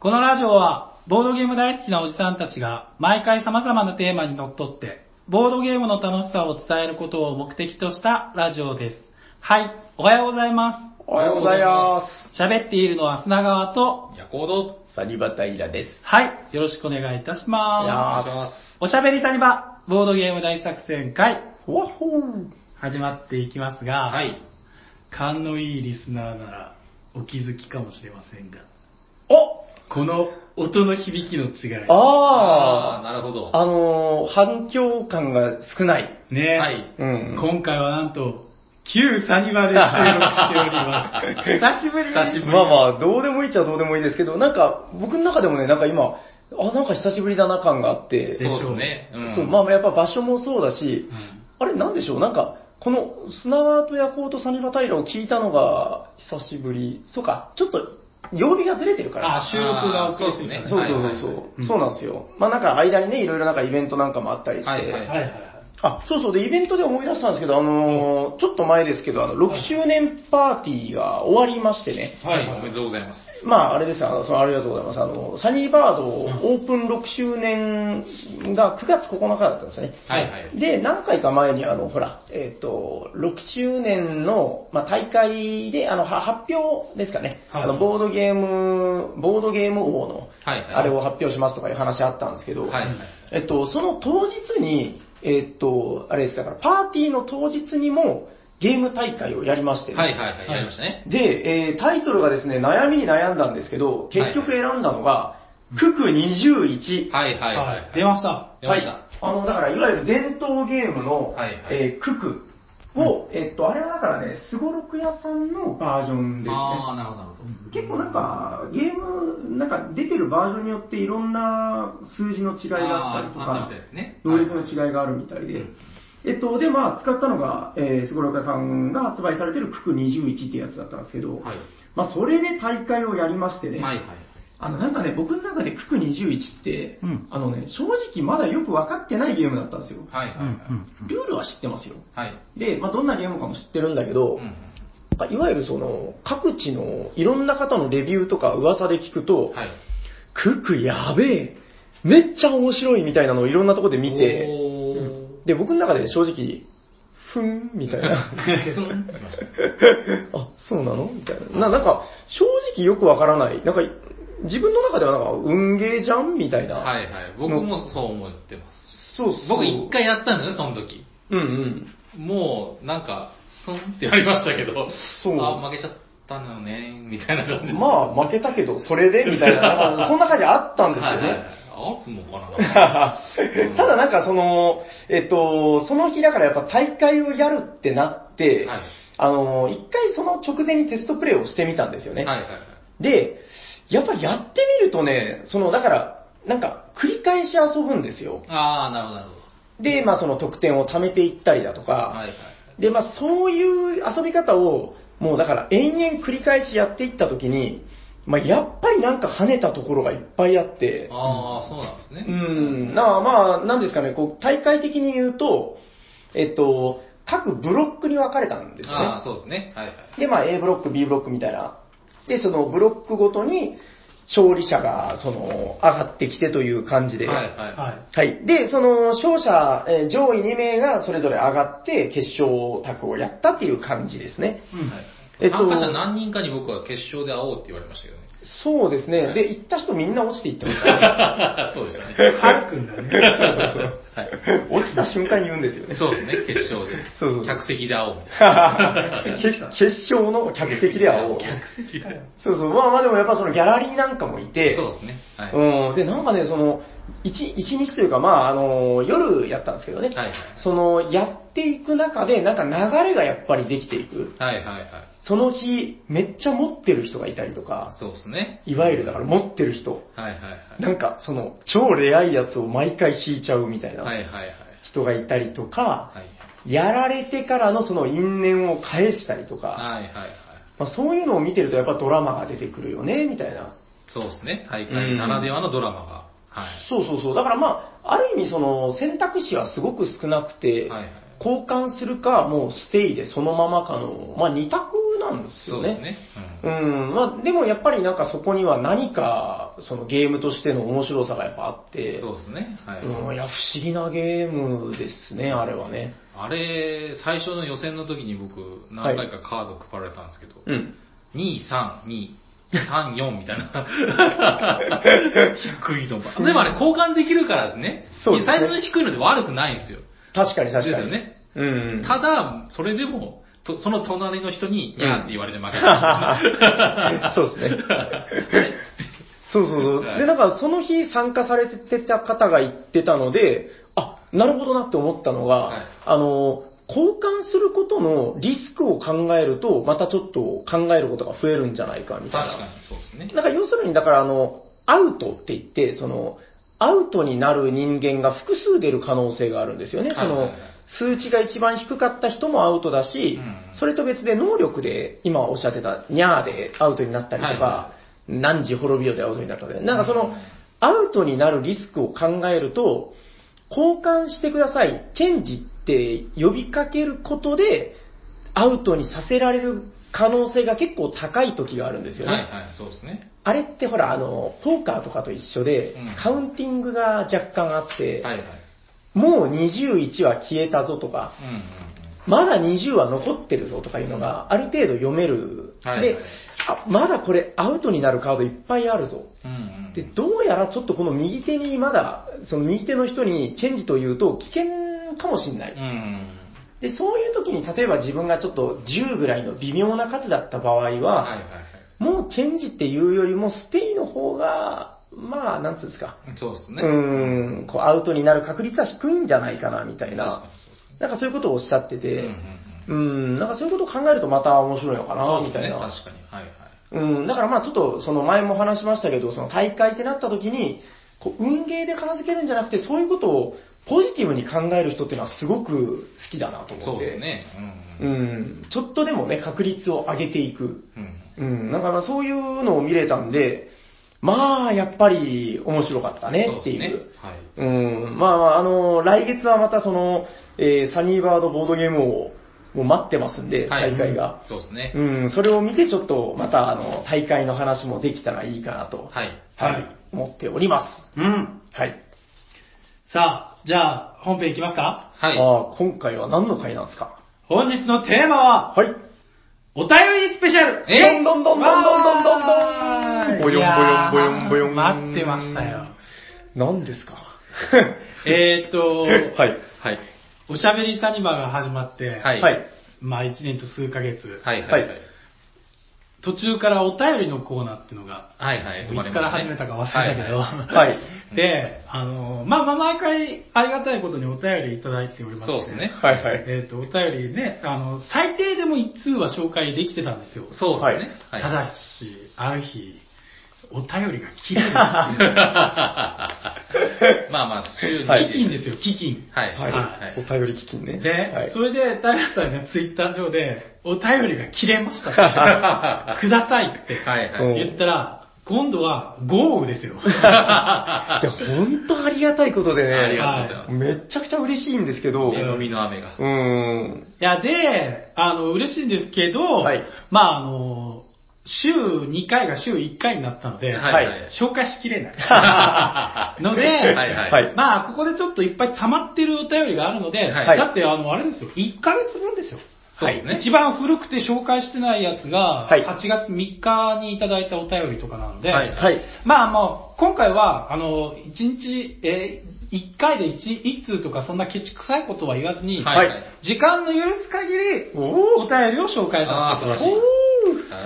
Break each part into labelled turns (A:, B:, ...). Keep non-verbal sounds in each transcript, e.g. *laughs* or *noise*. A: このラジオは、ボードゲーム大好きなおじさんたちが、毎回様々なテーマにのっとって、ボードゲームの楽しさを伝えることを目的としたラジオです。はい、おはようございま。
B: おはようございます
A: 喋っているのは砂川と、
B: す。ヤコード。
C: サニバタイラです。
A: はい、よろしくお願いいたしま。
B: お願いします
A: おしゃべりサニバ、ボードゲーム大作戦会、
C: ほわほー。
A: 始まっていきますが、
B: はい。
A: 勘のいいリスナーならお気づきかもしれませんが、
C: お
A: この音の響きの違い。
B: あー、
C: あ
B: なるほど。
C: ー、あのー、反響感が少ない。
A: ね、
B: はい。
C: うん。
A: 今回はなんと、旧サニバで収録しております。久しぶり
B: 久しぶり
C: まあまあ、どうでもいいっちゃどうでもいいですけど、なんか、僕の中でもね、なんか今、あ、なんか久しぶりだな感があって、
A: でしょう
B: そうですね。うん
C: そう、まあやっぱ場所もそうだし
A: う、ん
C: あれなんでしょう、なんか、この砂川と夜行とサニバタイラを聞いたのが久しぶり。そうか、ちょっと、曜日がずれてるから。
A: あ、収録が遅れてるから
B: あー
C: そうそう
B: はいは
C: そう
B: い
C: そう、
A: うん
C: そうなんですよ。まあなんか間にね、いろいろなんかイベントなんかもあったりして、
B: はいはい
A: はいはいはい。
C: あ、そうそう、で、イベントで思い出したんですけど、あのーちょっと前ですけど、あの、6周年パーティーが終わりましてね。
B: はい、おめでとうございます。
C: まあ、あれですよあのその、ありがとうございます。あの、サニーバードオープン6周年が9月9日だったんですよね。
B: はいはい
C: で、何回か前に、あの、ほら、えっ、と、6周年の、まあ、大会で、あの、は発表ですかね。
A: はい
C: あの、ボードゲーム、ボードゲーム王の、
B: はいはい
C: あれを発表しますとかいう話あったんですけど、
B: はいはい
C: えっと、その当日に、えっと、あれですだから、パーティーの当日にも、ゲーム大会をやりましてね、
B: はいはいはい、やりましたね。
C: で、えータイトルがですね、悩みに悩んだんですけど、結局選んだのが、九九21。
B: はいはいは
A: はい
B: い。
A: 出ました。
B: 出ました。
C: あの、だから、いわゆる伝統ゲームの、
B: はいはい
C: えー九九を、えっと、あれはだからね、すごろく屋さんのバージョンですね。
B: あー、なるほどなるほど。
C: 結構なんか、ゲーム、なんか出てるバージョンによっていろんな数字の違いがあったりと
B: あーあった
C: か
B: みたいですね、
C: 能力の違いがあるみたいで、えっと、で、まあ、使ったのが、えー、すごろく屋さんが発売されてるクク21ってやつだったんですけど、
B: はい
C: まあ、それで大会をやりましてね、
B: はいはい。
C: あの、なんかね、僕の中でクク21って、
A: うん
C: あのね、正直まだよく分かってないゲームだったんですよ。
B: はいはいはい。
C: ルールは知ってますよ。
B: はい。
C: で、まあ、どんなゲームかも知ってるんだけど、
B: うん
C: いわゆるその、各地のいろんな方のレビューとか噂で聞くと、
B: はい。
C: ククやべえ、めっちゃ面白いみたいなのをいろんなとこで見て、
B: おー
C: で、僕の中で正直、ふん、みたいな。
B: スンってきました。
C: *laughs* あ、そうなのみたいな。な、なんか、正直よくわからない。なんか、自分の中ではなんか、運ゲーじゃんみたいな。
B: はいはい。僕もそう思ってます。
C: そうそう。
B: 僕一。回やったんですね、その時。
C: うんうん。
B: もう、なんか、スンってやりましたけど、
C: そう
B: あー、負けちゃったのよね、みたいな感じ。
C: まあ、負けたけど、それでみたいな、な
B: *laughs*
C: んかそんな感じあったんですよ
B: はいはいは
C: ね
B: い。。あるのかな
C: *laughs* ただなんかその、えっと、その日だからやっぱ大会をやるってなって、
B: はい
C: あの、一回その直前にテストプレイをしてみたんですよね。
B: はいはいはい。
C: で、やっぱやってみるとね、その、だから、なんか繰り返し遊ぶんですよ。
B: ああ、なるほどなるほど。
C: で、まあその得点を貯めていったりだとか、
B: はいはい。
C: で、まあそういう遊び方を、もうだから延々繰り返しやっていった時に、まあやっぱりなんか跳ねたところがいっぱいあって、
B: ああ、そうなんですね。
C: うん、なあまあ、なんですかね、こう、大会的に言うと、えっと、各ブロックに分かれたんですよ
B: ああ、
C: ね。
B: そうですね。はいはい。
C: で、まあ、A ブロック、B ブロックみたいな。で、そのブロックごとに、勝利者が、その、上がってきてという感じで。
B: はい
A: は。
B: はい
C: はいで、その、勝者、えー上位2名がそれぞれ上がって、決勝卓をやったっていう感じですね。
A: うん
B: い。はい
C: えっと
B: 参加者何人かに僕は決勝で会おうって言われましたけ
C: *laughs*
B: どね。
C: そうですね。で、行った人みんな落ちていったんです *laughs* よ
B: そうでしたね。
A: はるくんだね。
C: 落ちた瞬間に言うん *laughs* ですよね。
B: そうですね、決勝で。
C: そうそう
B: 客席で会おうみたいな。
C: 決決勝の客席で会おう。そうそう、まあまあでもやっぱそのギャラリーなんかもいて、
B: そうですね。はい。
C: うん、で、なんかね、その、一一日というか、まああの、夜やったんですけどね、
B: はいはい
C: その、やっていく中で、なんか流れがやっぱりできていく。
B: はいはいはい。
C: その日、めっちゃ持ってる人がいたりとか、
B: そうですね。
C: いわゆるだから持ってる人、
B: はいはいはい。
C: なんかその、超レアいやつを毎回引いちゃうみたい
B: は
C: ない
B: はいはい。
C: 人がいたりとか、
B: はい
C: やられてからのその因縁を返したりとか、
B: はいはいはい。
C: まあ、そういうのを見てるとやっぱドラマが出てくるよね、みたいな。
B: そうですね、大会ならではのドラマが。はい。
C: そうそうそう。だからまあ、ある意味その選択肢はすごく少なくて、
B: はいはい
C: 交換するか、もうステイでそのままかの、まあ二択なんです
B: そ
C: よ
B: う
C: ね。
B: ですね。
C: う
B: うん
C: ん、まあでもやっぱりなんかそこには何か、そのゲームとしての面白さがやっぱあって、
B: そうですね。はい。
C: うん、いや、不思議なゲームですね、あれはね。
B: あれ、最初の予選の時に僕、何回かカード配られたんですけど、
C: うん。
B: 2、3、2、3、4みたい
C: *laughs*
B: な。低いのば。でもあれ交換できるからですね。
C: そうですね
B: 最初の低いので悪くないんですよ。
C: 確かに確か
B: で
C: に。
B: すよね。
C: うんうん。
B: ただ、それでも、とその隣の人に、いやーって言われて
C: *laughs*
B: 負けた。
C: そうですね。 *laughs* そうそうそう。
B: はい
C: で、だからその日参加されてた方が言ってたので、あ、なるほどなって思ったのが、
B: はい
C: あの、交換することのリスクを考えると、またちょっと考えることが増えるんじゃないか、み
B: 確
C: たいな。
B: かにそうですね。
C: なんか要するに、だからあの、アウトって言って、その、アウトになる人間が複数出る可能性があるんですよね。そ
B: はいはい
C: の
B: はい、
C: 数値が一番低かった人もアウトだし
B: う、ん
C: それと別で能力で、今おっしゃってた、ニャーでアウトになったりと
B: はい
C: か
B: は、
C: 何時滅びよでアウトになったりとか、なんかそうの
B: ん、
C: アウトになるリスクを考えると、交換してください、チェンジって呼びかけることで、アウトにさせられる可能性が結構高い時があるんですよね。
B: はいはい、そうですね。
C: あれってほら、あの、ポーカーとかと一緒で、
B: うん
C: カウンティングが若干あって、
B: はいはい。
C: もう21は消えたぞとか、
B: うんうんうん。
C: まだ20は残ってるぞとかいうのが、ある程度読める。
B: はい
C: で
B: はい
C: あ、まだこれアウトになるカードいっぱいあるぞ。
B: うんうん
C: で、どうやらちょっとこの右手にまだ、その右手の人にチェンジというと危険かもしれない。
B: うんうん。
C: で、そういう時に例えば自分がちょっと10ぐらいの微妙な数だった場合は、
B: はいはいはい。
C: もうチェンジっていうよりも、ステイの方が、まあ、なんつうんですか。
B: そうですね。
C: うーん、こう、アウトになる確率は低いんじゃないかな、みたい
B: 確か
C: な
B: に。そうですね
C: なんかそういうことをおっしゃって
B: うんう
C: て
B: ん、
C: うん、なんかそういうことを考えるとまた面白いのか
B: う
C: な、
B: ん。そ
C: み
B: うです
C: たい
B: ね。
C: な。
B: 確かに。はいはい。
C: うん、だからまあちょっと、その前も話しましたけど、その大会ってなった時に、こう、運ゲーで片付けるんじゃなくて、そういうことをポジティブに考える人っていうのはすごく好きだなと
B: そ
C: 思っ
B: う
C: て。
B: ですね。う
C: うんん、ちょっとでもね、確率を上げていく。
B: うん。うん。
C: うん、なんかまあそういうのを見れたんで、まあ、やっぱり面白かったねっていう。
B: そうですねはい。
C: うん、まあまあ、あの、来月はまたその、えーサニーバードボードゲームをもう待ってますんで、
B: はい
C: 大会が。
B: そうですね。
C: うん、それを見てちょっとまたあの、大会の話もできたらいいかなと、
B: はい。
A: はい
C: 思っております。
A: うん。
C: はい。
A: *laughs* さあ、じゃあ、本編いきますか
B: はい。
C: ああ、今回は何の回なんですか
A: 本日のテーマは、
C: はい。
A: お便りスペシャル
B: え
C: どんどんどんどんどんどんどんどん
A: わーい
C: ぼよんぼよんぼよんぼよん
A: いやー待ってましたよ。
C: 何ですか
A: えーっと、
C: はい。
B: はい。
A: おしゃべりサニバが始まって、
B: はい
C: はい。
A: まあ1年と数ヶ月、
B: はいはいはい。
A: 途中からお便りのコーナーっていうのが、
B: はいはい。生
A: い
B: ま
A: つ
B: れ
A: か
B: ま
A: ら
B: したね
A: 始めたか忘れたけど、
B: はいはい
C: はい。
A: *laughs* で、あの、まあまあ毎回ありがたいことにお便りいただいておりまして、
B: そうですね。
C: はいはい。
A: えーっと、お便りね、あの、最低でも1通は紹介できてたんですよ。
B: そうですね。はい
A: ただし、ある日、お便りが切
B: *laughs*
A: れる。
B: まあまあ、週に。
A: 基金ですよ、基金。
B: はい
C: は。
B: はいい
C: お便り基金ね。
A: で、
C: はい
A: それで、平さんがツイッター上で、お便りが切れま
B: *laughs*
A: したってくださいって
B: はいは
C: う
B: い。
C: ん
A: 言ったら、今度は豪雨です
B: *laughs*
A: よ。
C: いや、本当ありがたいことで
B: あり
C: ね、
B: がとうございま
C: めっちゃくちゃ嬉しいんですけど、う
B: す。
C: ー
B: 恵みの雨が。
C: ん、
A: いや、で、あの、嬉しいんですけど、
C: はい
A: まあ、あの、週2回が週1回になったので、
B: はいはい
A: 紹介しき
B: *laughs*
A: れない。ので、
B: はいはい
C: はい
A: まあ、ここでちょっといっぱい溜まってるお便りがあるので、
B: はい
A: だって、あの、あれですよ、1ヶ月分ですよ。
B: そうですね
A: 一番古くて紹介してないやつが、
C: はい
A: 8月3日にいただいたお便りとかなんで、
B: はい
C: はい。
A: まあもう、今回は、あの、1日、え1回で 1, 通とかそんなケチくさいことは言わずに、
B: はい
C: はい
A: 時間の許す限り、
C: お
A: お便りを紹介させていただきます
B: あー素晴らしい。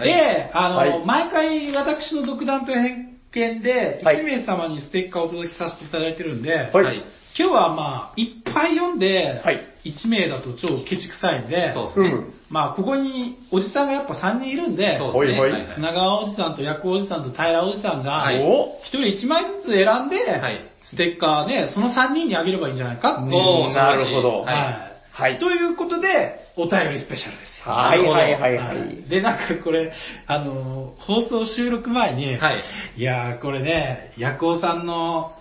A: で、あの、
C: はい
A: 毎回私の独断と偏見で、
C: はい
A: 1名様にステッカーをお届けさせていただいてるんで、
C: はい
B: はい。
A: 今日はまあ、いっぱい読んで、
C: はい
A: 1名だと超ケチくさいんで、
B: そうです
C: う
B: ね。
C: ん。
A: まあ、ここにおじさんがやっぱ3人いるんで、
B: そう
C: ほ
B: で
C: い
B: すね。
C: ほい
B: はいはい
A: 砂川おじさんと薬王おじさんと平おじさんが、
B: はい
C: お
A: 一人一枚ずつ選んで、
B: はい
A: ステッカーで、その三人にあげればいいんじゃないかっていう
B: おー
C: なるほど
B: 素晴らしいはい。
C: はい
A: ということで、お便りスペシャルですよ。
C: はいはいはい
A: な
C: は
A: るほど
C: い。
A: で、なんかこれ、あのー、放送収録前に、
B: はい。
A: いやー、これね、ヤクオさんの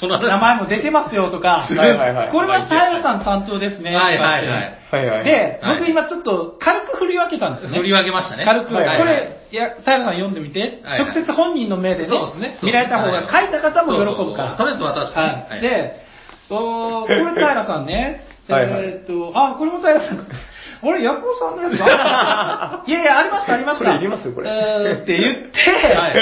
B: その
A: 名前も出てますよとか、
C: はいはいはい
A: これは平さん担当ですね。
B: はいはいはい。
C: はい
A: とか
C: は
A: って
C: い。
A: で、
B: はい
A: 僕今ちょっと軽く振り分けたんですよね。
B: 振り分けましたね。
A: 軽く、
C: はいはい
A: これ、いや、平さん読んでみて、
B: はいはい
A: 直接本人の目でね
B: そうですね。
A: 見られた方が、
B: そう
A: 書いた方も喜ぶか
B: そうそ
A: ら。
B: うそうとりあえず渡してね。
A: はい。
B: はい
A: で、おーこれ平さん
B: *laughs*
A: ね。
C: はいは
A: え
C: い
A: ーっと、あ、これも平さん。 *laughs* 俺、ヤコウさんのやつあっ
B: *laughs*
A: たいやいや、ありました、ありました。
C: これいりますこれ
A: えーって言って、
B: はいはい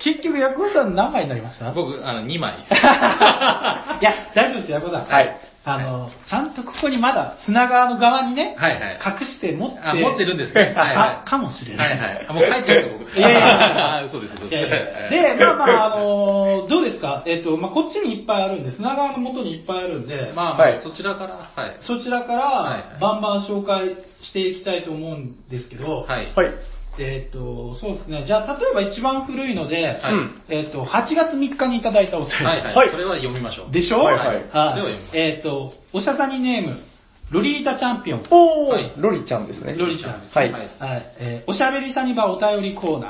A: 結局ヤコウさん何枚になりました
B: 僕、あの、2枚です。
A: いや、大丈夫です、ヤコウさん。
C: はい。
A: あの、ちゃんとここにまだ砂川の側にね、
B: はいはい
A: 隠して持って、
B: あ、持ってるんですね。はい
A: あ
B: は
A: かもし
B: い。
A: れ
B: は
A: ない。
B: いはい。あ、もう書いてるんですよ、僕。
A: い
B: *laughs*
A: やいやいや
B: あそうです、そう
A: いやいや
B: です。 *laughs*
A: で、まあまあ、あのーどうですかえっ、と、まあ、こっちにいっぱいあるんで、砂川の元にいっぱいあるんで、
B: まあま
C: は
B: あ、
C: い
B: そちらから、はい。
A: そちらか
B: はいは
A: ら
B: い
A: バンバン紹介していきたいと思うんですけど、
B: はい。
C: はい。
A: えっ、と、そうですね。じゃあ、例えば一番古いので、
B: はい
C: うん
A: えっ、と、8月3日にいただいたお便り。
B: はいは。
C: はいい
B: それは読みましょう。
A: でしょ
C: はいはい
B: それは読みます
A: えっ、と、おしゃさにネーム、ロリータチャンピオン。
C: お
B: はい
C: ー、ロリちゃんですね。
A: ロリちゃんです
C: はい。
B: はい
A: はい、えーおしゃべりサニバお便りコーナ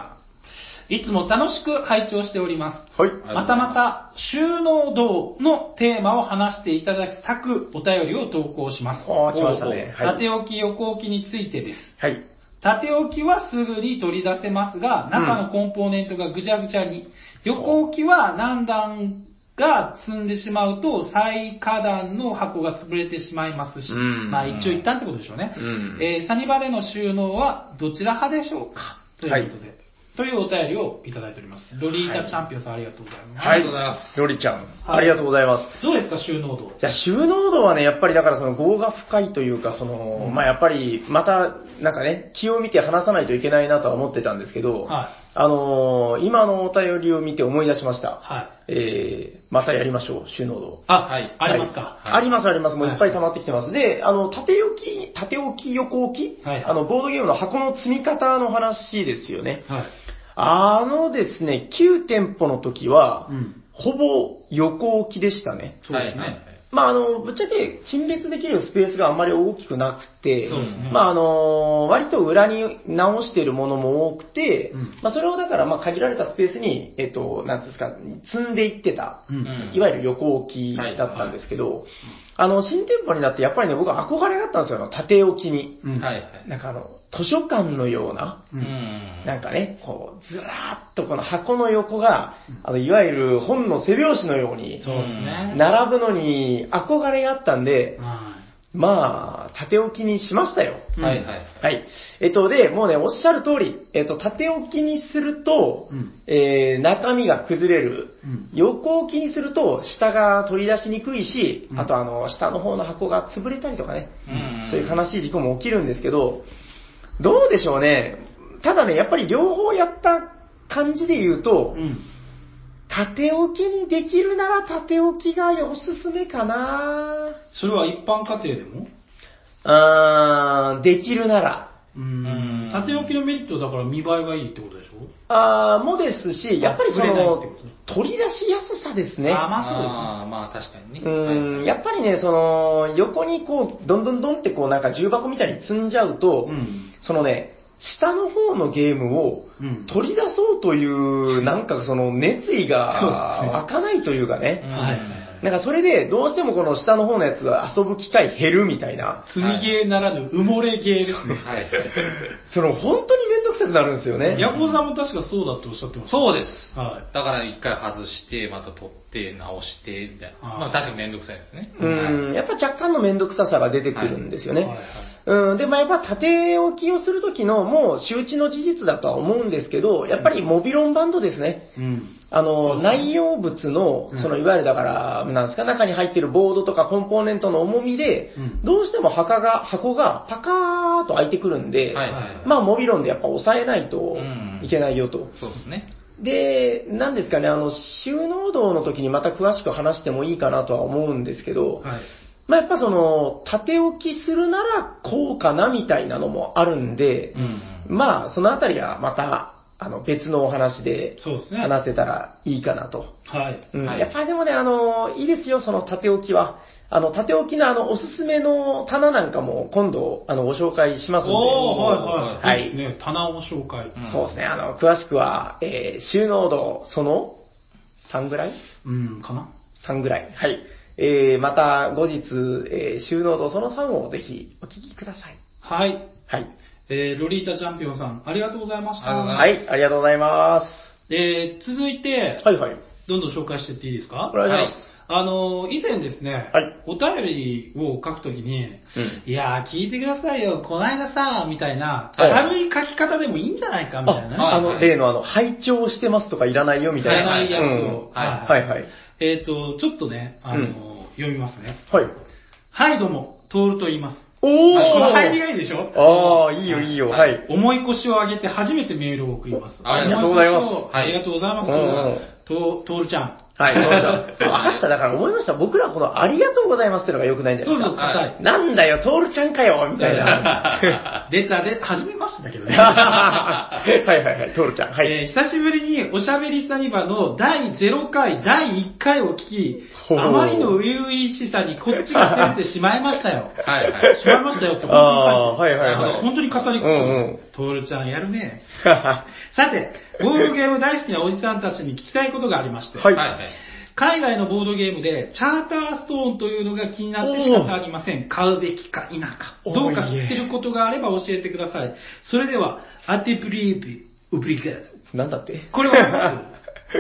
A: ー。いつも楽しく拝聴しております。
C: はい。
B: ありが
A: また
B: とうござい
A: ま
B: ます
A: た、収納道のテーマを話していただきたく、お便りを投稿します。
C: おー来ましたねはい
A: 縦置き、横置きについてです。
C: はい。
A: 縦置きはすぐに取り出せますが、中のコンポーネントがぐちゃぐちゃに。横置きは何段が積んでしまうと、最下段の箱が潰れてしまいますし、
C: うん
A: まあ一応一旦ってことでしょうね。
C: うん
A: えーサニバでの収納はどちら派でしょうかということで、というお便りをいただいております。ロリータチャンピオンさんありがとうございます。
B: ありがとうございます。
C: ロリちゃん、
A: はい
C: ありがとうございます。
A: どうですか、収納度。
C: いや、収納度はね、やっぱりだからその、業が深いというか、その、まあやっぱり、また、なんかね、気を見て話さないといけないなとは思ってたんですけど、
A: はい
C: あのー今のお便りを見て思い出しました。
A: はい。
C: えー、またやりましょう、収納度。
A: あ、
B: はい
A: ありますか。
B: はい
C: ありますあります。もういっぱい溜まってきてます。で、あの、縦置き、縦置き、横置き、
A: はい
C: あの、ボードゲームの箱の積み方の話ですよね。
A: はい。
C: あのですね、旧店舗の時は、
A: うん
C: ほぼ横置きでしたね。
A: そうですね
B: はいはい
C: まあ、あの、ぶっちゃけ、陳列できるスペースがあんまり大きくなくて、
B: そうですね
C: まあ、あの、割と裏に直してるものも多くて、
A: うん
C: まあ、それをだから、まあ、限られたスペースに、えっと、なんていうんですか、積んでいってた、
A: うん
B: うん
C: いわゆる横置きだったんですけど、あの、新店舗になって、やっぱりね、僕は憧れがあったんですよ、あの、縦置きに。
A: うん
B: はいはい。
C: なんかあの、図書館のような、
A: う
B: うんん。
C: なんかね、こう、ずらーっとこの箱の横が、あの、いわゆる本の背表紙のように、
A: そうですね。
C: 並ぶのに憧れがあったんで、
A: は
C: まあ、縦置きにしましたよ。
A: うん
B: はいはい。
C: はい。えっと、で、もうね、おっしゃる通り、えっと、縦置きにすると、
A: うん
C: えー中身が崩れる。
A: うん
C: 横置きにすると、下が取り出しにくいし、
A: うん
C: あと、あの、下の方の箱が潰れたりとかね、
B: うん
C: そういう悲しい事故も起きるんですけど、どうでしょうね。ただね、やっぱり両方やった感じで言うと、
A: うん。
C: 縦置きにできるなら縦置きがおすすめかな
A: それは一般家庭でも
C: あー、できるなら。
A: う
B: うんん
A: 縦置きのメリットだから見栄えがいいってことでしょ
C: あーもですし、やっぱりそ
A: 触れないっ
C: の
A: てこ、
C: 取り出しやすさですね。
A: あま
B: あーまあ確かにね。
C: うーん、やっぱりね、その、横にこう、どんどんどんってこう、なんか重箱みたいに積んじゃうと、
A: うん
C: そのね、下の方のゲームを
A: うん
C: 取り出そうという、なんかその
A: そう
C: 熱意
A: ですね
C: が湧かないというか
B: う
C: ね。
B: ん
A: はい
C: なんかそれで、どうしてもこの下の方のやつが遊ぶ機会減るみたいな。
A: 積みゲーならぬ埋もれゲーですね。
B: はいはい。
C: その、本当にめんどくさくなるんですよね。
A: ヤコウさんも確かそうだっておっしゃってました。
B: そうです。
A: は
B: だから一回外して、また取って、直して、みたいな。
A: あー
B: まあ確かにめんどくさいですね。
C: う
B: はい
C: ん、やっぱ若干の面倒くささが出てくるんですよね。
A: はいはい
C: うん、で、まあ、やっぱ縦置きをするときのもう周知の事実だとは思うんですけど、やっぱりモビロンバンドですね。
A: うん。
C: あの、内容物の
A: うん、
C: その、いわゆるだから、なんですか、中に入ってるボードとかコンポーネントの重みで
A: うん、
C: どうしても箱が、箱がパカーっと開いてくるんで、
B: はいはい。
C: まあ、モビロンでやっぱ抑えないと
B: うん
C: いけないよと。
B: そうですね。
C: で、なんですかね、あの、収納道の時にまた詳しく話してもいいかなとは思うんですけ
A: はい。
C: ど、まあ、やっぱその、縦置きするならこうかなみたいなのもあるんで、
B: うん。
C: まあ、そのあたりはまた、あの、別のお話で
A: そうですね。
C: 話せたらいいかなと。
A: はい。
C: うん
B: はい
C: やっぱりでもね、あの、いいですよ、その縦置きは。あの、縦置きのあの、おすすめの棚なんかも今度、あの、ご紹介しますので。
A: おー、はいはい。
C: はい
A: いいですね。棚を紹介。
B: うん
C: そうですね、あの、詳しくは、えー収納度、その、3ぐらい
A: うん、かな
C: ?3 ぐらい。はい。えー、また、後日、えー収納度、その3をぜひ、お聞きください。
A: はい。
C: はい。
A: えー、ロリータチャンピオンさん、ありがとうございました。
B: ありがとうございま
C: はい、ありがとうございます。
A: えー、続いて、
C: はいはい。
A: どんどん紹介していっていいですか
C: お願いします。
A: あのー以前ですね、
C: はい
A: お便りを書くときに、
C: うん
A: いやー、聞いてくださいよ、こないださ、みたいな、
C: はい
A: 軽い書き方でもいいんじゃないか、みたいなね。
C: あ、
B: は
C: あの、
B: い
C: 例のあの、拝聴してますとかいらないよみ
A: い
C: たい
A: ら
C: な。
A: ないやつ
C: う
A: を。
C: ん
B: はい
C: はいはい。
A: えっ、と、ちょっとね、あのー読みますね。
C: はい。
A: はい、どうも、トールと言います。
C: お
A: はいこの入り
C: ー
A: がいいでしょ
C: ああ、いいよいいよ、
B: はい
C: はい。
A: 思い越しを上げて初めてメールを送ります。
B: ありがとう
C: ございます
A: 思越しを
B: はい
A: ありがとうございます。
C: うん
A: ととールちゃん。
C: はい、そうじゃ *laughs* ん。あなただから思いました。僕らこのありがとうございますってのが良くないんじゃな
A: そ
C: いうです
A: そう、
C: か。
A: 硬。
B: はい
C: なんだよ、トールちゃんかよみたいな。
A: 出たで、初めましてだけどね。
C: *laughs* はいはいはい、トールちゃん。はい。
A: えー久しぶりにおしゃべりサニバの第0回、第1回を聞き、
C: ほう
A: あまりの初々しさにこっちが照れてしまいました
C: *laughs*
A: よ。
B: はいはい。
A: しまいましたよって本当に書いて
C: あーはいはいはい
A: あの本当に語り口、
C: うんうん
A: トールちゃんやるね。
C: は
A: さて、ボードゲーム大好きなおじさんたちに聞きたいことがありまして、
C: い。
B: はいはい。
A: 海外のボードゲームでチャーターストーンというのが気になって仕方ありません。買うべきか否か。
C: おー
A: どうか知ってることがあれば教えてください。それでは、アテプリービ、ウプリケ
C: *laughs* なんだって
A: これわか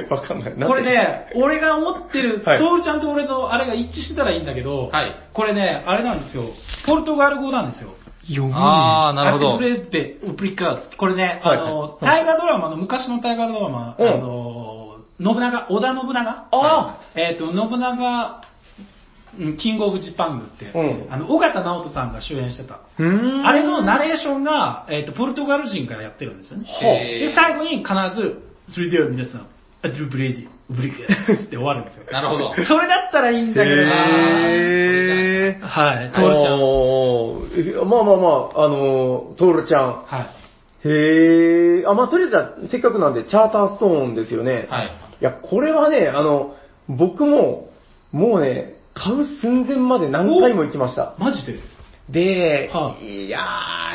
A: り
C: *laughs*
A: ま
C: わかんない。なんで
A: これ。ね、俺が思ってる、
C: はい
A: トールちゃんと俺のあれが一致してたらいいんだけど、
B: はい
A: これね、あれなんですよ。ポルトガル語なんですよ。
C: 読む
B: ああ、なるほど。
A: アテプレベ、ウプリカーこれね、あ
C: はい
A: の、大河ドラマの、昔の大河ドラマ、
C: うん
A: あの、信長、織田信長
C: あ
A: えっ、と、信長、うんキングオブジパングって、
C: うん
A: あの、尾形直人さんが主演してた。
C: うーん。
A: あれのナレーションが、えっ、と、ポルトガル人がやってるんですよね。
C: は
A: で、最後に必ず、それでは皆さん、アドゥブレイディ、ブリケつって終わるんですよ。
B: なるほど。
A: それだったらいいんだけどな
C: へー。
A: はい、トールちゃん。
C: おーえまあまあまあ、あのー、トールちゃん。
A: はい。
C: へえ。あ、まあ、とりあえずは、せっかくなんで、チャーターストーンですよね。
B: はい。
C: いや、これはね、あの、僕も、もうね、買う寸前まで何回も行きました。
A: マジです。
C: で、
A: はい
C: や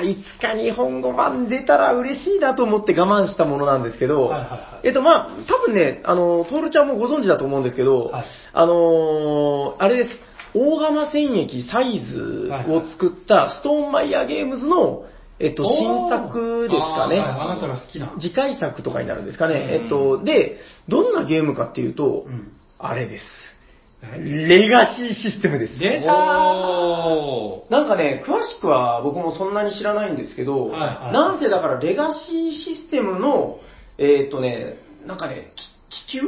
C: ー、いつか日本語版出たら嬉しいなと思って我慢したものなんですけど、
A: はいはいはい
C: えっと、まあ、多分ね、あの、トールちゃんもご存知だと思うんですけど、
A: はい
C: あのーあれです、大釜戦役サイズを作ったストーンマイヤーゲームズの、えっと、
A: おー
C: 新作ですか
B: え
C: ね。
A: はいあなたが好きな。
C: 次回作とかになるんですかね。
B: うん
C: えっと、で、どんなゲームかっていうと、
A: うん
C: あれです。
A: え
C: レガシーシステムです。
A: 出た
B: おー
C: なんかね、詳しくは僕もそんなに知らないんですけど、
A: はいはい
C: なんせだからレガシーシステムの、えーっとね、なんかね、き気球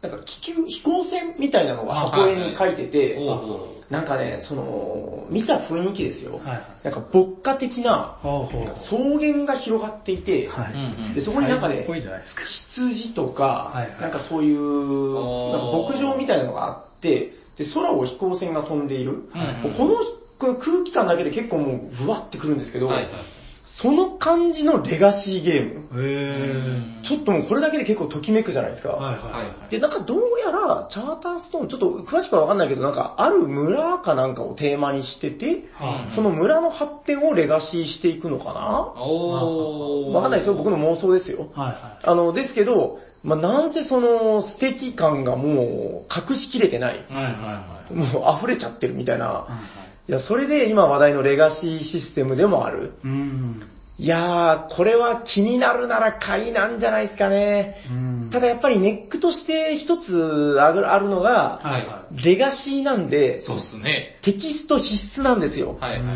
C: なんか気球、飛行船みたいなのが箱絵に書いてて、
B: おーお
C: なんかね、その、見た雰囲気ですよ。
A: はいはい
C: なんか牧歌的な、
A: ほうほう
C: 草原が広がっていて、
A: は
B: ー
A: い
B: うんうん
C: で、そこになんかね
A: っ、ぽいじゃないですか。
C: 羊とか、
A: はいはい
C: なんかそういう、なん
B: おー
C: か牧場みたいなのがあって、で、空を飛行船が飛んでいる。
B: うんうん
C: このこの空気感だけで結構もう、ぶわってくるんですけど、
B: はいはい
C: その感じのレガシーゲーム。
A: へ
C: ちょっともうこれだけで結構ときめくじゃないですか。
A: ー。はい
B: は
A: はいい。
C: で、なんかどうやら、チャーターストーン、ちょっと詳しくはわかんないけど、なんかある村かなんかをテーマにしてて、
A: は
C: その村の発展をレガシーしていくのかな
B: おー
C: わかんないですよ、僕の妄想ですよ。
A: いは
C: あの、ですけど、まあ、なんせその、素敵感がもう、隠しきれてない。
A: い。はいはいは
C: もう、溢れちゃってるみたい
A: いはい
C: な。
A: はい。
C: いや、それで今話題のレガシーシステムでもある。
A: うん。
C: いやー、これは気になるなら買いなんじゃないですかね。
A: うん
C: ただやっぱりネックとして一つあるあるのが、
A: はいは。
C: レガシーなんで、
B: そうっすね。
C: テキスト必須なんですよ。
B: はいいは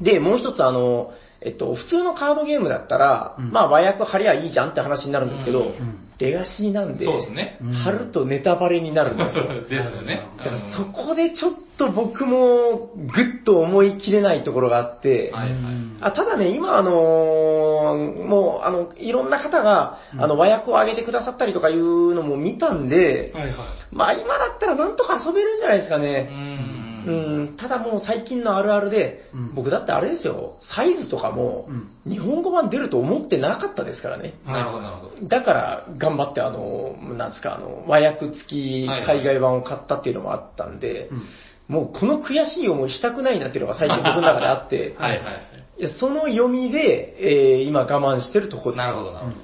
B: い。
C: で、もう一つあの、えっと、普通のカードゲームだったら、
A: うん
C: まあ和訳貼りゃいいじゃんって話になるんですけど、
B: うん
A: うん
C: レガシーなんで、
B: そうっすね。
A: うん
C: 貼るとネタバレになるんで
A: *laughs*
C: すよ。
B: *laughs* ですよね。
C: だからそこでちょっと僕もぐっと思い切れないところがあって、
B: はいはい
A: うん
C: あただね、今あのーもうあの、いろんな方が、
A: うん
C: あの、和訳を上げてくださったりとかいうのも見たんで、
A: はいはい。
C: まあ今だったらなんとか遊べるんじゃないですか
B: う
C: ね。
B: ん
C: うん、ただもう最近のあるあるで、
A: うん
C: 僕だってあれですよ、サイズとかも
A: う
C: 日本語版出ると思ってなかったですからね。
B: なるほど、なるほど。
C: だから頑張ってあの、なんですか、あの、和訳付き海外版を買ったっていうのもあったんで、
A: うん
C: もうこの悔しい思いしたくないなっていうのが最近僕の中であっ
B: *laughs*
C: て、
B: はいはいはい
C: やその読みで、えー今我慢してるとこで
B: い。
C: す。
B: なるほど、なるほど。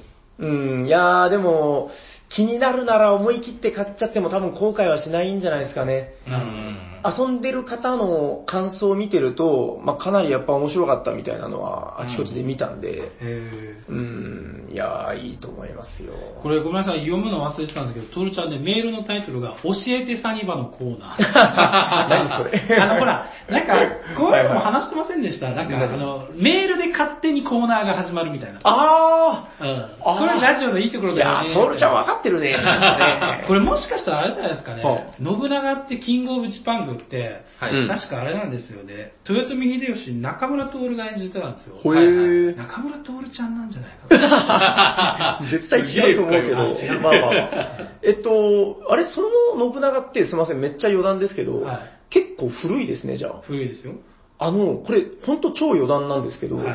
C: うん、いやーでも、気になるなら思い切って買っちゃっても多分後悔はしないんじゃないですかね。
B: うんうん
C: 遊んでる方の感想を見てると、まあ、かなりやっぱ面白かったみたいなのはあちこちで見たんで、
A: え
C: うん、いやーいいと思いますよ。
A: ー、これごめんなさい、読むの忘れてたんですけど、トールちゃんね、メールのタイトルが、教えてサニバのコーナー。
C: *laughs* 何それ
A: あの、ほら、なんか、こういうのも話してませんでした。なんか、あ
C: はいはい
A: の、メールで勝手にコーナーが始まるみたいな。
C: あー
A: うん。
C: あー
A: これラジオのいいところ
C: い
A: だ
C: や
A: よ
C: ー、
A: ね。
C: ソウルちゃん分かって
A: *laughs*
C: るね。ね
A: これもしかしたらあれじゃないですかね
C: は。
A: 信長ってキングオブジパングって、
B: はい。
C: うん
A: 確かあれなんですよね。豊臣秀吉、中村徹が演じてたんですよ。
C: ほえー
A: 中村徹ちゃんなんじゃないか
C: *laughs*
A: な。
C: 絶対違うと思う
B: す
A: *laughs*
C: け
B: げえ深い
C: ど、まあまあまあ。えっと、あれ、その信長ってすいません、めっちゃ余談ですけど、
A: はい
C: 結構古いですね、じゃあ。
A: 古いですよ。
C: あの、これ、ほんと超余談なんですけど、
A: はい。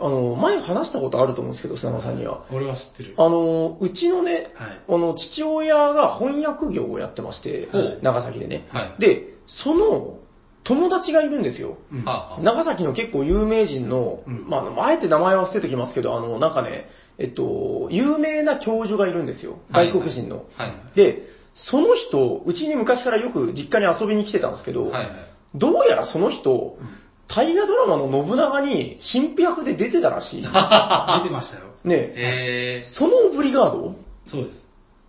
C: あの、前話したことあると思うんですけど、砂間さんには。
A: 俺は知ってる。
C: あの、うちのね、
A: はい。
C: あの、父親が翻訳業をやってまして、
A: はい
C: 長崎でね。
B: はい。
C: で、その友達がいるんですよ。
A: うん
B: はあはあ
C: 長崎の結構有名人の、
A: うん
C: まあ、あえて名前は伏せときますけど、あの、なんかね、えっと、有名な教授がいるんですよ。
B: はい
C: 外国人の。
B: はい。
C: で、その人、うちに昔からよく実家に遊びに来てたんですけど、
B: はいはい。
C: どうやらその人、大河ドラマの信長に新役で出てたら
A: *laughs*
C: しい。
A: 出てましたよ。
C: ねえ
B: え
C: そのオブリガード
A: そうです。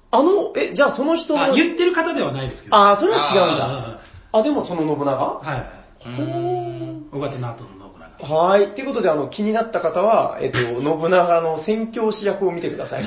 C: あの、え、じゃあその人の
A: あ、、言ってる方ではないですけど。
C: あー、それは違うんだ。
A: あ
C: あ、でもその信長
A: ー、はいはい。
B: ー。うーん
A: 小型ナートの *laughs* 信長。
C: はい。ということで、あの、気になった方は、えっと、信長の宣教師役を見てくだ
A: *laughs*
C: さい。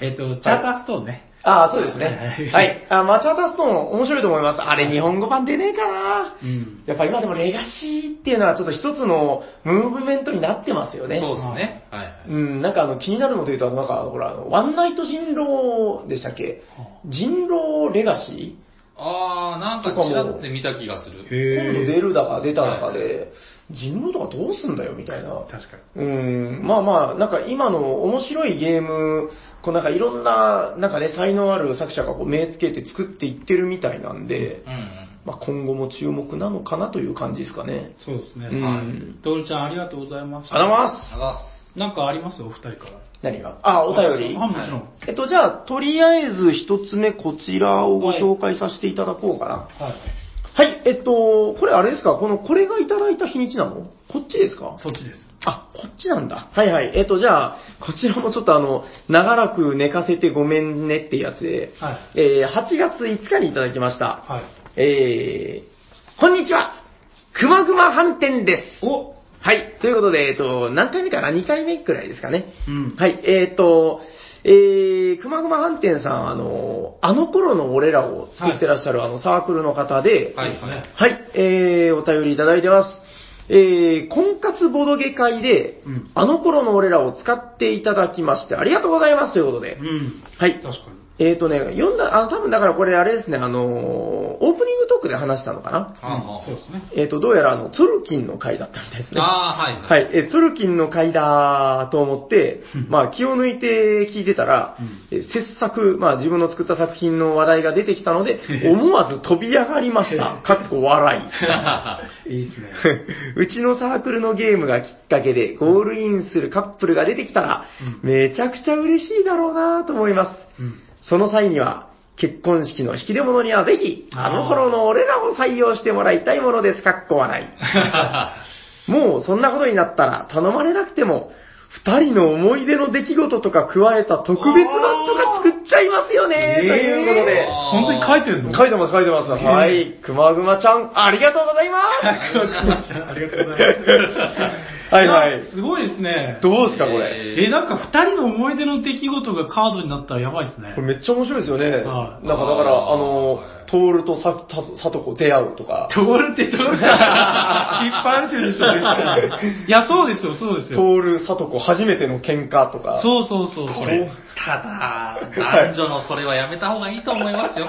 A: えっと、チャーターストーンね。
C: ああ、そうですね
B: *laughs*
A: はい。
C: はい。あ、マチャータストーン、面白いと思います。あれ、日本語版出ねえかな
A: うん。
C: やっぱ今でもレガシーっていうのは、ちょっと一つのムーブメントになってますよね。
B: そうですね。はいはい。
C: うん、なんかあの、気になるので言うと、あのなんか、ほら、あのワンナイト人狼でしたっけ人狼レガシ
B: あー、なんかちらって見た気がする。
C: ー今度出
A: る。
C: るだか出ただかで、人狼とかどうすんだよ、みたいな。
A: 確かに。
C: うん、まあまあ、なんか今の面白いゲーム、こうなんかいろんな、なんかね、才能ある作者がこう目つけて作っていってるみたいなんで、
B: うんうん。
C: まあ今後も注目なのかなという感じですかね。
A: そうですね。
C: うん
A: はい。トールちゃんありがとうございまし
C: あら
A: た。
C: ます
B: あざっす。
A: なんかありますお二人から。
C: 何があ、お便り
A: あ、。もちろん。
C: えっと、じゃあ、とりあえず一つ目こちらをご紹介させていただこうかな。
A: はい。
C: はい、えっと、これあれですかこの、これがいただいた日にちなのこっちですか
A: そっちです。
C: あ、こっちなんだ。はいはい。えっと、じゃあ、こちらもちょっとあの、長らく寝かせてごめんねってやつで、
A: はい。
C: えー8月5日にいただきました。
A: はい。
C: えー、こんにちはくまぐま飯店です
A: お
C: はい。ということで、えっと、何回目かな ?2 回目くらいですかね。
A: うん。
C: はい、えっ、と、えー、くまぐま飯店さん、あの、あの頃の俺らを作ってらっしゃる、あのサークルの方で、
B: はい
A: そうです
B: は
A: ね
B: い。
C: はい、えー、お便りいただいてます。えー、婚活ボドゲ会で、
A: うん
C: あの頃の俺らを使っていただきまして、ありがとうございますということで
A: う。ん。
C: はい
A: 確。か
C: えーとね、読んだ、あの、多分だからこれあれですね、あのー、オープニングトークで話したのかな
B: はあは
A: に。そうですね。
C: えーと、どうやらあの、トゥルキンの会だったみたいですね。
B: あ。あー、はいは。
C: はいい、えー、トゥルキンの会だと思って
A: うん、
C: まあ気を抜いて聞いてたら、えー切作、まあ自分の作った作品の話題が出てきた
A: *laughs*
C: ので、思わず飛び上がりました。かっこ笑い。
A: いいですね。
C: *laughs* うちのサークルのゲームがきっかけでゴールインするカップルが出てきたら、
A: う
C: めちゃくちゃ嬉しいだろうなと思います。
A: うん。
C: その際には、結婚式の引き出物にはぜひ、
A: あー
C: あの頃の俺らを採用してもらいたいものです。かっこ笑い。もうそんなことになったら頼まれなくても、二人の思い出の出来事とか加えた特別版とか作っちゃいますよね、ということで。
A: 本当に書いてるの
C: 書いてます、書いてます。はい。 *laughs* くまぐまちゃん、ありがとうござい *laughs* ま
A: ありがとうございます。
C: す。はいはい。
A: すごいですね。
C: *laughs* どうですか、これ。
B: え
A: え、なんか二人の思い出の出来事がカードになったらやばいですね
C: こ。れめっちゃ面白いですよね。なん
A: は
C: か
A: い
C: だから、あの
B: は、い
C: トールとさ、た、さとこ出会うとか、
A: 通るって
C: *laughs*
A: 通るじゃん。引っ張られてるでしょ。いや、そうですよ、そうです
C: ト
A: よ。
C: ール、さとこ初めての喧嘩とか。
A: そうそうそう。
B: これ、ただ、男女のそれはやめた方がいいと思いますよ。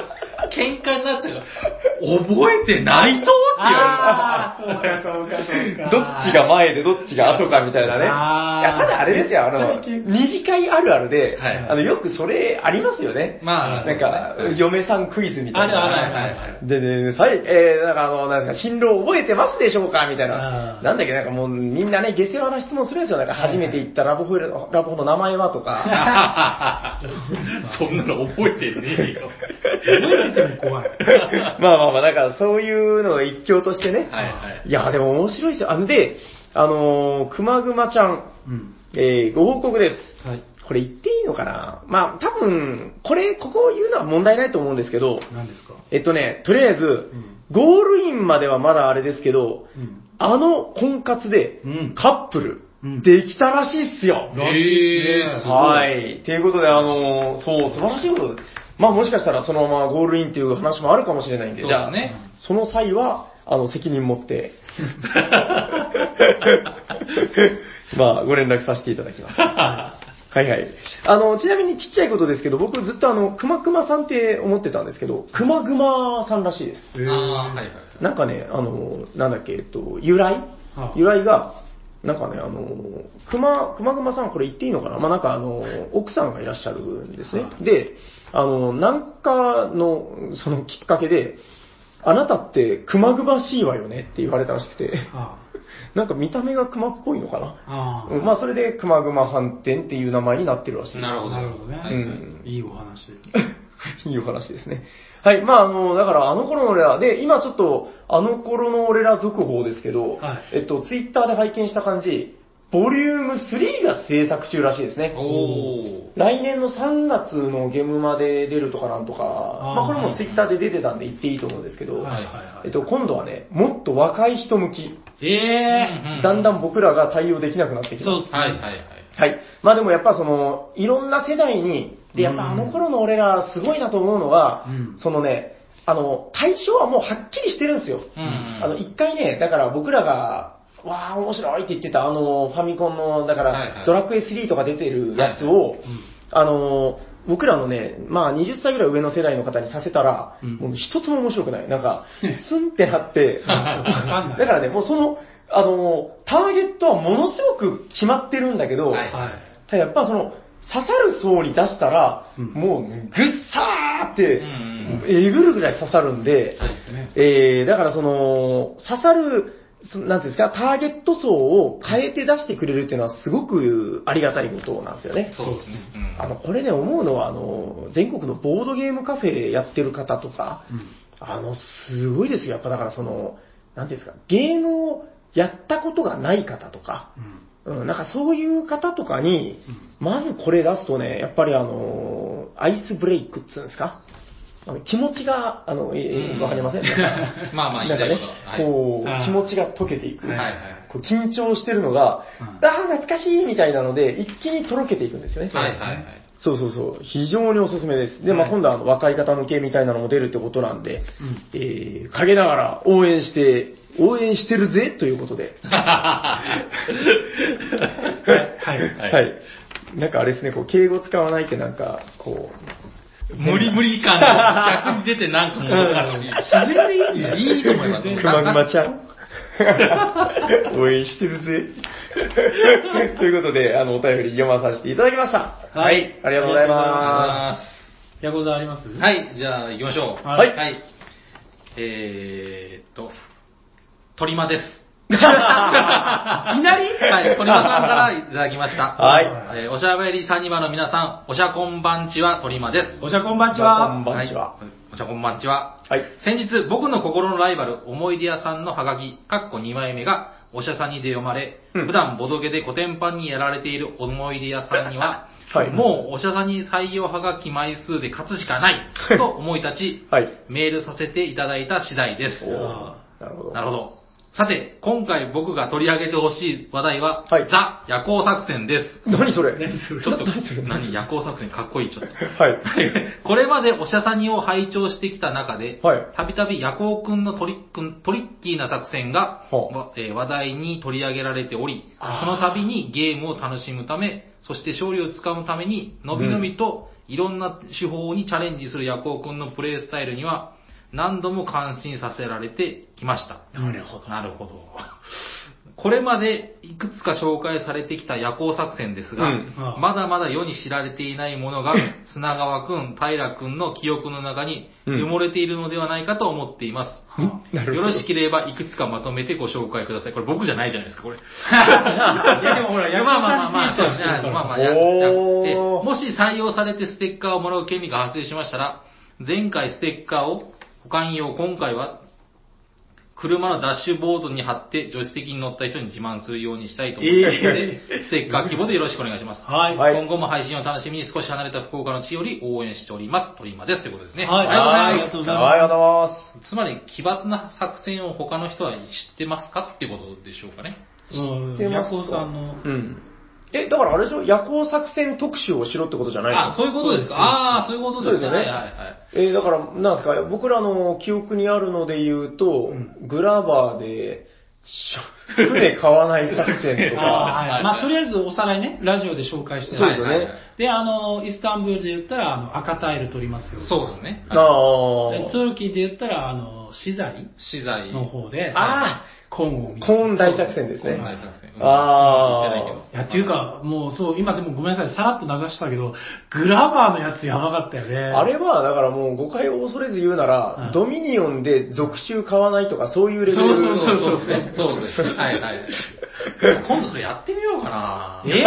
B: 喧嘩になっちゃうから、覚えてないとって言わ
A: ああ、そうか、そうか、そうか。
C: どっちが前でどっちが後かみたいなね。い
A: あー
C: や、ただあれですよ、あの、
A: 絶対喧嘩
C: 二次会あるあるで、
B: はい
C: あの、よくそれありますよね。
B: まあ
C: なんか
B: そうです、ね
C: 嫁さんクイズみたいな。
A: あるある
B: あるあるあ
C: でね、さい、えー、なんかあの、なんですか、新郎覚えてますでしょうかみたい
A: あ
C: な
A: ー。
C: なんだっけ、なんかもうみんなね、下世話な質問するんですよ。なんか、初めて行ったラブホ、ラブホの名前はとか。
B: れてた。そんなの覚えてねえよ。
A: 覚えてても怖い。 *laughs*
C: まあまあまあ、だからそういうのを一興としてね。
B: はいはい。
C: いや、でも面白いですよ。あの、で、あのー、くまぐまちゃん、
A: うん。
C: えー、ご報告です。
A: はい。
C: これ言っていいのかなまあ、多分、これ、ここを言うのは問題ないと思うんですけど、
A: 何
C: *laughs*
A: ですか
C: えっとね、とりあえず、
A: ん
C: ゴールインまではまだあれですけど、
A: うん。
C: あの婚活で
A: うん、
C: カップ
A: うん
C: ル、できたらしいっすよ。
A: らしい
B: え
A: ですね
B: ー、すごい。
C: はい。ということで、あのーそう、素晴らしいことでまあ、もしかしたらそのままゴールインっていう話もあるかもしれないんで、
B: そう
C: じゃ
B: だ
C: あ、
B: ね
C: その際は、あの、責任持 *laughs* って、まあ、ご連絡させていただきます。はいはい。あの、ちなみにちっちゃいことですけど、僕ずっとあの、くまくまさんって思ってたんですけど、くまぐまさんらしいです。
A: えー
B: ああ、はいはい。
C: なんかね、あの、なんだっけ、えっと、由来
A: はあ
C: 由来が、なんかね、あの、くま、くまぐまさん、これ言っていいのかなまあ、なんかあの、奥さんがいらっしゃるんですね
A: は。
C: で、あの、なんかの、そのきっかけで、あなたってくまぐましいわよねって言われたらしくて、
A: あ
C: なんか見た目がくまっぽいのかな
A: あ。あ
C: うんまあ、それで、くまぐま飯店っていう名前になってるらしいです。
B: なるほ
A: あ。
B: ど
A: なるほどね。
B: はい
A: いいお話。
C: *laughs* いいお話ですね。はい。まあ、あの、だからあの頃の俺ら、で、今ちょっと、あの頃の俺ら続報ですけど、
A: はい
C: えっと、ツイッターで拝見した感じ、ボリューム3が制作中らしいですね。
B: お
C: 来年の3月のゲームまで出るとかなんとか、
A: ー
C: まあこれもツイッターで出てたんで言っていいと思うんですけ
A: は
C: ど、
A: いはいは
C: えっ
A: い。
C: と、今度はね、もっと若い人向き、
A: ええ
B: うん
C: だんだん僕らが対応できなくなってき
A: ー、
C: て
A: そう
C: ま。
A: ですすね。
B: はいはいはい。
C: はい。まあでもやっぱその、いろんな世代に、で、やっぱあの頃の俺らすごいなと思うのは、
A: うん
C: そのね、あの、対象はもうはっきりしてるんですよ。
B: うんうん
C: あの、一回ね、だから僕らが、わー面白いって言ってた、あの、ファミコンの、だか
B: はいは
C: ら、
B: い
C: ドラクエ3とか出てるやつを、
A: うん
C: あの、僕らのね、まあ20歳ぐらい上の世代の方にさせたら、
A: うん
C: もう一つも面白くない。なんか、
A: *laughs*
C: スンってなって、
A: わかんない。
C: だからね、もうその、あの、ターゲットはものすごく決まってるんだけど、
B: はい
A: はい。
C: ただやっぱその、刺さる層に出したら、
A: うん
C: もうぐっさーって
B: うんうん、
C: えぐるぐらい刺さるんで、
B: そうですね。
C: えー、だからその、刺さる、そなんていうんですか、ターゲット層を変えて出してくれるっていうのはすごくありがたいことなんですよね。
B: そうですね。うん
C: あの、これね、思うのは、あの、全国のボードゲームカフェやってる方とか、
A: うん
C: あの、すごいですよ。やっぱだからその、なんていうんですか、ゲームをやったことがない方とか、
A: うん
C: うん、なんかそういう方とかに、まずこれ出すとね、やっぱりあのーアイスブレイクっつうんですかあの気持ちが、あの、えー
B: うん
C: わかりません
B: *laughs* まあまあ、
C: な
B: 言
C: ん
B: いた
C: かね
B: いことは。、
C: こ、
A: はいう
C: 気持ちが溶けていく。
B: はいはいはい。
C: こう緊張してるのが、
A: うん
C: ああ、懐かしいみたいなので、一気にとろけていくんですよね。
B: はいはいはい。
C: そうそうそう。非常におすすめです。で、まあ、今度はあの若い方向けみたいなのも出るってことなんで、
A: うん
C: えー、陰ながら応援して、応援してるぜということで。
A: はいはい。
C: は。
B: はいい
C: なんかあれですね、こう、敬語使わないってなんか、こう。
B: 無理無理感が逆に出てなんかもうおかしい。自然でいいんですいいと思います。
C: くまぐまちゃん。 *laughs* 応援してるぜ。ということで、あの、お便り読まさせていただきました。
A: はい
C: ありがとうございま
B: は
A: ヤコザありますい。
B: い、じゃあ行きましょう。
A: はい
B: はい。えーっと、鳥間です。いきなりはい、鳥間さんからいただきました。。
C: はい
B: えーおしゃべりサニバの皆さん、おしゃこんばんちは鳥間です。
A: おしゃこんばんち
C: こん
A: は。
C: ばんちは。
B: いおしゃこんばんちは。
C: す。はい。
B: 先日、僕の心のライバル、思い出屋さんのハガキ、かっこ2枚目が、おしゃさにで読まれ、
C: うん、
B: 普段ボドゲで古典版にやられている思い出屋さんには
C: *laughs* はい
B: もうおしゃさに採用ハガキ枚数で勝つしかない、と思い立ち、
C: はい。
B: メールさせていただいた次第です。
C: おーなるほど。
B: なるほど。さて、今回僕が取り上げてほしい話題は、
C: はい
B: ザ夜行作戦です。
C: 何それ
B: ちょっと
C: 何それ、
B: 何夜行作戦かっこいい、ちょっと。 *laughs*
C: はい。
B: これまでおしゃさにを拝聴してきた中で
C: はい、
B: たびたび夜行くんのトリックトリッキーな作戦が、
C: ほう
B: わえー話題に取り上げられており、そ
C: あー
B: の度にゲームを楽しむため、そして勝利をつかむために、のびのびといろんな手法にチャレンジするヤコウ君のプレイスタイルには何度も感心させられてきました。
A: なるほど。
B: なるほど。これまでいくつか紹介されてきた夜行作戦ですが、
D: うん
A: ああ
B: まだまだ世に知られていないものが砂川くん、平くんの記憶の中に
D: うん
B: 埋もれているのではないかと思っています。
A: は
D: なるほど
B: よろしければいくつかまとめてご紹介ください。これ僕じゃないじゃないですか、これ。
A: あいやでもほら、
B: まあまあまあまあ、そうですね。
A: まあ
B: まあま
D: お
B: あ、
D: ー
B: ややってもし採用されてステッカーをもらう権利が発生しましたら、前回ステッカーを保管用、今回は車のダッシュボードに貼って助手席に乗った人に自慢するようにしたいと思いますので、ステッカー希望でよろしくお願いします。
A: はい。
D: はい
B: 今後も配信を楽しみに少し離れた福岡の地より応援しております。鳥間です。ということですね。
A: はい
B: ありが
A: と
B: とうございます。
A: うございます
D: はい、ありがとうございます。
B: つまり、奇抜な作戦を他の人は知ってますかっていうことでしょうかね。
A: う
D: 知
A: ん
D: って
A: ヤ
D: ますか
A: コウさんの。
D: うん。
C: え、だからあれでしょ夜行作戦特集をしろってことじゃない
B: あ、
C: の
B: そういうことですか。ああ、そういうことです
D: そ
B: ね。
D: うで
B: はい
D: す
B: は
D: よ
B: い
D: ね
B: はい。
C: えーだから、なんですか、僕らの記憶にあるので言うと、
A: ん
C: グラバーで、しょ船買わない作戦
A: あ *laughs*
C: とか、
A: あはい。まあ、とりあえずおさらいね、ラジオで紹介して
D: そうです
A: ね
D: よ
B: はいはいはい
D: ね。
A: で、あの、イスタンブールで言ったら、あの、赤タイル取りますよ。
B: そうですね。
C: ああ
A: で、
C: ー、
A: 通期で言ったら、あの、資材
B: 資材。
A: の方で、
C: あ
A: コーンを見
C: コーン大作戦です
B: こん
C: ね。
B: な作戦。
C: あー
B: 言ってない
A: いや、っていうか、もうそう、今でもごめんなさい、さらっと流したけど、グラバーのやつやばかったよね。
C: あれは、だからもう誤解を恐れず言うなら、
A: うん
C: ドミニオンで続集買わないとか、そういうレベル。
B: けど
C: *laughs*
B: そうそうそうですね。そうですね。はいはい。今度それやってみようかな
A: え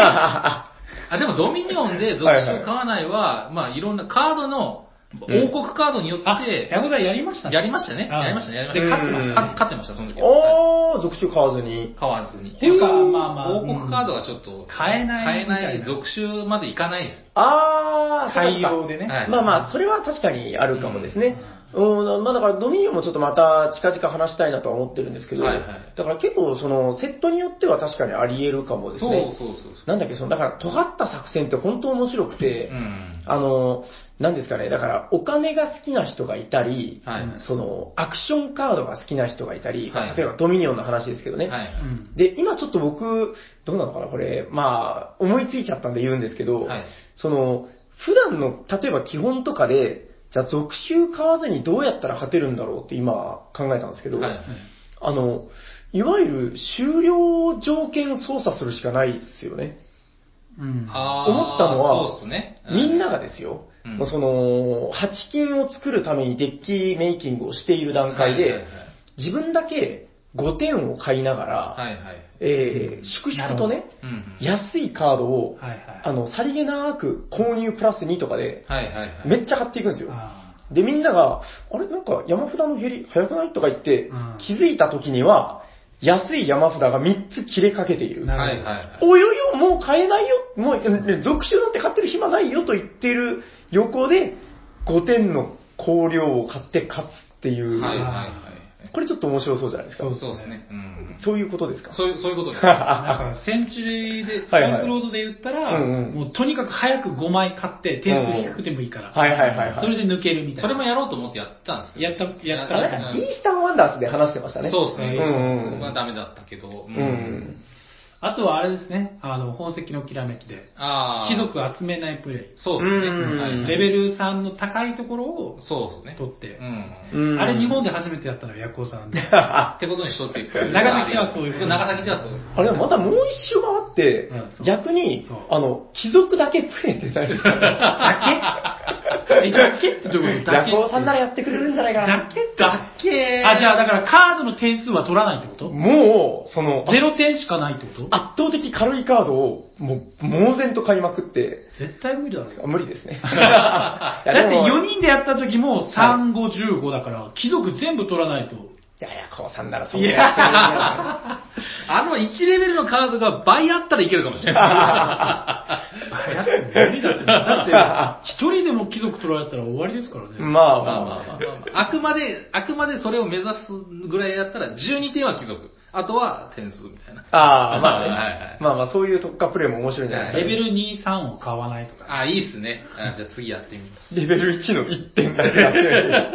B: あ、でもドミニオンで属
D: はいは
B: 州
D: い
B: 買わないは、まあいろんなカードの、王国カードによっ
A: あ、
B: て、
A: ヤコさんやりましたね。
B: やりましたね。
A: あ
B: やりましたね。やりましたね。勝ってま
C: う
B: し
C: ん
B: た。勝ってました、その時は。はい
C: ああ、続集買わずに。
B: 買わずに。
A: ていうかまあまあ
B: 王国カードがちょっと、
A: 買えない
B: 買えな
A: み
B: い、
A: たいな
B: 属州まで行かないです。
C: ああ、
A: 採用でね。
B: はい
C: まあまあ、それは確かにあるかもですね。うん、まあだからドミニオンもちょっとまた近々話したいなとは思ってるんですけど、
B: はいはい
C: だから結構そのセットによっては確かにあり得るかもです
B: そう
C: ね。
B: そうそうそ
C: なんだっけ、その、だから尖った作戦って本当面白く
B: う。
C: て、
B: うん。
C: あの、なんですかね、だからお金が好きな人がいたり、
B: はいはい
C: そのアクションカードが好きな人がいたり、
B: はい
C: 例えばドミニオンの話ですけどね、
B: はい。
A: うん
C: で、今ちょっと僕、どうなのかな、これ、まあ、思いついちゃったんで言うんですけど、
B: はい
C: その、普段の、例えば基本とかで、じゃあ、続集買わずにどうやったら勝てるんだろうって今考えたんですけど、
B: はいはい
C: あの、いわゆる終了条件操作するしかないですよね。
A: うん。
B: あー
C: 思ったのは
B: そうっすね。う
C: みんながですよ、
B: うん
C: もうその、8金を作るためにデッキメイキングをしている段階で、
B: はいはい
C: 自分だけ5点を買いながら、
B: はい。はいはい。
C: えー、粛々とね、
B: うんうん
C: 安いカードを、
A: はいはい。
C: あの、さりげなく購入プラス2とかで、
B: はいはいはい。
C: めっちゃ買っていくんですよ。
A: あ
C: で、みんなが、あれなんか山札の減り早くないとか言って
A: うん、
C: 気づいた時には、安い山札が3つ切れかけている
A: な。
B: はいはいはい。
C: およよ、もう買えないよ、もう、うん続集なんて買ってる暇ないよと言ってる横で、5点の香料を買って勝つっていう、
B: はいはい
C: これちょっと面白そうじゃないですか。
A: そ
C: そうう
B: はい。そうですね。うん。
C: いうこ
A: *laughs*
C: とですか。
B: そういう、そういうことです。
A: あ。だから、センチュリーで、スパ
C: はいはい
A: イスロードで言ったら、
C: うんうん
A: もうとにかく早く5枚買って、点数低くてもいいから、
C: *laughs* はいはいはいはい。
A: それで抜けるみたい
B: そ
A: な。
B: れもやろうと思ってやったんですけど。
A: やったやった
C: あ
A: ら
C: なんかイースタンワンダースで話してましたね。
B: そうですね。
C: うんうん
B: そこはダメだったけど。う
C: う。ん。
A: あとはあれですね、あの、宝石のきらめきで、
B: ああ。
A: 貴。族集めないプレ
B: そうですね。
C: うん
B: はい
A: イ。レベル3の高いところを
B: そうですね。
A: 取って
B: う、ん。
C: うん
A: あれ日本で初めてやったのはヤコウさ
C: *laughs*
A: んで。
B: ってことにしとって。
A: 長崎ではそういうこと
B: 長崎ではそうです。
C: あれでもまたもう一周回って、
A: うんそう
C: 逆に
A: そう、
C: あの、貴族だけプレイって
A: *laughs*
C: ないですか *laughs*
A: えだっけってどういうことだっ
C: 夜
A: け
C: 行さんならやってくれるんじゃないか
A: だ
C: な
A: っ。け
B: だっけ
A: あ、じゃあだからカードの点数は取らないってこと
C: もう、その、
A: ゼロ点しかないってこと
C: 圧倒的軽いカードを、もう、猛然と買いまくって、
A: 絶対無理だろ。
C: 無理で
A: *laughs*
C: すね。
A: だって4人でやった時も3、5、15だから、貴族全部取らないと。
C: いやいや、こうさんならそ
A: いうや
C: や
B: あの1レベルのカードが倍あったらいけるかもしれな
A: やっぱ無理だって。だって、1人でも貴族取られたら終わりですからね。
C: まあま
B: い。まあ
C: あ
B: ま
C: ま
B: あ
C: あ
B: まあ
C: まあ。
B: まあ。あくまで、あくまでそれを目指すぐらいやったら12点は貴族。あとは点数みたいな。
C: ああ、まあね
B: はいはい
C: まあまあ、そういう特化プレイも面白いんじゃない
A: レ
C: で
A: ベル2、3を買わないとか。
B: あ、いいっすね。あじゃあ次やってみます。
C: すか。レベル1の1点だけやってる。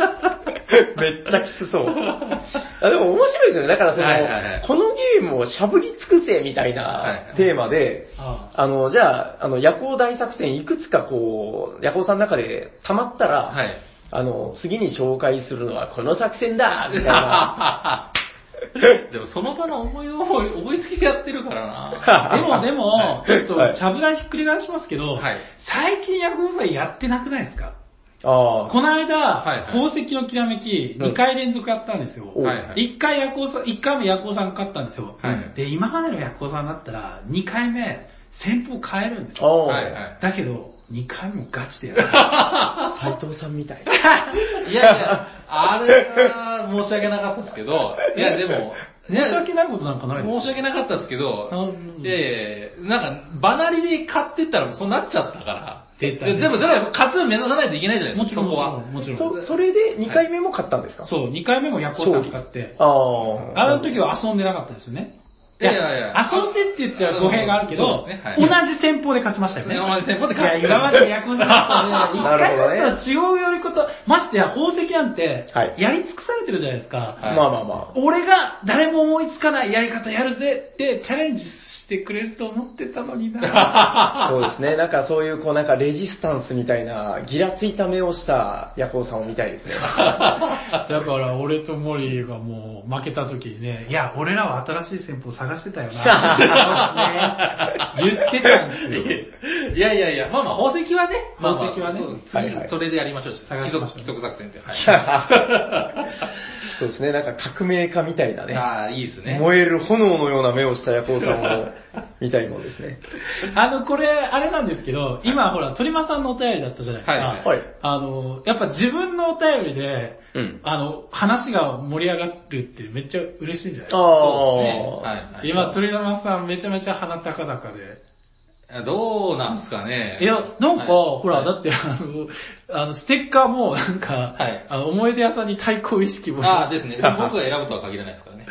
C: めっちゃきつそう。 *laughs* あでも面白いですよね。だからその、
B: はいはいはい
C: このゲームをしゃぶり尽くせみたい
B: はいは
C: ないテーマで、
A: あ
C: あの、じゃあ、あの、夜行大作戦いくつかこう、夜行さんの中で溜まったら、
B: はい。
C: あの、次に紹介するのはこの作戦だみた
B: *laughs*
C: いな。
B: でもその場の思い思い、思いつきでやってるからな。
A: でも、でも、ちょっと
C: は、い
A: ちゃぶ台ひっくり返しますけど、
B: はい
A: 最近ヤフーさんやってなくないですか
C: ああ、
A: この間、
B: いはい
A: 宝石のきらめき、
C: うん
A: 2回連続やったんですよ。
C: お
B: はいはい
A: 1回夜行さん、1回目夜行さん勝ったんですよ。
B: はい
A: で、今までの夜行さんだったら、2回目、戦法変えるんです
C: ああ
A: よ。
B: はいは
A: だけど、2回もガチでや
B: *laughs*
A: る。
C: 斎藤さんみたい。
B: い。いやいや、あれは申し訳なかったですけど、いやでも、ね
A: 申し訳ないことなんかないです
B: 申し訳なかったですけど、
A: うん
B: いやいやいやなんか、場なりで買ってったらそうなっちゃったから。
A: 出た
B: で
A: ね
B: でもそれは勝つを目指さないといけないじゃない
A: も
B: で
A: ち
B: す
A: ろ
B: か、
A: ん、
B: そこは。
A: もちろん。もちろん
C: そそれで2回目も買ったんですか、
A: そう、2回目も夜行さん買って、
C: ああ。
A: あの時は遊んでなかったですよね。
B: いやいやいや
A: 遊んでって言ったら語弊があるけど、
B: そうですねはい
A: 同じ戦法で勝ちましたよね。
B: ね同じ戦法で勝
A: いや、今までヤクルトだったんで、一回
C: なるほどね
A: 勝ったら違うやり方、ましてや宝石なんて
C: はい、
A: やり尽くされてるじゃないですか。
B: はい
C: まあまあま
A: 俺が誰も思いつかないやり方やるぜってチャレンジしてくれると思ってたのにな。
C: あ。そうですね。なんかそういう、こうなんかレジスタンスみたいな、ギラついた目をした夜行さんを見たいですね。
B: *laughs*
A: だから俺とモリーがもう負けた時にね、いや、俺らは新しい戦法探してたよな。ね言ってたんですよ。
B: いやいやいや、まあまあ宝石はね、まあまあ
A: 宝石はね
B: そう
C: はいはい
B: 次、それでやりましょう。
A: 探
B: 貴
A: しま
B: 族
A: しょう
B: 貴族作戦で。はい
C: そうですね。なんか革命家みたいなね。
B: ああ、いいですね。
C: 燃える炎のような目をした夜行さんを見たいもんですね。
A: あの、これ、あれなんですけど、今ほら、鳥間さんのお便りだったじゃないですか。
B: はいはい
C: はい。
A: あの、やっぱ自分のお便りで、
C: うん
A: あの、話が盛り上がるってめっちゃ嬉しいんじゃないですか。
B: そうです
C: あ
B: ね
C: あ。
B: はいはい
A: 今、鳥間さんめちゃめちゃ鼻高々で。
B: どうなんすかね。
A: いや、なんか、
B: はい
A: ほら、
B: はい
A: だって、あの、あの、ステッカーも、なんか、
B: はい
A: あの思い出屋さんに対抗意識も
B: ああ、ですね。で *laughs* も僕が選ぶとは限らないで
A: *laughs*
B: すからね。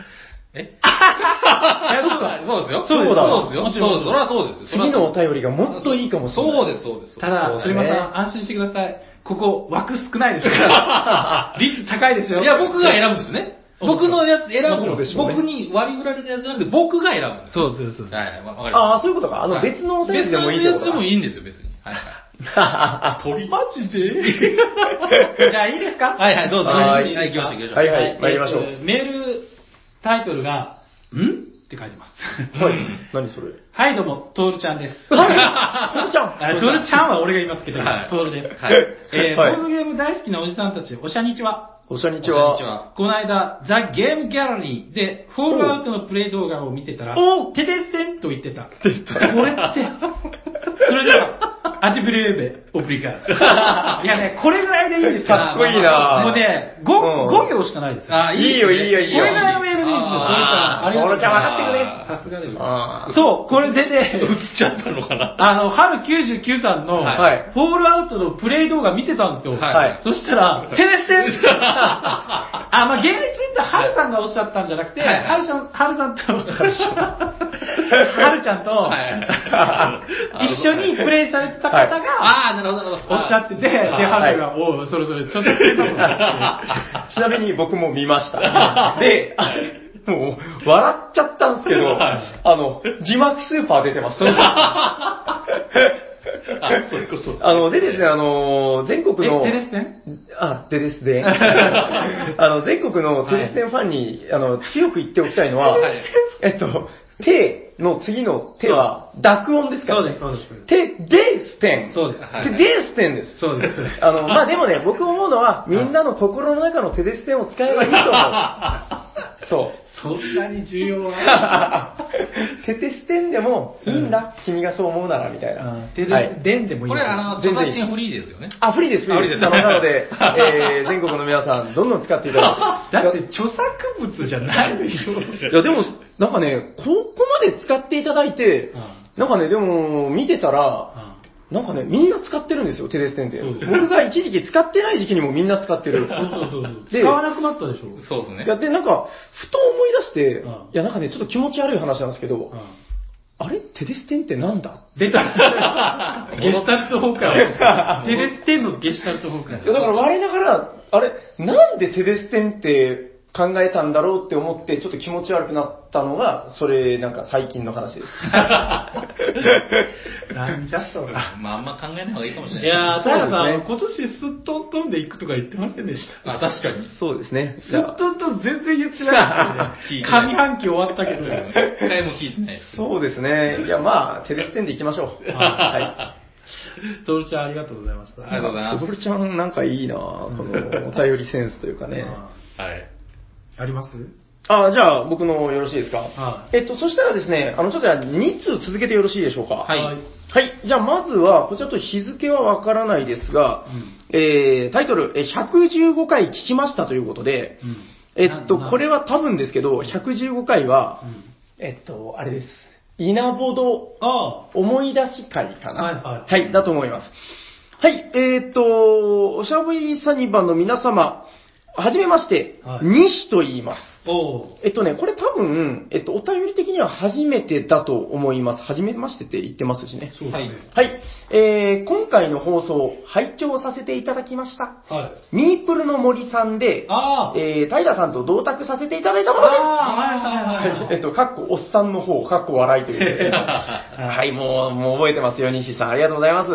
B: え *laughs*
A: いやそうだ
B: そうですよ。
C: そうだ
B: ですよ。
A: も
B: そ
A: ちろん
B: うです。それはそうですよ。
C: 次のお便りがもっといいかもしれない。
B: そうです、そうです。
A: た
C: そう
A: だ、
C: だね
A: 鳥間さん、安心してください。ここ、枠少ないですから。率高いですよ。
B: *laughs* いや、僕が選ぶんですね。
A: もちろん
B: 僕のやつ選
C: もちろ
B: ぶん
C: んで
B: で
C: し
B: す。
C: ょうね
B: 僕に割り振られたやつなんで、僕が選ぶんです。
A: そうそうそうそう。
B: はい、わかり
C: あ
B: ま
C: あ、そういうことか。あ
B: す。
C: の、別のお便りでもいいって
B: や
C: こ
B: つ
C: と
B: で
C: か
B: もいいんですよ、別に。はいはい。
A: 鳥マジで *laughs* じゃあ、いいですか
B: はいはい、どうぞ。
C: は
B: *laughs* はいい、行きましょう、行きましょう。
C: はいはい参りましょう
A: えーメールタイトルが、んって書いてます。
C: はい。何それ。
A: *laughs* はい、どうも、トールちゃんです。
C: はい。ちゃん。
A: あトールちゃんは俺が今つけてる
B: は。い
A: トールです。
B: はい
A: えー
C: はい
A: ボードゲーム大好きなおじさんたち、おしゃにちは。
C: おしゃにち
B: こんにち
C: は。
B: は。
A: この間、ザ・ゲームギャラリーで、フォールアウトのプレイ動画を見てたら、
C: お
A: テテステンと言ってた。これって、それでは、アテブレーベ、オブリガーズ。いやね、これぐらいでいいんですよ。
C: かっこいいな
A: もうね、
C: うん
A: 5, 五行しかないですよ。
B: あー
C: *laughs* いいよいいよいいよ
A: これぐらいのメールでいいですよ、
B: あー
A: トルちゃん。
C: あー
A: ありがとうございますさすが
C: あ
A: で
C: ー
A: す。そう、これでね、
B: 映っちゃったのかな。
A: あの、春99さんの、
B: はい
C: はい
A: フォールアウトのプレイ動画見てたんですよ。
B: はい
A: そしたら、テレステンあ、まあ厳密に言ったら、春さんがおっしゃったんじゃなくて、
B: はい
A: 春さん、春さんと、春ちゃんと、 *laughs*
B: はい
A: 一緒にプレイされてた方が、
B: ああ、なるほど、なるほ
A: お
B: ど。
A: っしゃってて、で、
B: はい
A: 春さんが、おう、そろそろちょっとプレイ動画を
C: ちなみに僕も見
A: *laughs*
C: ました。で、あもう、笑っちゃったんですけど、あの、字幕スーパー出てま *laughs* した。 *laughs*
B: あそういうことっすね
C: あの、でですね、あの、全国の
A: え、テ、レステン
C: あ、でですね。 *laughs* あの、全国のテレステンファンに、あの、強く言っておきたいのは、
B: はい
C: えっと、手の次の手は濁音です
A: そ
C: から、
A: うです、そうです。
C: 手、でステン。
A: そうです。
B: はい
C: ででステンです。
A: そうです。
C: あの、まあ、でもね、僕思うのは、みんなの心の中の手でステンを使えばいいと思う。そう。
A: *laughs* そんなに重要は。
C: 手でステンでもいいんだ、君がそう思うなら、みたいな。
A: で、
C: は
A: で
C: い、
A: でんでもいい
B: こ
A: よ
B: れ、あの、著
C: 全然
B: 作権
C: いいです
B: フリーですよね。
C: あ、フリーです、フリーです。
B: あフリーです
C: なので、
A: *laughs*
C: えー全国の皆さん、どんどん使っていただいて。
A: だって著作物じゃないでしょ。
C: いや、でも、なんかね、ここまで使っていただいて、なんかね、でも、見てたら、なんかね、みんな使ってるんですよ、テレステンって。
A: そうです
C: 僕が一時期使ってない時期にもみんな使ってる。で
A: 使わなくなったでしょ。
B: そうですね
C: い。や、で、なんか、ふと思い出して
A: うん、
C: いや、なんかね、ちょっと気持ち悪い話なんですけど、あれテデステンってなんだ
A: 出たゲシュタルト崩壊。テレステンのゲシュタルト崩
C: いやだから
A: 壊。
C: 我ながら、あれ、なんでテレステンって考えたんだろうって思って、ちょっと気持ち悪くなったのが、それ、なんか最近の話です。
A: なんじゃそら。
B: まあ、あんま考えない方がいいかもしれない
A: い。やー、
C: そう
A: タ
C: です
A: ラさ
C: ね
A: ん、今年すっとんとんでいくとか言ってませんでした。
B: あ、確かに。
C: *laughs* そうですね。
A: すっとんとん全然言ってないですよね
B: 聞い。てない
A: 上半期終わったけ
B: *laughs*
A: ど。
B: 一回も聞いてないです。
C: そうですね。いや、まあ、テレステンで行きましょう。 *laughs* は
A: トルちゃんありがとうございました。
B: ありがとうござい
C: い。
B: ま
C: そ
B: す。
C: ぼるちゃん、なんかいいなぁこの、お便りセンスというかね。
A: あ
C: *laughs*
B: はい。
A: ーあります
C: あ、じゃあ、僕のよろしいですか。
A: は
C: えっと、そしたらですね、あの、ちょっと2通続けてよろしいでしょうか。
B: はい
A: はい
C: はい。じゃあ、まずは、こちらちょっと日付はわからないですが、えー、タイトル、え115回聞きましたということで、
A: うん
C: えっと、
A: な
C: これは多分ですけど、115回は、
A: うん
C: えっと、あれです。稲穂戸
A: あ
C: 思い出し会かな。。
A: はいはい
C: だと思います。はい、えーっと、おしゃぶりサニバの皆様、はじめまして、
A: はい
C: 西と言います。
A: あ、おう
C: えっとね、これ多分、えっと、お便り的には初めてだと思います。初めましてって言ってますしね。
A: そうですね。
C: はい、えー、今回の放送、拝聴させていただきました。
A: はい。
C: ミープルの森さんで、
A: ああ、
C: えー、平さんと同卓させていただいたものです。
A: ああ、はいはいはい
C: は。いえっと、かっこおっさんの方、かっこ笑いということで。
A: *laughs*
C: はい、もう、もう覚えてますよ、西さん。ありがとうございます。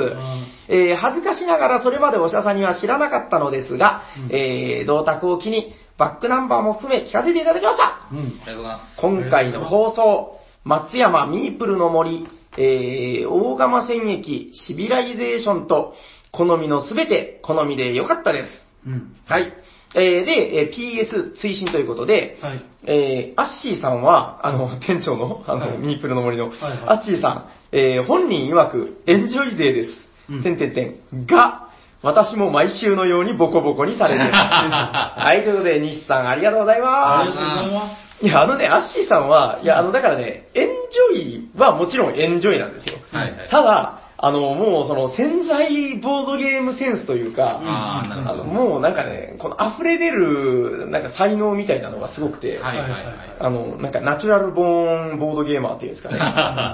C: えー恥ずかしながらそれまでお医者さんには知らなかったのですが、
A: うん
C: えー、銅卓を機に、バックナンバーも含め聞かせていただきました。
A: うん
B: ありがとうございます。
C: 今回の放送、松山ミープルの森、えー、大釜戦役、シビライゼーションと、好みのすべて、好みで良かったです。
A: うん。
C: はい。えー、で、えー PS 推進ということで、
A: はい。
C: えーアッシーさんは、あの、店長の、あの、
A: はい
C: ミープルの森の、
A: はいはい
C: アッシーさん、えー本人曰く、エンジョイ勢です。
A: うん
C: てんてんてん。が、私も毎週のようにボコボコにさ
A: *laughs*
C: れてる。はい、ということで、西さんありがとうござい
A: あり
C: ま。
A: がとうございます
C: いや、あのね、アッシーさんは、いや、あの、だからね、エンジョイはもちろんエンジョイなんですよ。
B: はいはい
C: ただ、あの、もう、その、潜在ボードゲームセンスというか、
B: あー、なる
C: あ
B: ほど
C: の。もうなんかね、この溢れ出る、なんか才能みたいなのがすごくて、
B: はいはいはい。
C: あの、なんかナチュラルボーンボードゲーマーっていうんですか *laughs*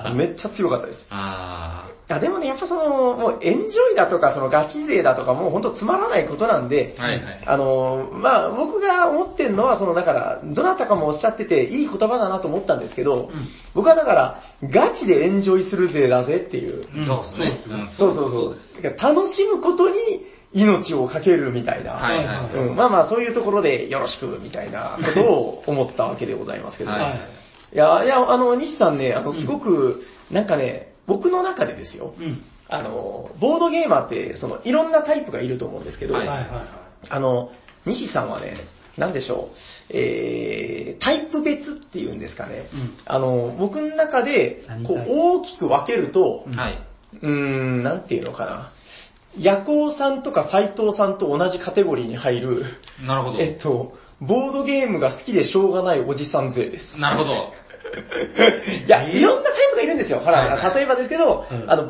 C: ね。めっちゃ強かったです。
B: あ
C: あでもね、やっぱその、もうエンジョイだとか、そのガチ勢だとか、もうほんとつまらないことなんで、
B: ー、はいはい。
C: あの、まあ僕が思ってるのは、そのだから、どなたかもおっしゃってて、いい言葉だなと思ったんですけど、
A: うん
C: 僕はだから、ガチでエンジョイする勢だぜっていう。
A: うん
B: そうですね。ん
C: そうそうそう。だから楽しむことに命を懸けるみたいな。
B: はいはいはい。
C: うん、まあまあ、そういうところでよろしくみたいなことを思ったわけでございますけど、
B: はい
A: はい。
C: いや、いや、あの、西さんね、あの、すごく、なんかね、僕の中でですよ、
A: うん。
C: あの、ボードゲーマーって、その、いろんなタイプがいると思うんですけど、
A: はいはいはい。
C: あの、西さんはね、なんでしょう、えー、タイプ別っていうんですかね、
A: うん
C: あの、僕の中で、こう
A: 何タイ、プ
C: 大きく分けると、
A: うん
B: はい。
C: うーん、なんていうのかな、夜行さんとか斎藤さんと同じカテゴリーに入る、
B: なるほど。
C: えっと、ボードゲームが好きでしょうがないおじさん勢です。
B: なるほど。
C: いや、いろんなタイプがいるんですよ。ほら、
B: はいはい
C: 例えばですけど、
A: うん
C: あの、ボード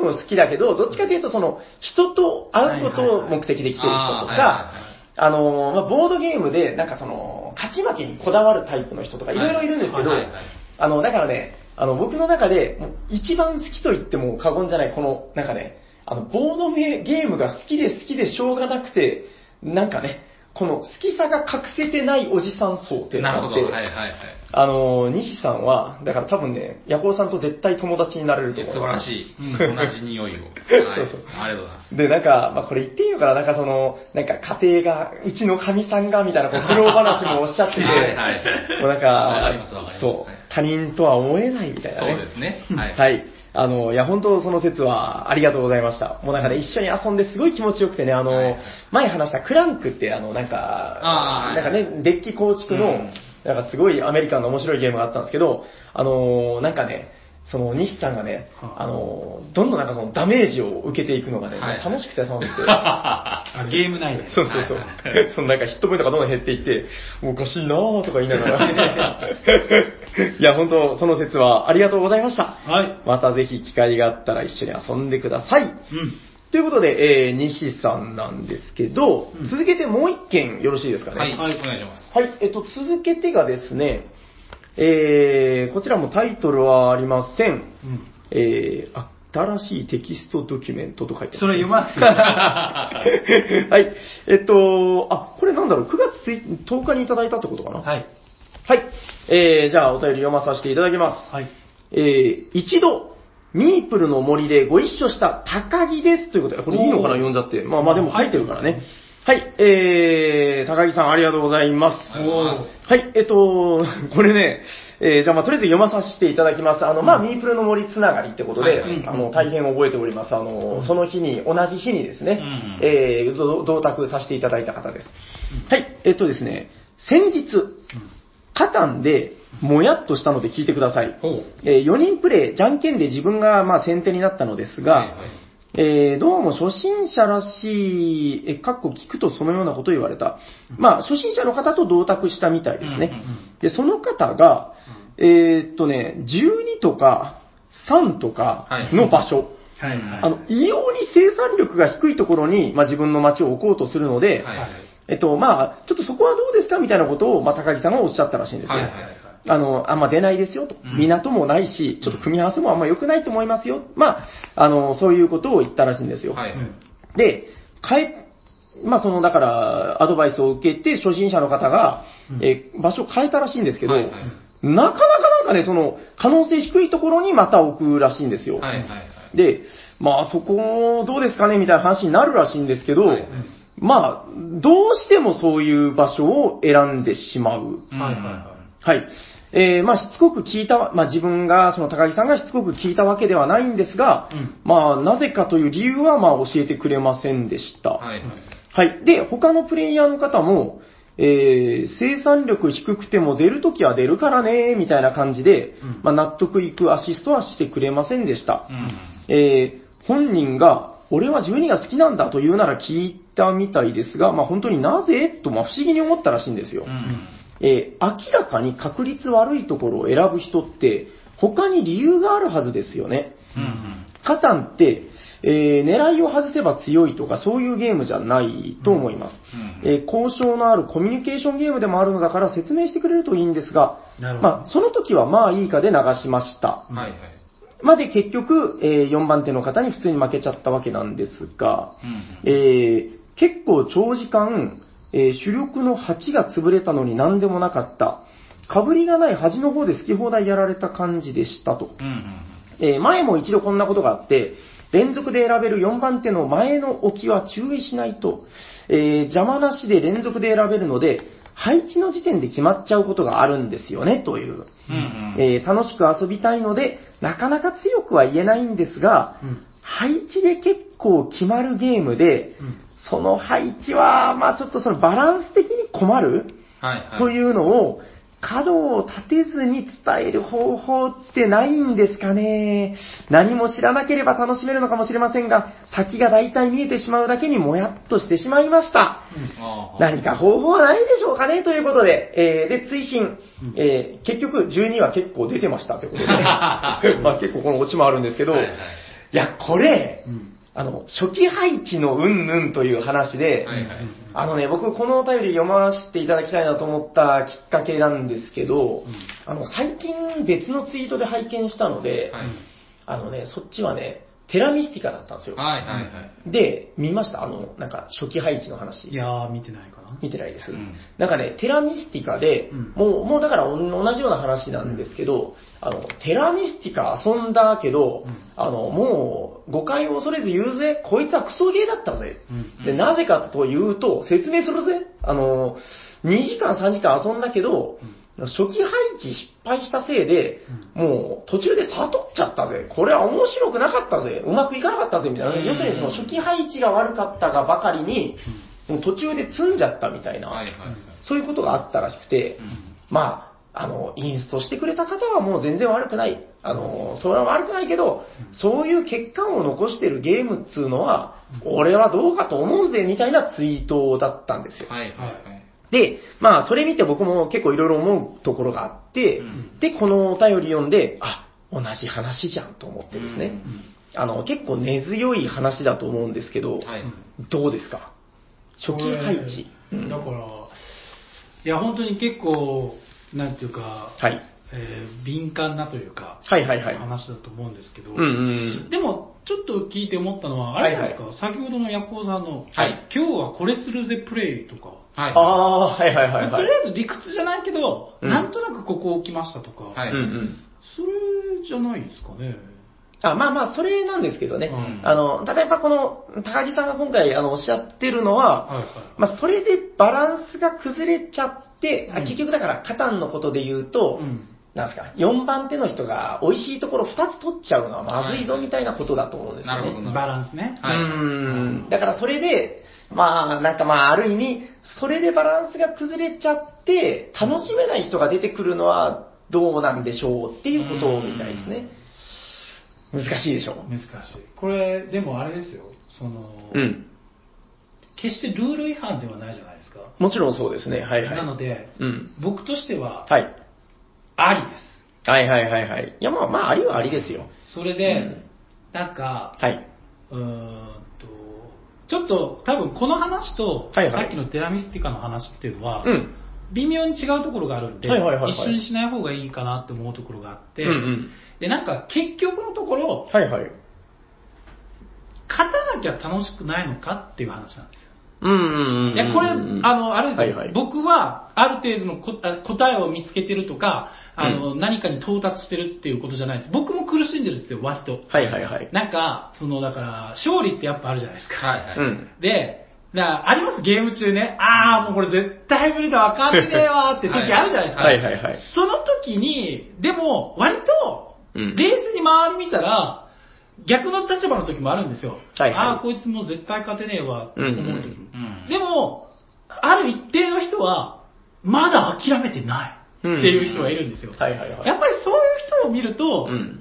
C: ゲームも好きだけど、どっちかというと、その、人と会うことを目的で来てる人とか、
B: はいはいはい
C: あのーまあ、ボードゲームで、なんかその、勝ち負けにこだわるタイプの人とか、いろいろいるんですけど、
B: はいはいはい
C: あの、だからね、あの、僕の中で、もう一番好きと言っても過言じゃない、この、なんかね、あの、ボードゲームが好きで好きでしょうがなくて、なんかね、この好きさが隠せてないおじさん層っていうの
B: な
C: が
B: る
C: あ
B: ほ
C: っ
B: ど。
C: て、
B: はいはいはい。
C: あのー、西さんは、だから多分ね、ヤコウさんと絶対友達になれると
B: 素
C: 思う。
B: 晴らしい。
A: うん
B: 同じ匂いを。はい
C: そうそう。
B: ありがとうございます。
C: で、なんか、まあ、これ言っていいのかななんかその、なんか家庭が、うちの神さんが、みたいな、こう、苦労話もおっしゃってて、
B: はいはい
C: もうなんか、
B: わかりますわかります
C: そう、他人とは思えないみたいな
B: そ
C: ね。
B: うですね。はい。 *laughs*
C: はい。あの、いや、本当その説はありがとうございました。もうなんかね、一緒に遊んですごい気持ちよくてね、あの、
B: はいはい
C: 前話したクランクって、あの、なんか、
B: あー
C: なんかね、デッキ構築の、
B: うん
C: なんかすごいアメリカンの面白いゲームがあったんですけど、あのなんかね、その西さんがね、
A: はあ
C: あのどんどんなんかそのダメージを受けていくのがね、
B: はい
C: 楽しくて楽しくて。
A: あ、ゲーム内で。
C: そうそうそう。そのなんかヒットポイントがどんどん減っていって、おかしいなぁとか言いな
B: *laughs*
C: がら。いや、本当その説はありがとうございました。
A: はい。
C: またぜひ機会があったら一緒に遊んでください。
A: うん。
C: ということで、えー、西さんなんですけど、
A: うん
C: 続けてもう一件よろしいですかね。
B: はい、お願いします。
C: はい、えっと、続けてがですね、えー、こちらもタイトルはありません。
A: うん。
C: えー、新しいテキストドキュメントと書いてます
A: それ読ませ
C: *laughs*
A: て。
C: はい。えっと、あ、これなんだろう、9月1 10日にいただいたってことかな。
A: はい。
C: はい。えー、じゃあお便り読まさせていただきます。
A: はい。
C: えー、一度、ミープルの森でご一緒した高木ですということで、これいいのかな
A: おー
C: 読んじゃって。まあまあでも入ってるからね。はい、えー、高木さんありがとうございます。
B: ありがとうございます
C: はい、えっと、 *laughs* これね、えー、じゃあまあとりあえず読まさせていただきます。あの、まあ、ミープルの森つながりってこと
B: はい
C: で、
B: はい
C: あの、大変覚えております。あの、その日に、同じ日にですね、
B: うん
C: えー、ど同卓させていただいた方です。はい、えっとですね、先日、カタンで、もやっとしたので聞いてください。
B: ほう。
C: え4人プレイ、じゃんけんで自分がまあ先手になったのですが、
B: はいはい
C: えーどうも初心者らしい、え、かっこ聞くとそのようなことを言われた。まあ、初心者の方と同卓したみたいですね。
B: うんうん
C: で、その方が、えーっとね、12とか3とかの場所、
A: はい。はい。
C: あの、異様に生産力が低いところに、まあ、自分の街を置こうとするので、
B: はいはい
C: えっと、まあ、ちょっとそこはどうですかみたいなことを、まあ、高木さんがおっしゃったらしいんですよ。
B: はいはいはい
C: あの、あんま出ないですよと。
B: うん
C: 港もないし、ちょっと組み合わせもあんま良くないと思いますよ。まあ、あの、そういうことを言ったらしいんですよ。
B: はいはい
C: で、かえ、まあ、その、だから、アドバイスを受けて、初心者の方が、えー場所を変えたらしいんですけど、
B: はいはい
C: なかなかなんかね、その、可能性低いところにまた置くらしいんですよ。
B: はいはいはい
C: で、まあ、そこ、どうですかねみたいな話になるらしいんですけど、
B: はい
C: まあ、どうしてもそういう場所を選んでしまう。
B: うん
A: はいはいは
C: はい。えー、まあ、しつこく聞いた、まあ、自分が、その高木さんがしつこく聞いたわけではないんですが、
A: うん
C: まあ、なぜかという理由は、まあ、教えてくれませんでした。
B: はいはい
C: はい。で、他のプレイヤーの方も、えー、生産力低くても出るときは出るからね、みたいな感じで、
A: うん
C: まあ、納得いくアシストはしてくれませんでした。
B: うん
C: えー本人が、俺は12が好きなんだと言うなら聞いたみたいですが、まあ、本当になぜと、まあ、不思議に思ったらしいんですよ。
B: うん
C: えー明らかに確率悪いところを選ぶ人って、他に理由があるはずですよね。
B: うん
C: カタンって、えー狙いを外せば強いとか、そういうゲームじゃないと思います。
B: うん
C: えー交渉のあるコミュニケーションゲームでもあるのだから説明してくれるといいんですが、
A: なるほど
C: まあ、その時はまあいいかで流しました。
B: はいはい
C: まあで結局、え4番手の方に普通に負けちゃったわけなんですが、
B: うん
C: えー結構長時間、えー主力の8が潰れたのに何でもなかった。かぶりがない端の方で好き放題やられた感じでしたと。
B: うん
C: えー前も一度こんなことがあって、連続で選べる4番手の前の置きは注意しないと、えー邪魔なしで連続で選べるので、配置の時点で決まっちゃうことがあるんですよね、という。
B: うんうんうん
C: えー楽しく遊びたいので、なかなか強くは言えないんですが、
A: うん
C: 配置で結構決まるゲームで、
A: うん
C: その配置は、まあちょっとそのバランス的に困る
B: はいはい
C: というのを、角を立てずに伝える方法ってないんですかね何も知らなければ楽しめるのかもしれませんが、先が大体見えてしまうだけにもやっとしてしまいました。
B: ああ
C: 何か方法はないでしょうかねということで、えーで、追伸
A: うん、
C: えー結局12は結構出てましたということで、
B: *laughs*
C: まあ結構このオチもあるんですけど、
B: はい
C: い
B: はい
C: や、これ
A: う、ん。
C: あの、初期配置のうんぬんという話で、
B: はいはい
C: あのね、僕このお便り読ませていただきたいなと思ったきっかけなんですけ
A: ん
C: ど、あの、最近別のツイートで拝見したので、
B: はい
C: あのね、そっちはね、テラミスティカだったんですよ。
B: はいはいはい
C: で、見ましたあの、なんか初期配置の話。
A: いやー、見てないかな。
C: 見てないです。
B: うん
C: なんかね、テラミスティカで、
A: うん
C: もう、もうだからおん同じような話なんですけど、あの、テラミスティカ遊んだけど、
A: うん
C: あの、もう、誤解を恐れず言うぜ、こいつはクソゲーだったぜ。
A: うん。
C: で、なぜかというと、説明するぜ。あの、2時間3時間遊んだけど、初期配置失敗したせいで、もう途中で悟っちゃったぜ。これは面白くなかったぜ。うまくいかなかったぜ。みたいな。
B: うん
C: 要するにその初期配置が悪かったがばかりに、もう途中で積んじゃったみたいな。
B: はいはいはい
C: そういうことがあったらしくて、
B: うん
C: まあ、あの、インストしてくれた方はもう全然悪くない。あの、それは悪くないけど、そういう欠陥を残してるゲームっつうのは、俺はどうかと思うぜ、みたいなツイートだったんですよ。
B: はいはいはい
C: で、まあ、それ見て僕も結構いろいろ思うところがあって、
B: うん
C: で、このお便り読んで、あ、同じ話じゃんと思ってですね、
B: うん
C: あの、結構根強い話だと思うんですけど、
B: はい
C: どうですか初期配置。
A: これ
C: うん
A: だから、いや、本当に結構、なんていうか、
C: はい。
A: えー敏感なというか、
C: はいはいはい。
A: 話だと思うんですけど、
C: うんうん。
A: でも、ちょっと聞いて思ったのは、あれなんですか、先ほどのヤコウさんの、今日はこれするぜプレイとか、
B: はい。
C: ああー、はいはいはい
A: と
C: はい
A: り。あえず理屈じゃないけど、
C: うん
A: なんとなくここ置きましたとか、
B: はい
C: うんうん。
A: それじゃないですかね。
C: あ、まあまあ、それなんですけどね。
A: うん
C: あの、例えばこの、高木さんが今回、あの、おっしゃってるのは、
A: はいはい。
C: まあ、それでバランスが崩れちゃって、あ
A: うん
C: 結局だから、カタンのことで言うと、
A: うん
C: なんですか、4番手の人が美味しいところ2つ取っちゃうのはまずいぞみたいなことだと思うんですよね。
B: なるほど
A: バランスね。
B: はいう
C: ーん。だからそれで、まあ、なんかまあ、ある意味、それでバランスが崩れちゃって、楽しめない人が出てくるのはどうなんでしょうっていうことみたいですね。難しいでしょ
A: 難しい。これ、でもあれですよ、その、
C: う。うん。
A: 決してルール違反ではないじゃないですか。
C: もちろんそうですね。はいはい。
A: なので、
C: うん。
A: 僕としては、
C: はい。
A: ありで
C: はいはいはいはい。いやまあまあ、ありはありですよ。
A: す。それで、
C: うん
A: なんか、
C: はい。
A: うーんと、ちょっと多分この話と、
C: はいはい
A: さっきのテラミスティカの話っていうのは、
C: うん。
A: 微妙に違うところがあるんで、
C: はいはいはいはい
A: 一緒にしない方がいいかなって思うところがあって、
C: うんうん
A: で、なんか結局のところ、
C: はいはい。
A: 勝たなきゃ楽しくないのかっていう話なんですよ。
C: うんうんうん。
A: いや、これ、あ
C: うん
A: の、あれですよ、
C: はいはい
A: 僕は、ある程度のこあ答えを見つけてるとか、あの、何かに到達してるっていうことじゃないです。僕も苦しんでるんですよ、割と。
C: はいはいはい。
A: なんか、その、だから、勝利ってやっぱあるじゃないですか。
B: はいはい。
C: うん。
A: で、だからあります、ゲーム中ね。あー、もうこれ絶対無理だ、わかんねえわーって時あるじゃないですか。
C: はいはいはい。
A: その時に、でも、割と、
C: うん
A: 冷静に周り見たら、逆の立場の時もあるんですよ。
C: はいはい
A: ああ、こいつもう絶対勝てねえわ、って思う時、
C: うん
B: うん
A: でも、ある一定の人は、まだ諦めてないっていう人がいるんですよ。
C: はいはいはい。
A: やっぱりそういう人を見ると、
C: うん。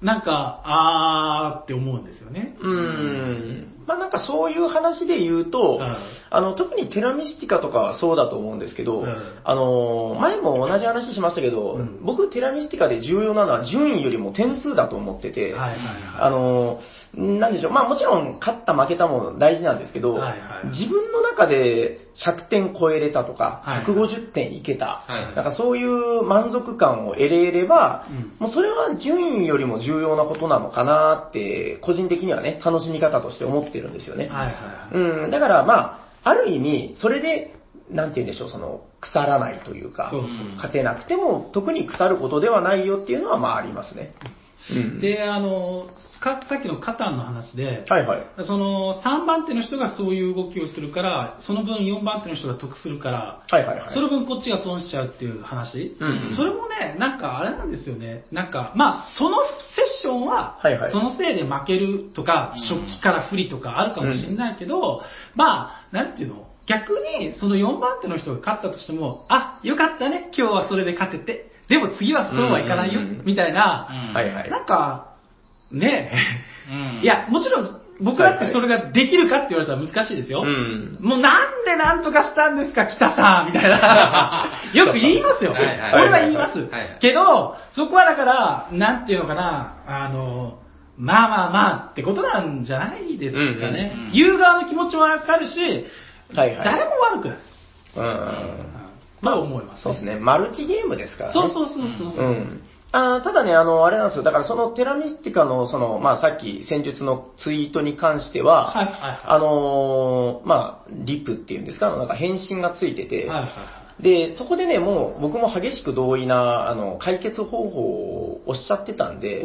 A: なんか、あーって思うんですよね。
C: うーん。まあなんかそういう話で言うと、
A: うん
C: あの、特にテラミスティカとかはそうだと思うんですけど、
A: うん
C: あの、前も同じ話しましたけど、
A: うん
C: 僕テラミスティカで重要なのは順位よりも点数だと思ってて、
A: はいはい
C: あ
A: は
C: の、なんでしょう、まあもちろん勝った負けたも大事なんですけど、
A: はいはい
C: 自分の中で100点超えれたとか、
A: はい
C: 150点いけた、
B: はい
C: なんかそういう満足感を得れれば、
A: う
C: もうそれは順位よりも重要なことなのかなって、個人的にはね、楽しみ方として思ってるんですよ
A: い。
C: ね。
A: はいはいはい。
C: うん、だからまあ、ある意味、それで、なんて言うんでしょう、その、腐らないというか、
A: そうそう
C: 勝てなくても特に腐ることではないよっていうのはまあありますね。うん、
A: で、あの、かさっきのカタンの話で、
C: はいはい。
A: その3番手の人がそういう動きをするから、その分4番手の人が得するから、
C: はいはいはい。
A: その分こっちが損しちゃうっていう話、
C: うんうん
A: それもね、なんかあれなんですよね、なんか、まあ、そのセッションは
C: はいは、い
A: そのせいで負けるとか、食器から不利とかあるかもしれないけど、まあ、なんていうの、逆にその4番手の人が勝ったとしても、あよかったね、今日はそれで勝てて、でも次はそうはいかないよ
C: うんうんう、ん
A: みたいな、
B: うん
C: はいはい。
A: なんか、ね
C: *laughs*
A: え。
B: うん
A: い、や、もちろん、僕だってそれができるかって言われたら難しいですよ。
C: うん。
A: もうなんでなんとかしたんですか、北
C: *laughs*
A: さんみたいな。よく言いますよ。
B: はいはい
A: 俺は言います、
B: はいはい
A: けど、そこはだから、なんていうのかな、あの、まあまあまあってことなんじゃないですかね。
B: うんうんうん
A: 言う側の気持ちもわかるし、
C: はいはい。
A: 誰も悪くない。
C: うん。
A: まあ思います、
C: そうですね。マルチゲームですからね。
A: そうそうそうそう。
C: うん。あーただね、あの、あれなんですよ。だからそのテラミスティカの、その、まあさっき戦術のツイートに関しては、
A: はいはいはい
C: あのーまあ、リプっていうんですか、あのなんか返信がついてて、
A: はいはいは
C: で、そこでね、もう僕も激しく同意な、あの、解決方法をおっしゃってたん
A: い。
C: で、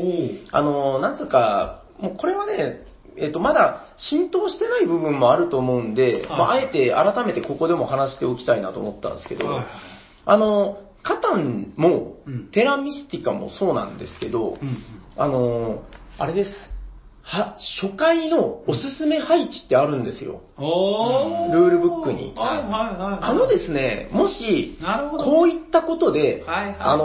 A: お
C: あの、なんつうか、もうこれはね、えっと、まだ浸透してない部分もあると思うんで、
A: い
C: まあ、あえて改めてここでも話しておきたいなと思ったんですけど、
A: お。はいはい
C: あの、カタンも、
A: うん
C: テラミスティカもそうなんですけど、
A: うんうん
C: あの、あれです。は、初回のおすすめ配置ってあるんですよ。
A: おー
C: ルールブックに
A: はいはいはいはい。
C: あのですね、もし、
A: なるほど。
C: こういったことで、
A: はいはいはい
C: あ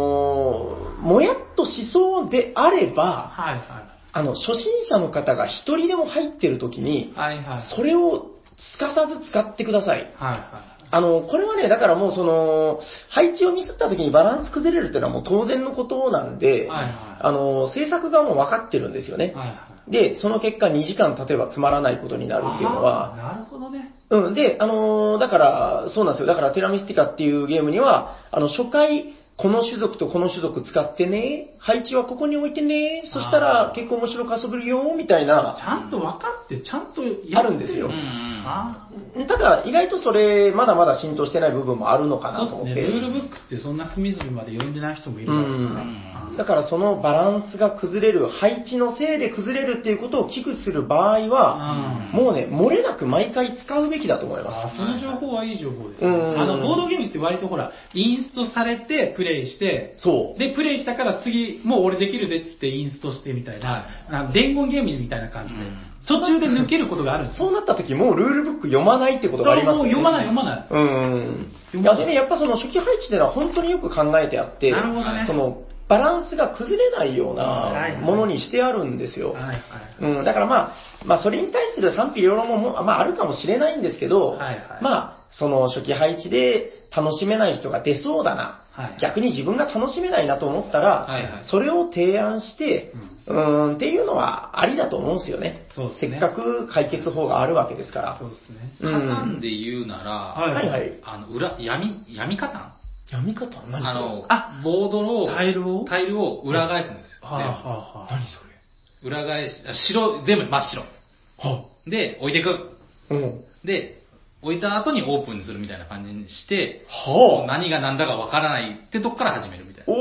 C: のーもやっとしそうであれば、
A: はいは
C: あの、初心者の方が一人でも入ってる時に、
A: い。はいはい。
C: それをすかさず使ってください。
A: はいはい。
C: あの、これはね、だからもうその、配置をミスった時にバランス崩れるっていうのはもう当然のことなんで、
A: はいはい
C: あの、制作側も分かってるんですよね。
A: はいはい。
C: で、その結果2時間経てばつまらないことになるっていうのは、
A: あーなるほどね。
C: うん、で、あのーだから、そうなんですよ。だから、テラミスティカっていうゲームには、あの、初回、この種族とこの種族使ってね、配置はここに置いてね、そしたら
A: あー
C: 結構面白く遊べるよ、みたいな
A: ち、ゃんと分かって、ちゃんと
C: あ
A: や
C: るんです
B: う
C: よ
B: んうん
A: あ
C: ただ意外とそれ、まだまだ浸透してない部分もあるのか
A: あ
C: なと
A: そう
C: 思
A: で
C: っ
A: すね。
C: て。
A: ルールブックってそんな隅々まで読んでない人もいる
C: う
A: だろうから
C: ん。
B: うん
C: だからそのバランスが崩れる、配置のせいで崩れるっていうことを危惧する場合は、
A: あ
C: もうね、漏れなく毎回使うべきだと思いま
A: あその情報はいい情報です、ね。
C: うん
A: あの、ボードゲームって割とほら、インストされて、プレイして、
C: す。そう。
A: で、プレイしたから次、もう俺できるぜっつってインストしてみたいな、あの伝言ゲームみたいな感じで、
B: うん
A: 途中で抜けることがあるんです
C: そうなった時もうルールブック読まないってことがあります
A: も
C: よ
A: う
C: ね。
A: 読まない読まない。
C: うんう
A: 読
C: ん。い
A: ま
C: や
A: ない
C: でね、やっぱその初期配置っていうのは本当によく考えてあって、
A: なるほどね
C: そのバランスが崩れないよう
A: はい
C: なものにしてあるんですよ。
A: はいはい。
C: うん、だからまあ、まあそれに対する賛否両論ももう、まああるかもしれないんですけど、
A: はいはい
C: まあ、その初期配置で楽しめない人が出そうだな、
A: はい
C: 逆に自分が楽しめないなと思ったら、
B: はいはい
C: それを提案して、うん、っていうのはありだと思うんですよね。
A: そうですね
C: せっかく解決法があるわけですから
A: そう。ですね。
B: カタンで言うなら、
A: はい
C: はいはい。
B: あの、裏、闇、闇カタン
C: やみ方何
B: あの、
A: あ
B: ボードを、
A: タイルを
B: タイルを裏返すんですよ。
A: はあ、はあはあ、
C: それ
B: で裏返し、あ白、全部真っ白。
C: は
B: で、置いてく。
C: うん。
B: で、置いた後にオープンにするみたいな感じにして、もう
C: はあ。
B: 何が何だかわからないってとこから始めるみたい
C: おー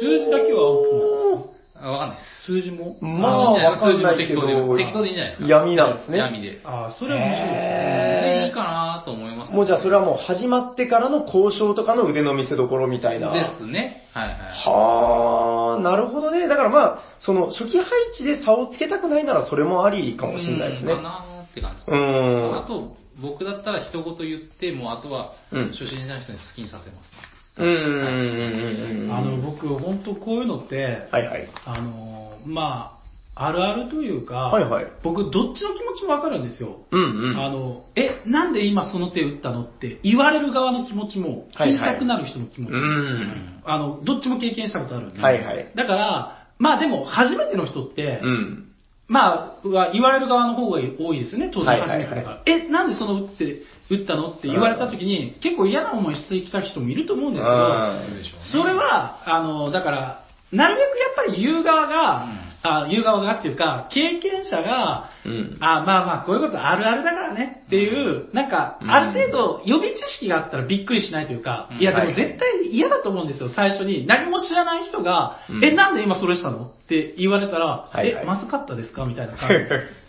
A: 数字だけはオープンなんです
B: な。あわかんないです。
A: 数字も
C: まあ、わかんないけ
B: 数字も
C: ど、
B: 適当でいいんじゃないですか
C: 闇なんですね。
B: 闇で。
A: ああ、それは面白いですね。
B: で、いい
C: へ
B: かなと思います、
C: ーもうじゃあそれはもう始まってからの交渉とかの腕の見せ所みたいな。
B: ですね。はいはい。
C: はあ、なるほどね。だからまあ、その初期配置で差をつけたくないならそれもありかもしれないですね
B: うんか。なって感じ。
C: う
B: あ
C: ん。
B: と、僕だったら一言言って、もうあとは、
C: うん
B: 初心者の人に好きにさせます。
C: うんうん。
A: あの、僕、本当こういうのって、
C: はいはい。
A: あのー、まあ、あるあるというか、
C: はいはい
A: 僕、どっちの気持ちもわかるんですよ。
C: うんう
A: あ
C: ん。
A: の、え、なんで今その手打ったのって言われる側の気持ちも、
C: はい
A: 言い
C: はい
A: たくなる人の気持ち
C: う
A: も、
C: ん。
A: あの、どっちも経験したことあるんで。
C: はいはい
A: だから、まあでも、初めての人って、
C: うん。
A: まあ、は言われる側の方が多いですよね、当然
C: はい
A: 初
C: はい
A: め
C: は
A: て
C: い
A: だから。え、なんでその打って、打ったのって言われた時に、結構嫌な思いしてきた人もいると思うんですけど、
C: うん
B: そうでしょうね
A: それは、あの、だから、なるべくやっぱり言う側が、
B: うん
A: あ言う側がっていうか、経験者が、
C: うん
A: あまあまあ、こういうことあるあるだからねっていう、なんか、
C: うん
A: ある程度予備知識があったらびっくりしないというか、
B: うん
A: いや、でも
C: はい
A: 絶対嫌だと思うんですよ、最初に。何も知らない人が、
C: うん
A: え、なんで今それしたのって言われたら、
C: はいはい
A: え、まずかったですかみたいな感じに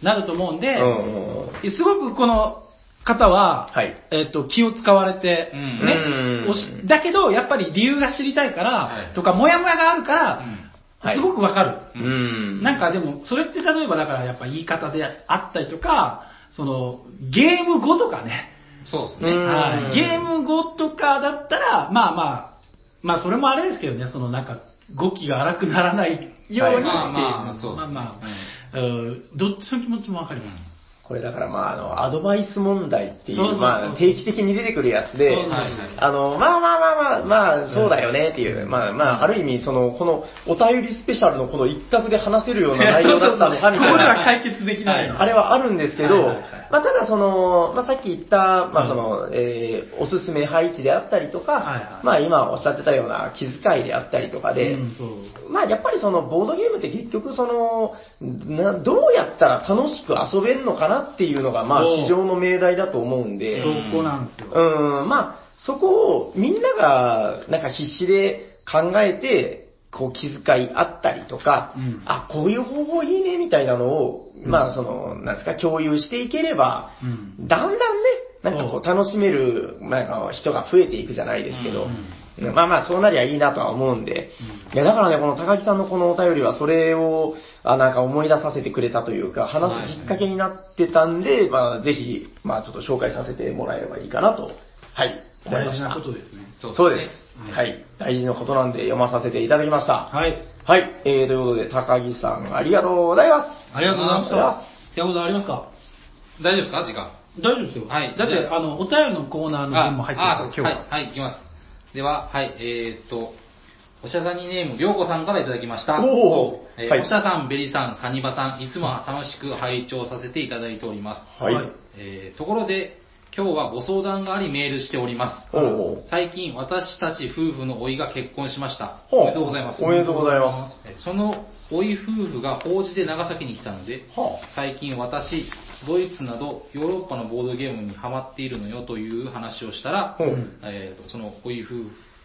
A: なると思うんで、
C: うんうん。
A: すごくこの方は、
C: はい
A: えっと気を使われて、
B: うん
A: ね
C: うん
A: おしだけど、やっぱり理由が知りたいから、
B: はい
A: とか、モヤモヤがあるから、
C: はい
A: すごくわかる。
C: うん。
A: なんかでも、それって例えばだからやっぱ言い方であったりとか、その、ゲーム後とかね、
B: そうです
C: う
B: ね。
C: ん
A: はい、ゲーム後とかだったら、まあまあ、まあそれもあれですけどね、そのなんか、語気が荒くならないようにっていう、
C: はい
B: まあまあそうですね
A: まあまあうんどっちの気持ちもわかります。
C: これだからまああの、アドバイス問題ってい
A: そうそう
C: う、
A: そう
C: まあ定期的に出てくるやつで
A: そうそう
B: そう、
C: あの、まあまあまあまあ、まあそうだよねっていう、まあまあ、ある意味その、このお便りスペシャルのこの一角で話せるような内容だったのかみたい
A: *laughs* ここで
C: な
A: は。解決できない。
C: あれはあるんですけ
A: はい
C: ど
A: はいはい、
C: まあ、ただその、まあ、さっき言った、まあ、その、えーおすすめ配置であったりとか、
A: はいはい
C: まあ、今おっしゃってたような気遣いであったりとかで、
A: うんそう
C: まあ、やっぱりその、ボードゲームって結局その、などうやったら楽しく遊べるのかなっていうのが、まあ、
A: そう
C: 市場の命題だと思うんで、
A: そこなんですよ。
C: うん、まあ、そこをみんなが、なんか必死で考えて、こう気遣いあったりとか、
A: うん
C: あ、こういう方法いいね、みたいなのを、
A: うん
C: まあ、その、なんですか、共有していければ、
A: うん
C: だんだんね、なんかこう楽しめる、なんか人が増えていくじゃないですけど、うんまあまあ、そうなりゃいいなとは思うんで、いや、だからね、この高木さんのこのお便りは、それを、あなんか思い出させてくれたというか、話すきっかけになってたんで、まあ、ぜひ、まあ、ちょっと紹介させてもらえればいいかなと、はい、思い
A: 大
C: まし
A: 事
C: た
A: なことですね。
B: そう
C: そうです
A: うん。
C: はい。大事なことなんで読まさせていただきました。
A: はい。
C: はい。えー、ということで、高木さん、ありがとうございます。
A: ありがとうございまし
C: あ
A: た。ってことありますか
B: 大丈夫ですか時間。
A: 大丈夫ですよ。
B: はい
A: だっ
B: じ
A: て、
B: ゃあ
A: あの、お便りのコーナーの分も入ってるから、
B: ああ
A: 今
B: そ
A: 日
B: うで
A: は。
B: すはい、はい、いきます。では、はい、えーっと、おしゃさんにネーム、りょうこさんからいただきました。
C: おー
B: えー
C: はい
B: おしゃさん、べりさん、さにばさん、いつも楽しく拝聴させていただいております。
C: はい。
A: はい
B: えーところで、今日はご相談がありメールしております。
C: おうおう
B: 最近私たち夫婦の老いが結婚しました。
C: ほう
B: おめでとうございます。
C: おめでとうございま
B: えその老い夫婦が法事で長崎に来たので、
C: は
B: 最近私、ドイツなどヨーロッパのボードゲームにハマっているのよという話をしたら、
C: ほう
B: えーとその老い夫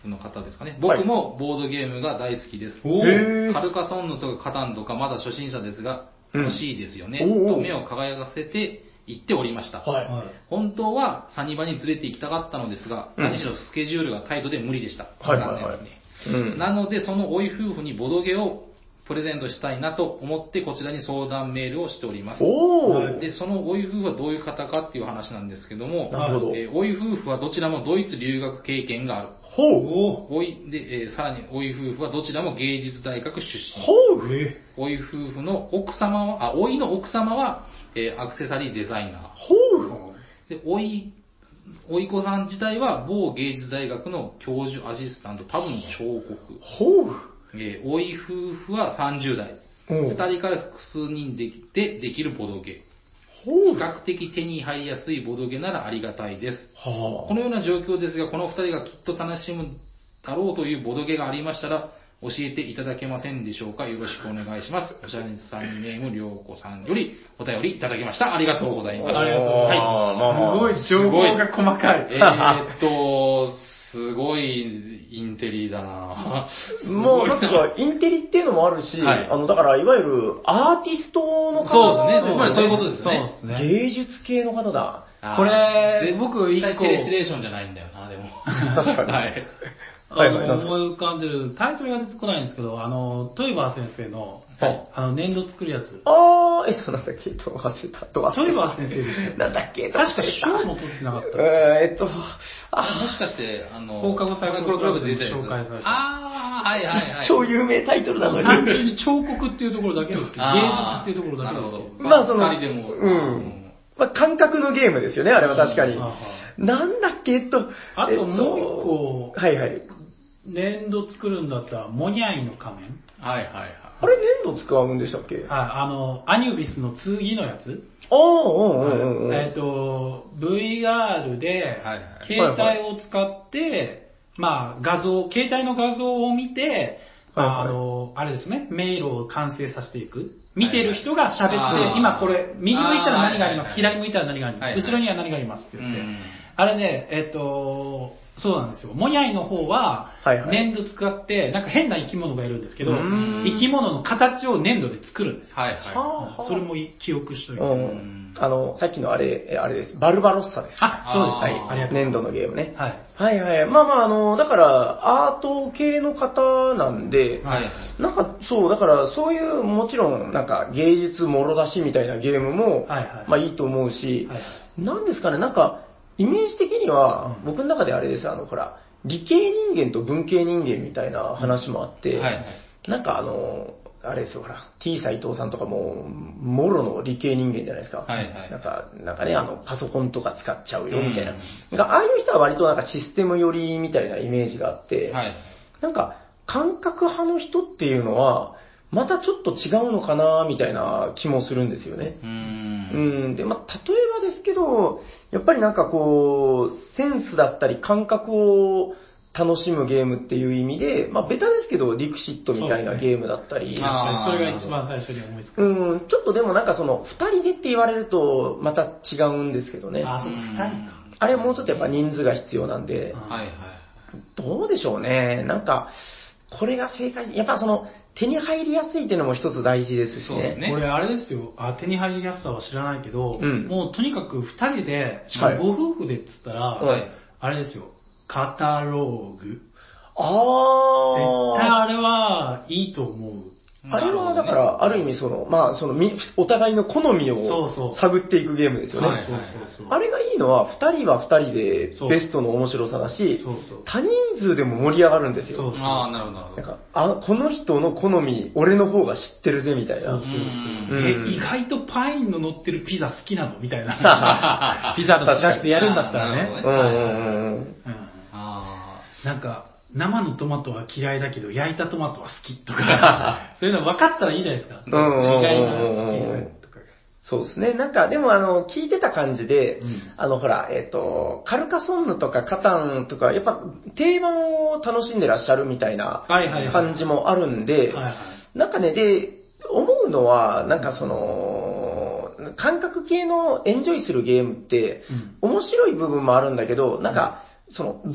B: 婦の方ですかね。
C: はい
B: 僕もボードゲームが大好きです。
C: へー
B: カルカソンヌとかカタンとかまだ初心者ですが、
C: うん
B: 欲しいですよね、
C: おうおう
B: と目を輝かせて言っておりました。
C: はい。
A: はい
B: 本当はサニバに連れて行きたかったのですが、
C: うん
B: 何しろスケジュールがタイトで無理でした。
C: はいはいはい
B: 残念ですね
C: うん
B: なので、その老い夫婦にボドゲをプレゼントしたいなと思って、こちらに相談メールをしております。
C: おお、
B: で、その老い夫婦はどういう方かっていう話なんですけども、
C: なるほど。
B: えー老い夫婦はどちらもドイツ留学経験がある。
C: ほう。
A: お
B: 老いで、えーさらに老い夫婦はどちらも芸術大学出身。
C: ほう。
A: え
B: 老い夫婦の奥様は、あ、老いの奥様は、えーアクセサリーデザイナー。
C: ほう。
B: で、おい、おい子さん自体は某芸術大学の教授アシスタント、多分彫刻。
C: ほ
B: えー、おい夫婦は30代。
C: う。うん
B: 二人から複数人できてできるボドゲ。
C: ほ
B: 比
C: う。
B: 較的手に入りやすいボドゲならありがたいです。
C: は
B: このような状況ですが、この二人がきっと楽しむだろうというボドゲがありましたら、教えていただけませんでしょうかよろしくお願いします。おしゃれさんネームりょうこさんよりお便りいただきました。ありがとうございま
A: あ
B: す。
A: りがとうご
B: ざい
A: ーすごい情報が細かい。
B: えーっと、すごいインテリだなぁ。
C: もう、
B: すご
C: なん
B: い
C: ていうか、インテリっていうのもあるし、
B: はい
C: あの、だから、いわゆる、アーティストの方
B: そうですねつまりそういう
C: こ
B: ことですね
A: そうですね。
C: 芸術系の方だ。
B: あー
A: これ
B: 絶対
A: 僕一個
B: テレスレーションじゃないんだよな、でも。
C: 確かに
B: はい。
A: あ
C: はいはい
A: の、思い浮かんでる、タイトルが出てこないんですけど、あの、トイバー先生の、
C: はい。
A: あの、粘土作るやつ。
C: あー、えっと、なんだっけ、えっと、忘れた。どう忘れた
A: トイバー先生でしたよ
C: なんだっけ、
A: 確か賞
C: の
A: も取ってなかった。
C: えーっと、
B: も
C: あ
B: しかして、あの、
A: 放課後サイクルクラブで出たやつ
B: 放課後サイクルクラブで出たやつあー、はいはいは
C: ー
B: い。
C: 超有名タイトルなの
A: 単
C: に。
A: 純に彫刻っていうところだけですけど、芸術
B: あ
A: っ
B: ー
A: ていうところだけですけど。
B: なるほど。
C: *laughs* まあその
B: 二人でも。
C: うんまあ、感覚のゲームですよね、あれは確かに。
A: あ
C: なんだっけ、えっと、
A: あ
C: えっ
A: ともう一個
C: はいはい。
A: 粘土作るんだったら、モニャイの仮面。
B: はいはいはい。
C: あれ、粘土使うんでしたっけあ
A: ああの、アニュビスの剣のやつ。
C: あー、うんうんうんうん。
A: えっ、と、VR で
B: はいはい、
A: 携帯を使って、まあ、画像、携帯の画像を見て、まあ
C: はい
A: あ
C: はい
A: の、あれですね、迷路を完成させていく。見てる人が喋って、
B: はいはい
A: 今これ、右向いたら何があります、
B: あー
A: 左向いたら何があります、
B: はいはい
A: 後ろには何がありますって言って。
B: うん
A: あれね、えっ、と、そうなんですよ。モニャイの方は
C: はいは、い
A: 粘土使って、なんか変な生き物がいるんですけど、
C: うん
A: 生き物の形を粘土で作るんですよ。
B: はいは
C: はあはあ
A: それも記憶しといて。
C: うん。あの、さっきのあれ、えあれです。バルバロッサです。
A: あ、そうです。
B: あ
A: はい、あ
B: ー
A: りがとうございます。
C: 粘土のゲームね。
A: はい。
C: はいはい。まあまあ、あの、だから、アート系の方なんで
B: い。、はいはい。
C: なんか、そう、だから、そういう、もちろん、なんか、芸術もろ出しみたいなゲームも、
A: はいはい
C: まあいいと思うし、
A: はい
C: なんですかね、なんか、イメージ的には、僕の中であれです、あの、ほら、理系人間と文系人間みたいな話もあって、
B: はいはい
C: なんかあの、あれですよ、ほら、T 斎藤さんとかも、もろの理系人間じゃないですか。
B: はいはい
C: なんか、なんかね、あの、パソコンとか使っちゃうよ、みたいな。
B: うん
C: なんか、ああいう人は割となんかシステム寄りみたいなイメージがあって、
B: はい。
C: なんか、感覚派の人っていうのは、またちょっと違うのかな、みたいな気もするんですよね。
B: う。
C: うんん、で、まあ、例えばですけど、やっぱりなんかこう、センスだったり感覚を楽しむゲームっていう意味で、まあ、ベタですけど、ディクシットみた
A: そ
C: い
A: う
C: な
A: ですね
C: ゲームだったり、
B: あー
A: それが一番最初に思いつく。
C: うん、ちょっとでもなんかその、二人でって言われると、また違うんですけどね。
A: あ、
C: あ
A: そうか、
B: うん
A: 二人か。
C: れはもうちょっとやっぱ人数が必要なんで、
B: はいはい。
C: どうでしょうね。なんか、これが正解、やっぱその、手に入りやすいっていうのも一つ大事ですし
B: そうです
C: ね。
B: ね
A: これあれですよ、あ手に入りやすさは知らないけど、
C: うん
A: もうとにかく二人で、しかもご夫婦でっつったら、
B: はい
A: あれですよ、カタローグ。絶対
C: ああ。
A: あれはいいと思う。
C: あ
B: な
C: れはだか
B: るほどね、
C: ら、ある意味その、まあ、そのみ、お互いの好み
A: そうそ
C: を
A: う
C: 探っていくゲームですよね。
B: はい
A: そうそうそう。
C: あれがいいのは、二人は二人で
A: そう
C: ベストの面白さだし
A: そうそう、
C: 他人数でも盛り上がるんです
A: そう
C: よ。
B: ああ、なるほどなるほ
C: な
B: ど
C: *laughs* ん。か、あ、この人の好み、俺の方が知ってるぜ、みたい
A: そうそう
C: な
A: そう。。
C: うん
A: え、意外とパインの乗ってるピザ好きなのみたい
C: *laughs*
A: な。ピザと散らしてやるんだったら
B: *laughs* なる
A: ね
B: ほどね。
C: うんうんうんうん。
A: うん
B: あ
A: なんか、生のトマトは嫌いだけど、焼いたト *laughs* マトは好きとか、そういうの分かったらいいじゃないですか。
C: うんうんうんうん
A: 意外な好きとか。
C: そうですね。なんか、でもあの、聞いてた感じで、
A: うん
C: あの、ほら、えっ、と、カルカソンヌとかカタンとか、やっぱ定番を楽しんでらっしゃるみたいな
A: はいはいはい
C: 感じもあるんで、
A: はいはい。
C: なんかね、で、思うのは、なんかその、感覚系のエンジョイするゲームって、面白い部分もあるんだけど、なんか、その、ずーっ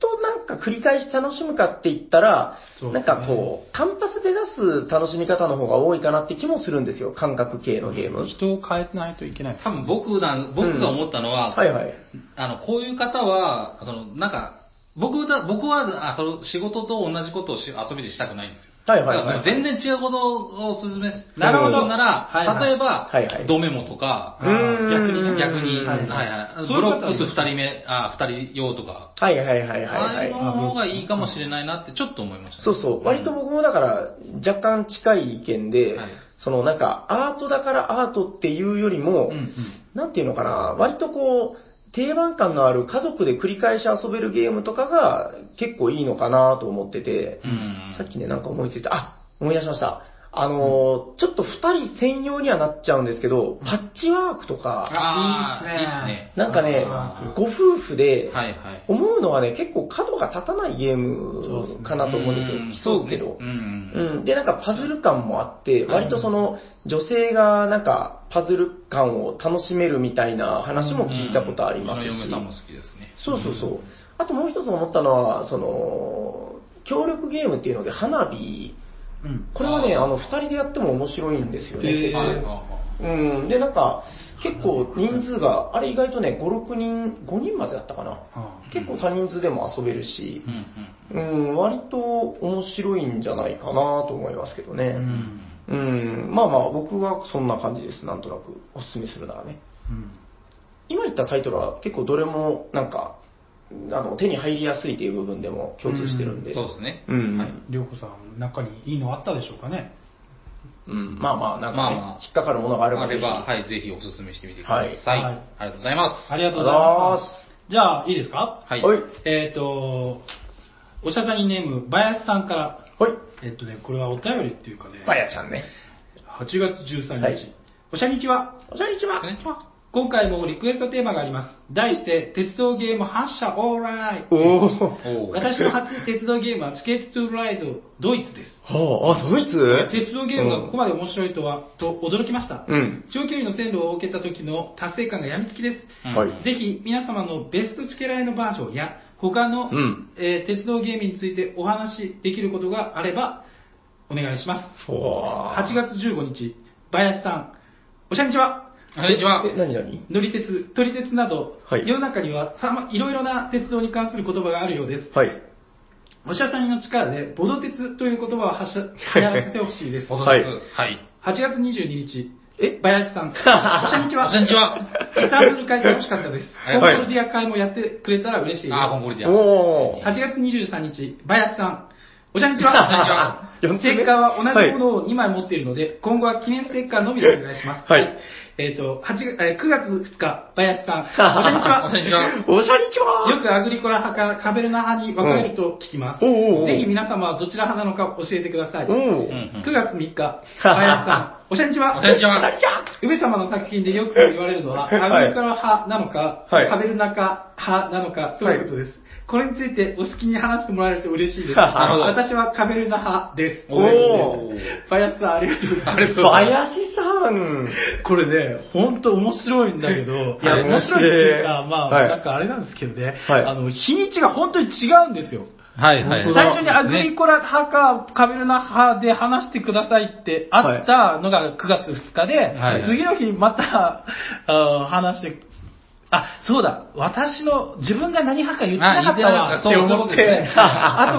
C: となんか繰り返し楽しむかって言ったら、
A: そうで
C: なん
A: すね
C: かこう、単発で出す楽しみ方の方が多いかなって気もするんですよ、感覚系のゲーム。
A: 人を変えてないといけない。
B: 多分僕なん、僕が思ったのは、
C: はいはい。
B: あの、こういう方は、その、なんか、僕だ、僕は、あ、その、仕事と同じことをし遊びでしたくないんですよ。
C: はいはい
B: だからも
C: は
B: う
C: い。
B: 全然違うことをお勧めす
A: なるほど
B: なら、
A: はいはい
B: 例えば、
C: はいはい
B: ドメモとか、
A: あー逆に
C: う
A: ね
C: ん
B: 逆に、
A: は
B: はいい
A: はい
B: はい。
A: そうい
B: ブ
A: う
B: ロ
A: 方
B: ックス二人目、あ、二人用とか、
C: はいはいはい
B: あ
C: は
B: あい
C: いうはい。
B: のの方がいいかもしれないなってちょっと思いました、ね。
C: そうそう。割と僕もだから、若干近い意見で
B: はい、
C: そのなんか、アートだからアートっていうより
B: う
C: も、
B: んうん
C: なんていうのかな、割とこう、定番感のある家族で繰り返し遊べるゲームとかが結構いいのかなと思ってて、
B: うん
C: さっきね、なんか思いついた、あ、思い出しました。あのーちょっと二人専用にはなっちゃうんですけど、パッチワークとか、
B: あ
A: いいっすね
B: あ、いいっすね。
C: なんかね
A: あー、
C: ご夫婦で、
B: はいはい。
C: 思うのはね、結構角が立たないゲー
A: そうですね
C: ムかなと思うんですよ。競うけど。
B: そうですねうんうん。
C: うん、で、なんかパズル感もあって、割とその女性がなんかパズル感を楽しめるみたいな話も聞いたことありますし、
B: うちの嫁さんも好きですね。
C: そうそうそう。あともう一つ思ったのは、その、協力ゲームっていうので花火、
A: うん。
C: これはね、
B: あー
C: あの、二人でやっても面白いんですよね、
A: へー
C: 結
B: はいは
C: 構
B: いはい
C: うん、で、なんか、結構人数が、あれ意外とね、5、6人、5人までだったかな。
A: あ
C: 結構多人数でも遊べるし
B: う、んうん
C: うん、割と面白いんじゃないかなと思いますけど
A: あ
C: ね。
A: うん。
C: うん、まあまあ、僕はそんな感じです、なんとなく。おすすめするならね。
A: うん。
C: 今言ったタイトルは結構どれも、なんか、あの、手に入りやすいという部分でも共通してるんで。
B: そうですね。
C: うん
B: はい
A: りょうこさん、中にいいのあったでしょうかね。
C: うんまあまあ、な
B: ま
C: んか、
B: あ
C: ね
B: まあ
C: 引っかかるものがあれば
B: あ
C: ぜ
B: れ
C: ひ。
B: ば、はい、ぜひお勧めしてみてください。
A: は
B: はいい、ありがとうございます。
A: ありがとうござい
C: ありがとうござい
A: ま。
C: ます
A: じゃあ、いいですか
B: はい。
C: はい。
A: えっ、と、おしゃさにネーム、林さんから、
C: はい。
A: えっ、とね、これはお便りっていうかね、
C: ばやちゃんね。
A: 8月13日、
C: はい
A: おしゃにちは。
C: おしゃれちは。
B: ね
A: 今回もリクエストテーマがあります。題して、鉄道ゲーム発射オーライ。
C: おお。
B: おう
A: 私の初鉄道ゲームはチケットトゥーライド、ドイツです。
C: はあ、あ、ドイツ
A: 鉄道ゲームがここまで面白いとは、と驚きました。
C: うん。
A: 長距離の線路を受けた時の達成感がやみつきです。
B: うん
C: はい
A: ぜひ皆様のベストチケライのバージョンや他の、
C: うん
A: えー鉄道ゲームについてお話しできることがあればお願いします。
C: ほ
A: 8月15日、林さん、おしゃにちは。
B: こんにちは。
C: え、なになに
A: 乗り鉄、撮り鉄など、
C: はい
A: 世の中にはさまいろいろな鉄道に関する言葉があるようです。
C: はい。
A: おしゃさんの力で、ボド鉄という言葉を発射、やらせてほしいです。
B: お
A: 8
B: 友
C: はい
B: 達はい。
A: 月22日、
C: え
A: 林さ
C: *laughs*
A: ん、おしゃにちは。
B: こんにちは。
A: リターンの会楽しかったです。
B: はい
A: コンコルディア会もやってくれたら嬉しいです。
B: あー、コンゴルディア。
C: おー。
A: 8月23日、林さん、おじゃにち
B: こんにち
A: は。
B: は。
A: ステッカーは同じものを2枚持っているので、今後は記念ステッカーのみでお願いします。
C: はい。
A: えっ、と、8えー9月2日、林
C: *laughs*
A: さん、おじゃにちは。
B: こんにちは。
C: おしゃれちは
A: よくアグリコラ派かカベルナ派に分かれると聞きます。
C: うんおうおうおう
A: ぜひ皆様はどちら派なのか教えてください。
C: お
A: 9
B: うん
C: ー。
B: うん
A: 月3日、林さん、おしゃにちは。
B: こんにちは。
A: 上様の作品でよく言われるのは、
C: はい
A: アグリコラ派なのか、
C: はい
A: カベルナカ派なのかということです。これについてお好きに話してもらえると嬉しいです。
C: な
B: るほど
A: 私はカベルナ派です。
C: お
A: *laughs*
C: ー。
A: バイアスさんありがとうございます。
B: ありがとうございます。
C: 林さん。
A: *laughs* これね、ほんと面白いんだけど、 *laughs* い
C: は
A: や、
C: い
A: 面白いっていうか、
C: 面白い
A: まあ、
C: はい
A: なんかあれなんですけどね、
C: はい
A: あの、日にちが本当に違うんですよ。
B: はいはい。
A: 最初にアグリコラ派かカベルナ派で話してくださいってあったのが9月2日で、
B: はい
A: 次の日にまた、 *laughs* あー話して、あ、そうだ、私の、自分が何派か言ってなかったわ
B: あ
A: って
B: 言ってな
A: 思
B: か
A: っ
B: った
A: て、
B: そう *laughs* そうですね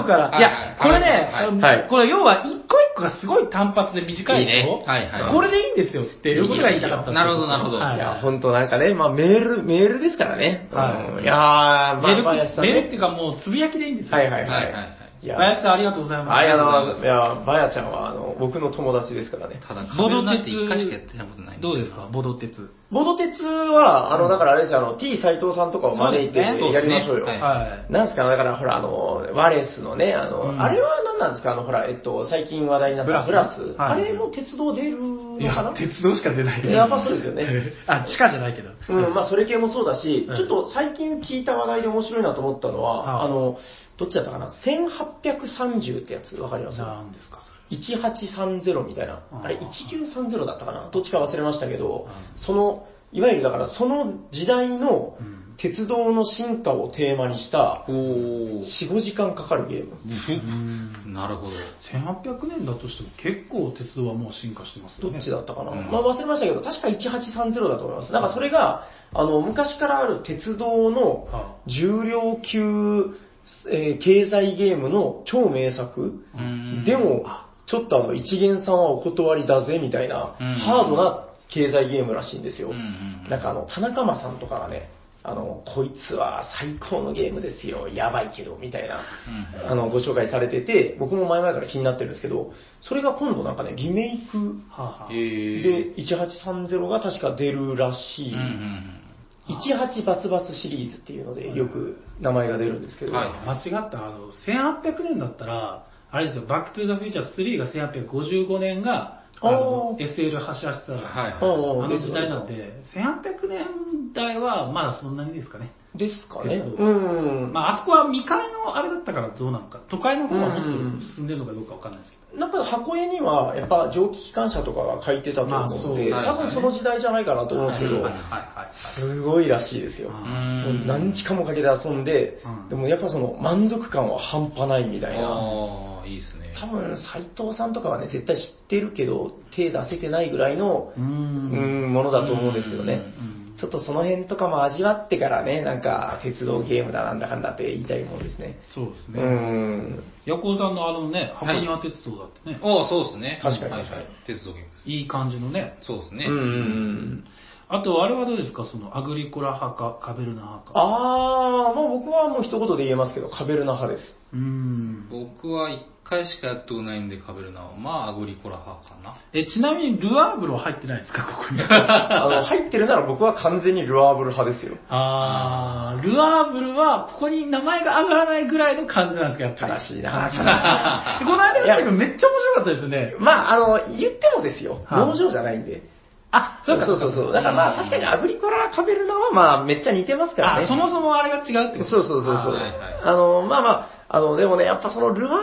A: 後から、いや、これね、
B: はい
A: うん
C: はい
A: これ要は一個一個がすごい単発で短いでしょ
B: いいねはいはい
A: これでいいんですよっていうことが言いたかったんですよ
B: なるほどなるほど
A: はい
C: いや、ほんとなんかね、まあメール、メールですからね。
A: はい
C: うんいやー、まあ
A: メール、
C: まあ安田さん
A: メ
C: ね
A: ールっていうかもうつぶやきでいいんですよ。
C: はいはい
B: はいはいはい。
C: いや、
A: 林さんありがとうございま
C: あ
A: し
C: い
A: た。
C: や、あの、いや、ばやちゃんは、あの、僕の友達ですからね。
B: ただ、カメラなんて一回しかやってないことないん
A: どうですかボド鉄。
C: ボド鉄は、あの、だからあれですよ、あの、T 斎藤さんとかを招いて
A: そうです
B: ね
C: やりましょうよ。
B: そうですね
A: はい。
C: なんすか、だからほら、あの、ワレスのね、あの、
A: うん
C: あれは何なんですか、あの、ほら、えっと、最近話題になった
A: ブ
C: ブ
A: ラ
C: ラ
A: ス
C: ス。
A: はい
C: あれも鉄道出るの
A: い
C: か
A: や
C: な、
A: 鉄道しか出ない
C: エアバスですよね。
A: *laughs* あ、地下じゃないけど。
C: うん、まあそれ系もそうだし、
A: うん
C: ちょっと最近聞いた話題で面白いなと思ったのは、
A: はい
C: あの、どっちだったかな ?1830 ってやつ、わかります
A: なんですか、そ
C: 1830みたいな
A: あ、ー
C: あれ1930だったかな、どっちか忘れましたけど
A: う、
C: その、いわゆるだからその時代の
A: うん
C: 鉄道の進化をテーマにした、
B: お
C: 4、5時間かかるゲーム。
A: れ。うん。
B: なるほど。
A: 1800年だとしても結構鉄道はもう進化してます
C: ど
A: よね。
C: っちだったかな、
B: うん
C: まあ忘れましたけど、確か1830だと思います。なんかそれが、あの、昔からある鉄道の
A: は
C: 重量級、えー経済ゲームの超名作。
B: うん
C: で、も、ちょっとあの、一元さんはお断りだぜ、みたいな、
B: うん
C: ハードな経済ゲームらしいんです
B: う
C: よ。
B: んうん
C: なんかあの、田中間さんとかがね、あの、こいつは最高のゲームですよ、やばいけど、みたいな、
B: うん
C: あの、ご紹介されてて、僕も前々から気になってるんですけど、それが今度なんかね、リメイク
A: あ、はあ、はあ。
B: え
C: で、1830が確か出るらし
B: ー
C: い、
B: うんうん
C: 18バツバツシリーズっていうので、よく名前が出るんですけど、
B: はい
A: 間違った、あの、1800年だったら、あれですよ、バックトゥーザフューチャー3が1855年が、あの
C: お、ー
A: SL 走らせた
B: うん
A: ら、
B: はい
A: あ
B: はい。
C: うんうん
A: の時代なんで、1800年代はまだそんなにですかね。
C: ですかね。
A: ですよ
C: うん。
A: まあ、あそこは未開のあれだったからどうなのか、都会の方はもっと進んでるのかどうかわかんないですけど。
C: なんか箱絵には、やっぱ蒸気機関車とかが書いてたと
A: まあ
C: 思うんで、
A: そう
C: 多分その時代じゃないかなと思うんですけ
A: はい
C: ど
A: はい、はい
C: すごいらしいですよ。
A: う
B: うん
C: もうん何日間もかけて遊んで、
A: うん
C: でもやっぱその満足感は半端ないみたいな。
B: ああ、いいですね。
C: 多分斎藤さんとかはね、絶対知ってるけど、手出せてないぐらいの、
A: うー。
C: うんん、ものだと思うんですけどね。
A: うん
C: ちょっとその辺とかも味わってからね、なんか鉄道ゲームだなんだかんだって言いたいもんですね。
A: そうです
C: う
A: ね。
C: ん。
A: ヤコウさんのあのね、箱
B: はい
A: 庭鉄道だってね、
B: ああ、そうですね。
C: 確かに
B: はいはい。鉄道ゲームです。
A: い、い感じのね。
B: そうですね
C: うんうんう。ん。
A: あと、あれはどうですか、その、アグリコラ派か、カベルナ派か。
C: あー、まあ僕はもう一言で言えますけど、カベルナ派です。
A: *laughs* うーん。
B: 僕は一回しかやったことないんで、被るのは、まあ、アグリコラ派かな。
A: え、ちなみにルアーブロ入ってないですか、ここ
C: *laughs*
A: に。
C: あの、入ってるなら僕は完全にルアーブル派ですよ。
A: あー、ルアーブルは、ここに名前が上がらないぐらいの感じなんですか、やっぱり。
C: 悲しいな
A: 悲しいなこの間やったけど、めっちゃ面白かったですね。
C: まあ、あの、言ってもですよ。
A: はい
C: 農場じゃないんで。
A: あ、そうか、
C: そうそうそう。だからまあ、確かにアグリコラ・カベルナはまあ、めっちゃ似てますからね。
A: あ、そもそもあれが違うってこと
C: そうそうそうそう。あ,、
B: はいはい
C: の、まあまあ、あの、でもね、やっぱそのルアー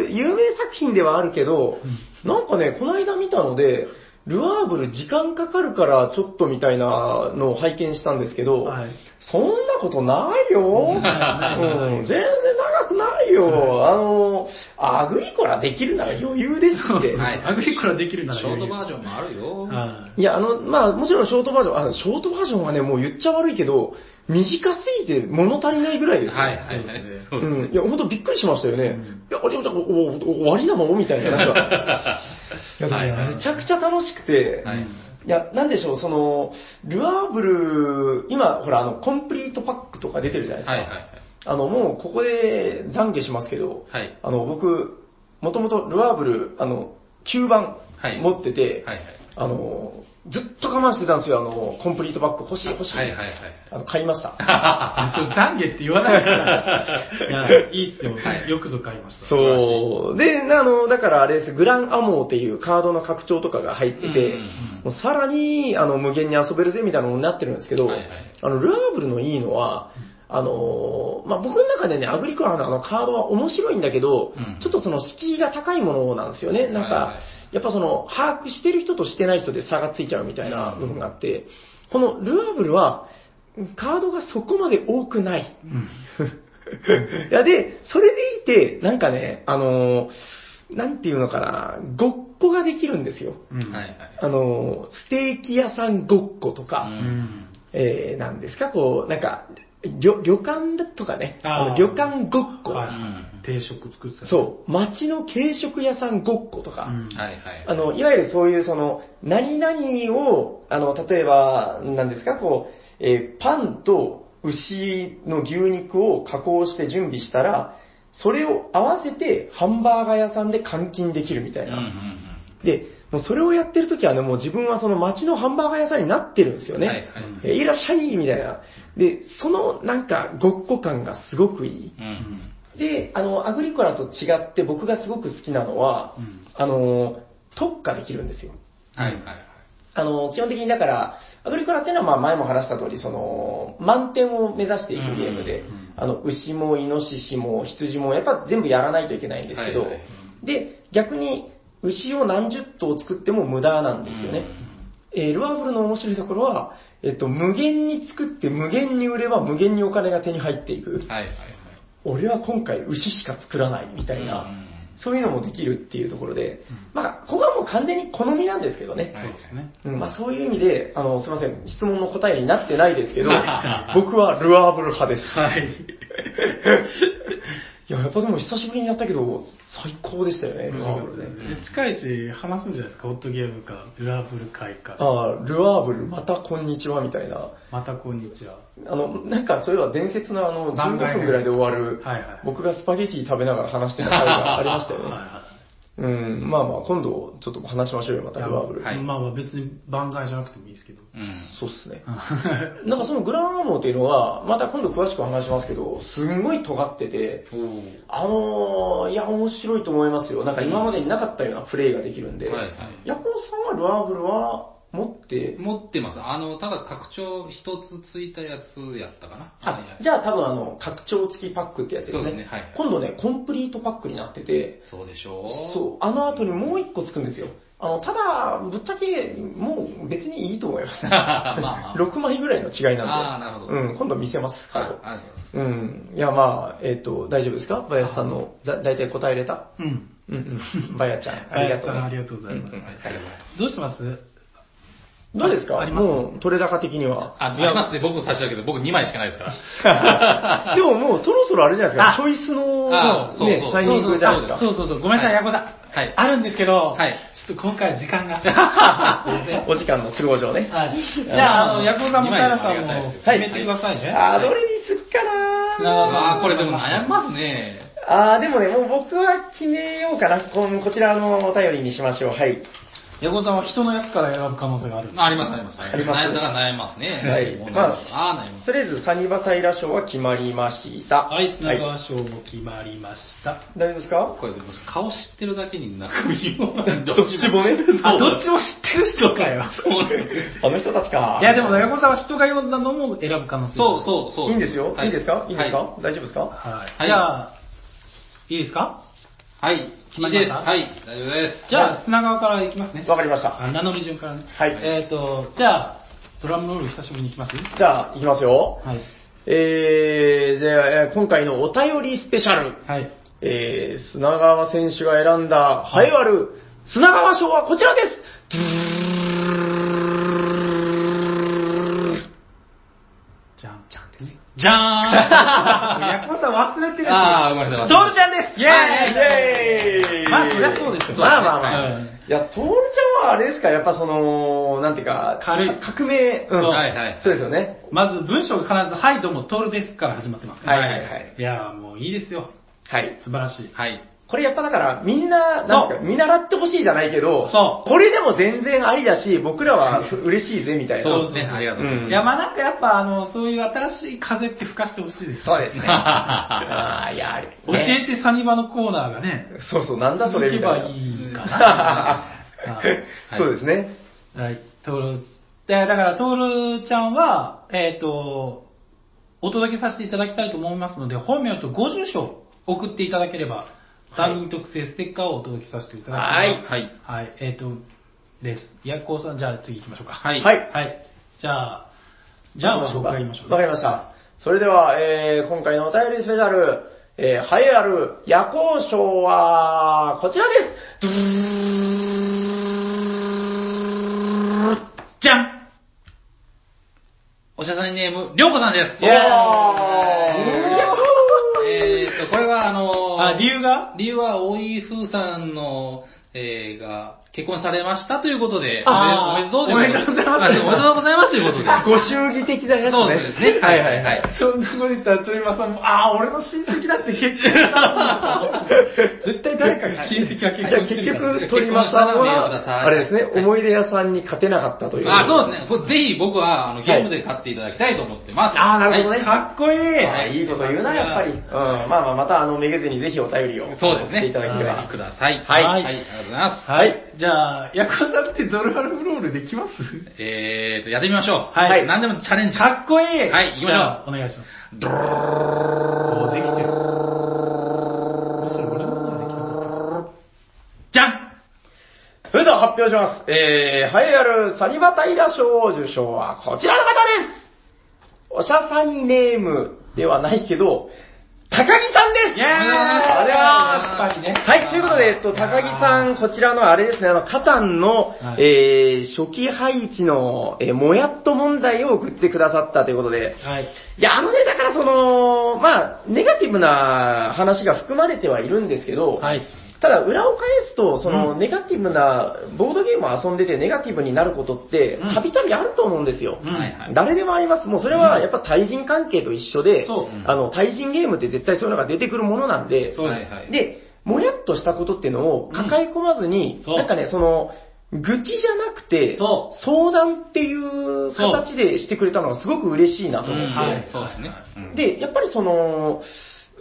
C: ブル、有名作品ではあるけど、なんかね、この間見たので、ルアーブル時間かかるからちょっとみたいなのを拝見したんですけど、
A: はい
C: そんなことないよ。うん全然長くないよ。あの、アグリコラできるなら余裕ですって。
B: はい
A: アグリコラできるなら
B: ショートバー
A: ジ
B: ジョンもあるよ。
A: はい
C: いや、あの、まあ、もちろんショートバージョン、あショートバージョンはね、もう言っちゃ悪いけど、短すぎて物足りないぐらいですよ。
B: はいはいはい。そううですね。
C: ん、いや、本当びっくりしましたよね。
A: ん
C: いや、あれ、おお終わりなのみたいな。なんかいや、でも
B: はいはい
C: ねめちゃくちゃ楽しくて、、
B: はいい。
C: や、なんでしょう、その、ルアーブル、今、ほら、あの、コンプリートパックとか出てるじゃないですか。
B: はいはい
C: あの、もう、ここで懺悔しますけど、
B: はい。はい。
C: あの、僕、もともとルアーブル、あの、9番
B: はい
C: 持ってて、
B: はい
C: あの、ずっと我慢してたんですよ、あの、コンプリートパック欲しい欲しい。
B: はい。はいはい
C: あの、買いました。
A: あそれ懺悔って言わないから。い
C: *laughs*
A: や、いいっすよ。
B: はい
A: よくぞ買いました。う。
C: そう。で、あの、だからあれです、グランアモーっていうカードの拡張とかが入ってて、
B: うんうん
C: もうさらに、あの、無限に遊べるぜみたいなのになってるんですけど、
B: はいはい
C: あの、ルアーブルのいいのは、あのまあ、僕の中でね、アグリコラのあのカードは面白いんだけど、
B: うん
C: ちょっとその敷居が高いものなんですよね。なん
B: は
C: か、
B: いはい
C: やっぱその、把握してる人としてない人で差がついちゃうみたいな部分があって、このルアーブルは、カードがそこまで多くない。 *laughs* いや、で、それでいて、なんかね、あのーなんていうのかな、ごっこができるんですよ。
A: うん。
B: はい。はい
C: あのーステーキ屋さんごっこと
A: う
B: は
C: か、
B: い。
A: ん。
C: えー、なんですか、こう、なんか、旅旅館だとかね、
A: あー
C: あの旅館ごっこ、
A: はい
B: うん
A: 定食作ってた。
C: そう、街の軽食屋さんごっことか、
A: うん。
B: はいはい。
C: あの、いわゆるそういうその、何々を、あの、例えば、何ですか、こう、えーパンと牛の牛肉を加工して準備したら、それを合わせてハンバーガー屋さんで換金できるみた
B: う
C: い
B: んう
C: な。
B: ん
C: で、もうそれをやってる時はね、もう自分はその街のハンバーガー屋さんになってるんですよ
B: うん。
C: ね。
B: はいはい。
C: えいらっしゃいみたいな。で、そのなんかごっこ感がすごくいい。
B: うん。
C: で、あの、アグリコラと違って僕がすごく好きなのは、
A: うん
C: あの、特化できるんですよ。
B: はいはいはい。
C: あの、基本的にだから、アグリコラっていうのはまあ前も話した通り、その、満点を目指していくゲームで、
B: うん
A: うん
C: あの、牛もイノシシも羊もやっぱ全部やらないといけないんですけど、
B: はいはい
C: で、逆に牛を何十頭作っても無駄なんですよね。えールアーブルの面白いところは、えっと、無限に作って無限に売れば無限にお金が手に入っていく
B: うん。。はいはいはい。
C: 俺は今回牛しか作らないみたいな、
B: うん
C: そういうのもできるっていうところで、まあ、ここはもう完全に好みなんですけどね。
B: はい
A: そうですね。
C: うんまあ、そういう意味で、あの、すいません、質問の答えになってないですけど、僕はルアーブル派です。
A: はい。
C: *laughs* いや、やっぱでも久しぶりにやったけど、最高でしたよね、ルアーブルね。
A: 近いち話すんじゃないですか、ホットゲームか、ルアーブル会か、
C: ああ、ルアーブル、またこんにちは、みたいな。
A: またこんにちは。
C: あの、なんか、それは伝説のあの、
A: 番
C: 15
A: 外編
C: 分ぐらいで終わる、
A: はいはい
C: 僕がスパゲティ食べながら話してた回がありましたよ
A: はい
C: ね。
A: は
C: うん、まあまあ、今度、ちょっと話しましょうよ、ま
A: い。
C: たルアーブル。
B: は
A: はい
B: い
A: や、まあまあ別に番外じゃなくてもいいですけど。
B: うん。
C: そうっすね。
A: は
C: なんかそのグランアモーっていうのは、また今度詳しく話しますけど、すんごい尖ってて、
B: おー
C: あのー、いや、面白いと思いますよ。なんか今までになかったようなプレイができるんで。
B: はいはい
C: ヤコウさんはルアーブルは持って、
B: 持ってます。あの、ただ拡張一つついたやつやったかな。
C: あ
B: はいはい
C: じゃあ多分あの、拡張付きパックってやつです
B: そう
C: ね。
B: ですねはい
C: 今度ね、コンプリートパックになってて、
B: そうでしょ
C: そう、あの後にもう一個つくんですよ。あの、ただ、ぶっちゃけ、もう別にいいと思います。
B: まあまあ。
C: 6枚ぐらいの違いなんで。
B: あーなるほど
C: うん、今度見せます。
B: はい
C: は
B: あ
C: い。
B: りがとうございます
C: うん。いや、まあ、えっ、と、大丈夫ですかバヤさんの、だ大体答えれた
A: い *laughs* うん。
C: うん *laughs* うん。バヤちゃん、あ
A: バ
C: り
A: ヤ
C: がと
A: さ
C: うね、
A: んありがとうございます
C: んん
B: はいありがとうございます。
A: どうします
C: どうですか
A: ああります
C: もう、取れ高的には。 *laughs*
B: あ、ありますね。僕も差し上げて、僕2枚しかないですから。
C: でももう、そろそろあれじゃないです
A: あ
C: か、チョイスの、
B: あそうそう
C: ね
B: そう、
C: タイミングじゃないです
A: そ
C: か。
A: うそうそう、ごめんなさい、
B: は
A: ヤ
B: い
A: コさん。
B: はい
A: あるんですけど、
B: はい
A: ちょっと今回は時間
B: *laughs*
A: が。
C: お時間の都合上ね。
A: はい。じゃあ、あの、ヤコさんも
B: 今
A: タ
B: より
A: ラさん
B: ありがたい
A: も
B: です
A: 決めてくださいね。
C: あー、どれにすっか
A: つ
C: なー
A: なが
B: あーこれでも悩みますね。
C: あー、でもね、もう僕は決めようかな。こんこちらのお便りにしましょう。はい。
A: ヤコさんは人のやつから選ぶ可能性がある。
B: ああります、あります。
C: あります
B: 悩んだから悩みますね。
C: はい
B: もう悩み
C: ま
B: ますあー、悩みます。
C: とりあえず、サニバタイラ賞は決まりました。
A: はい、砂
C: はい
A: 川賞も決まりました。
C: 大丈夫ですか
B: これでも顔知ってるだけに中身も。ど
C: どっち *laughs* もね。
A: あ、どっちも知ってる人かよ。
B: そうなんです
C: *laughs* あの人たちか。
A: いや、でも、ヤコさんは人が呼んだのも選ぶ可能性
B: そう
A: う。
B: そうそう。
C: いいんですよ。
B: はい
C: いいですかいいです
B: は
C: か大丈夫ですか
A: は。
B: はいい
A: じゃあ、いいですか
B: はい。
A: 決ま
B: いい
A: りまし
B: です。
A: た
B: はい。大丈夫です。
A: じゃあ、砂川からいきますね。
C: わかりました。
A: あ名乗り順からね。
C: はい
A: えっ、と、じゃあ、ドラムロール久しぶりに行きます
C: じゃあ、いきますよ。
A: はい。
C: えー、じゃあ、えー今回のお便りスペシャル。
A: はい。
C: えー、砂川選手が選んだ栄えある砂川賞はこちらです
A: じゃん。じゃんですよ。
B: じゃー *laughs* んあ
A: ヤコさん忘れてるし。
B: あー、ごめんなさい。
A: トールちゃんですイェ
C: イェーイ
A: まあそりゃそうですよ
C: まあまあまあ。
A: はい
C: いや、トールちゃんはあれですか、やっぱその、なんていうか、
A: 軽い
C: か革命、うん
A: そう
B: はいはい
C: そうですよね。
A: まず文章が必ず、はい、どうも、トールですから始まってますから。
C: はいはいはい。
A: いやーもういいですよ。
C: はい。
A: 素晴らしい。
B: はい。
C: これやっぱだから、みんな、なんていう
A: そ
C: か、見習ってほしいじゃないけど、
A: そう
C: これでも全然ありだし、僕らは嬉しいぜ、みたいな。
B: そうですね。ありがとうござい
C: うん
A: いや、まあなんかやっぱ、あの、そういう新しい風って吹かしてほしいです。
C: そう
B: *laughs*
C: ですね。
B: ま
C: ああ、いや、あれ。
A: 教えてサニバのコーナーがね、
C: そうそう、なんだそれ
A: 続
C: み
A: け
C: た
A: ば
C: いな。
A: いいかな。
C: *laughs* はいそうですね。
A: はい、トール。で、だから、トールちゃんは、えっ、と、お届けさせていただきたいと思いますので、本名とご住所を送っていただければ、番組特製ステッカーをお届けさせていただきます。
C: はい
B: はい。
A: はい、えっ、と、です。ヤコウさん、じゃあ次行きましょうか。
B: はい。
C: *laughs* はい
A: はい。じゃあ、じゃあ紹介いきましょう、
C: わかりました。それでは、えー今回のお便りスペシャル、えー、栄えある夜行賞は、こちらですドゥーン
A: じゃん
B: おしゃさんネーム、りょうこさんです。
C: イエーイ
B: えーっと、これはあのー
A: あ、理由が
B: 理由は、大井風さんの、えーが、結婚されましたということで、
C: あ
B: お
C: ー
B: めでとういうことで
C: おめでとうございます
B: あおめでとうございますということで。
C: ご祝儀的なやつね。
B: そうですね。
C: はいはいはい。
B: い。
A: そんなこと言ったら、ちょいまさんも、ああ、俺の親戚だって結婚したんだと *laughs* 絶対誰かが親戚が結婚
C: *laughs* じゃあ
A: して
C: 結
A: るから
C: 局、鳥間さん
B: 結婚したらメールください
C: は、あれですね、
B: はい
C: 思い出屋さんに勝てなかったという。
B: あ、そうですね。これぜひ僕はあのゲームで買っていただきたいと思ってます。
C: あーなるほどね
A: かっこいい、
C: あいいこと言うな、やっぱり。うん。まあまあ、また、あの、めげずにぜひお便りを。
B: そうです
C: 送って
B: ね。
C: いただければ。
B: ください。
A: はい
B: ありがとうございます。
A: はい。じゃあ、ヤクワさんってドルファルフロールできます
B: えーと、やってみましょう。
A: はい
B: 何でもチャレンジ。
A: かっこいい
B: はい行きまし
A: じ
B: ょう
A: ゃあお願いします。
B: ドロ
A: お
B: ー
A: できてる。むしろ俺の方ができなかっ
B: じゃん
C: それでは発表します。えー、栄えあるサニバタイラ賞受賞はこちらの方ですおしゃさにネームではないけど、高木さんです
A: イエーイ
C: ありがとうございます
A: やっぱりね
C: はい、ということで、えっと、高木さん、こちらのあれですね、あの、カタンの、
A: はい
C: えー、初期配置の、えー、もやっと問題を送ってくださったということで、
A: た。はい。
C: いや、あのね、だからその、まあ、ネガティブな話が含まれてはいるんですけど、
A: はい
C: ただ裏を返すと、その、
A: うん
C: ネガティブな、ボードゲームを遊んでてネガティブになることって
A: うん、
C: たびたびあると思うんですよ。
A: うん
B: はいはい。
C: 誰でもあります。もうそれはやっぱ対人関係と一緒で、
A: そう
C: あの、対人ゲームって絶対そういうのが出てくるものなんで、
A: そうです
B: はいはい
C: で、もやっとしたことっていうのを抱え込まずに、
A: そう
C: なんかね、その、愚痴じゃなくて、
A: そ
C: 相談っていう
A: そう
C: 形でしてくれたのがすごく嬉しいなと思
B: うん
C: っ
A: はい
B: そうですね。うん
C: て。で、やっぱりその、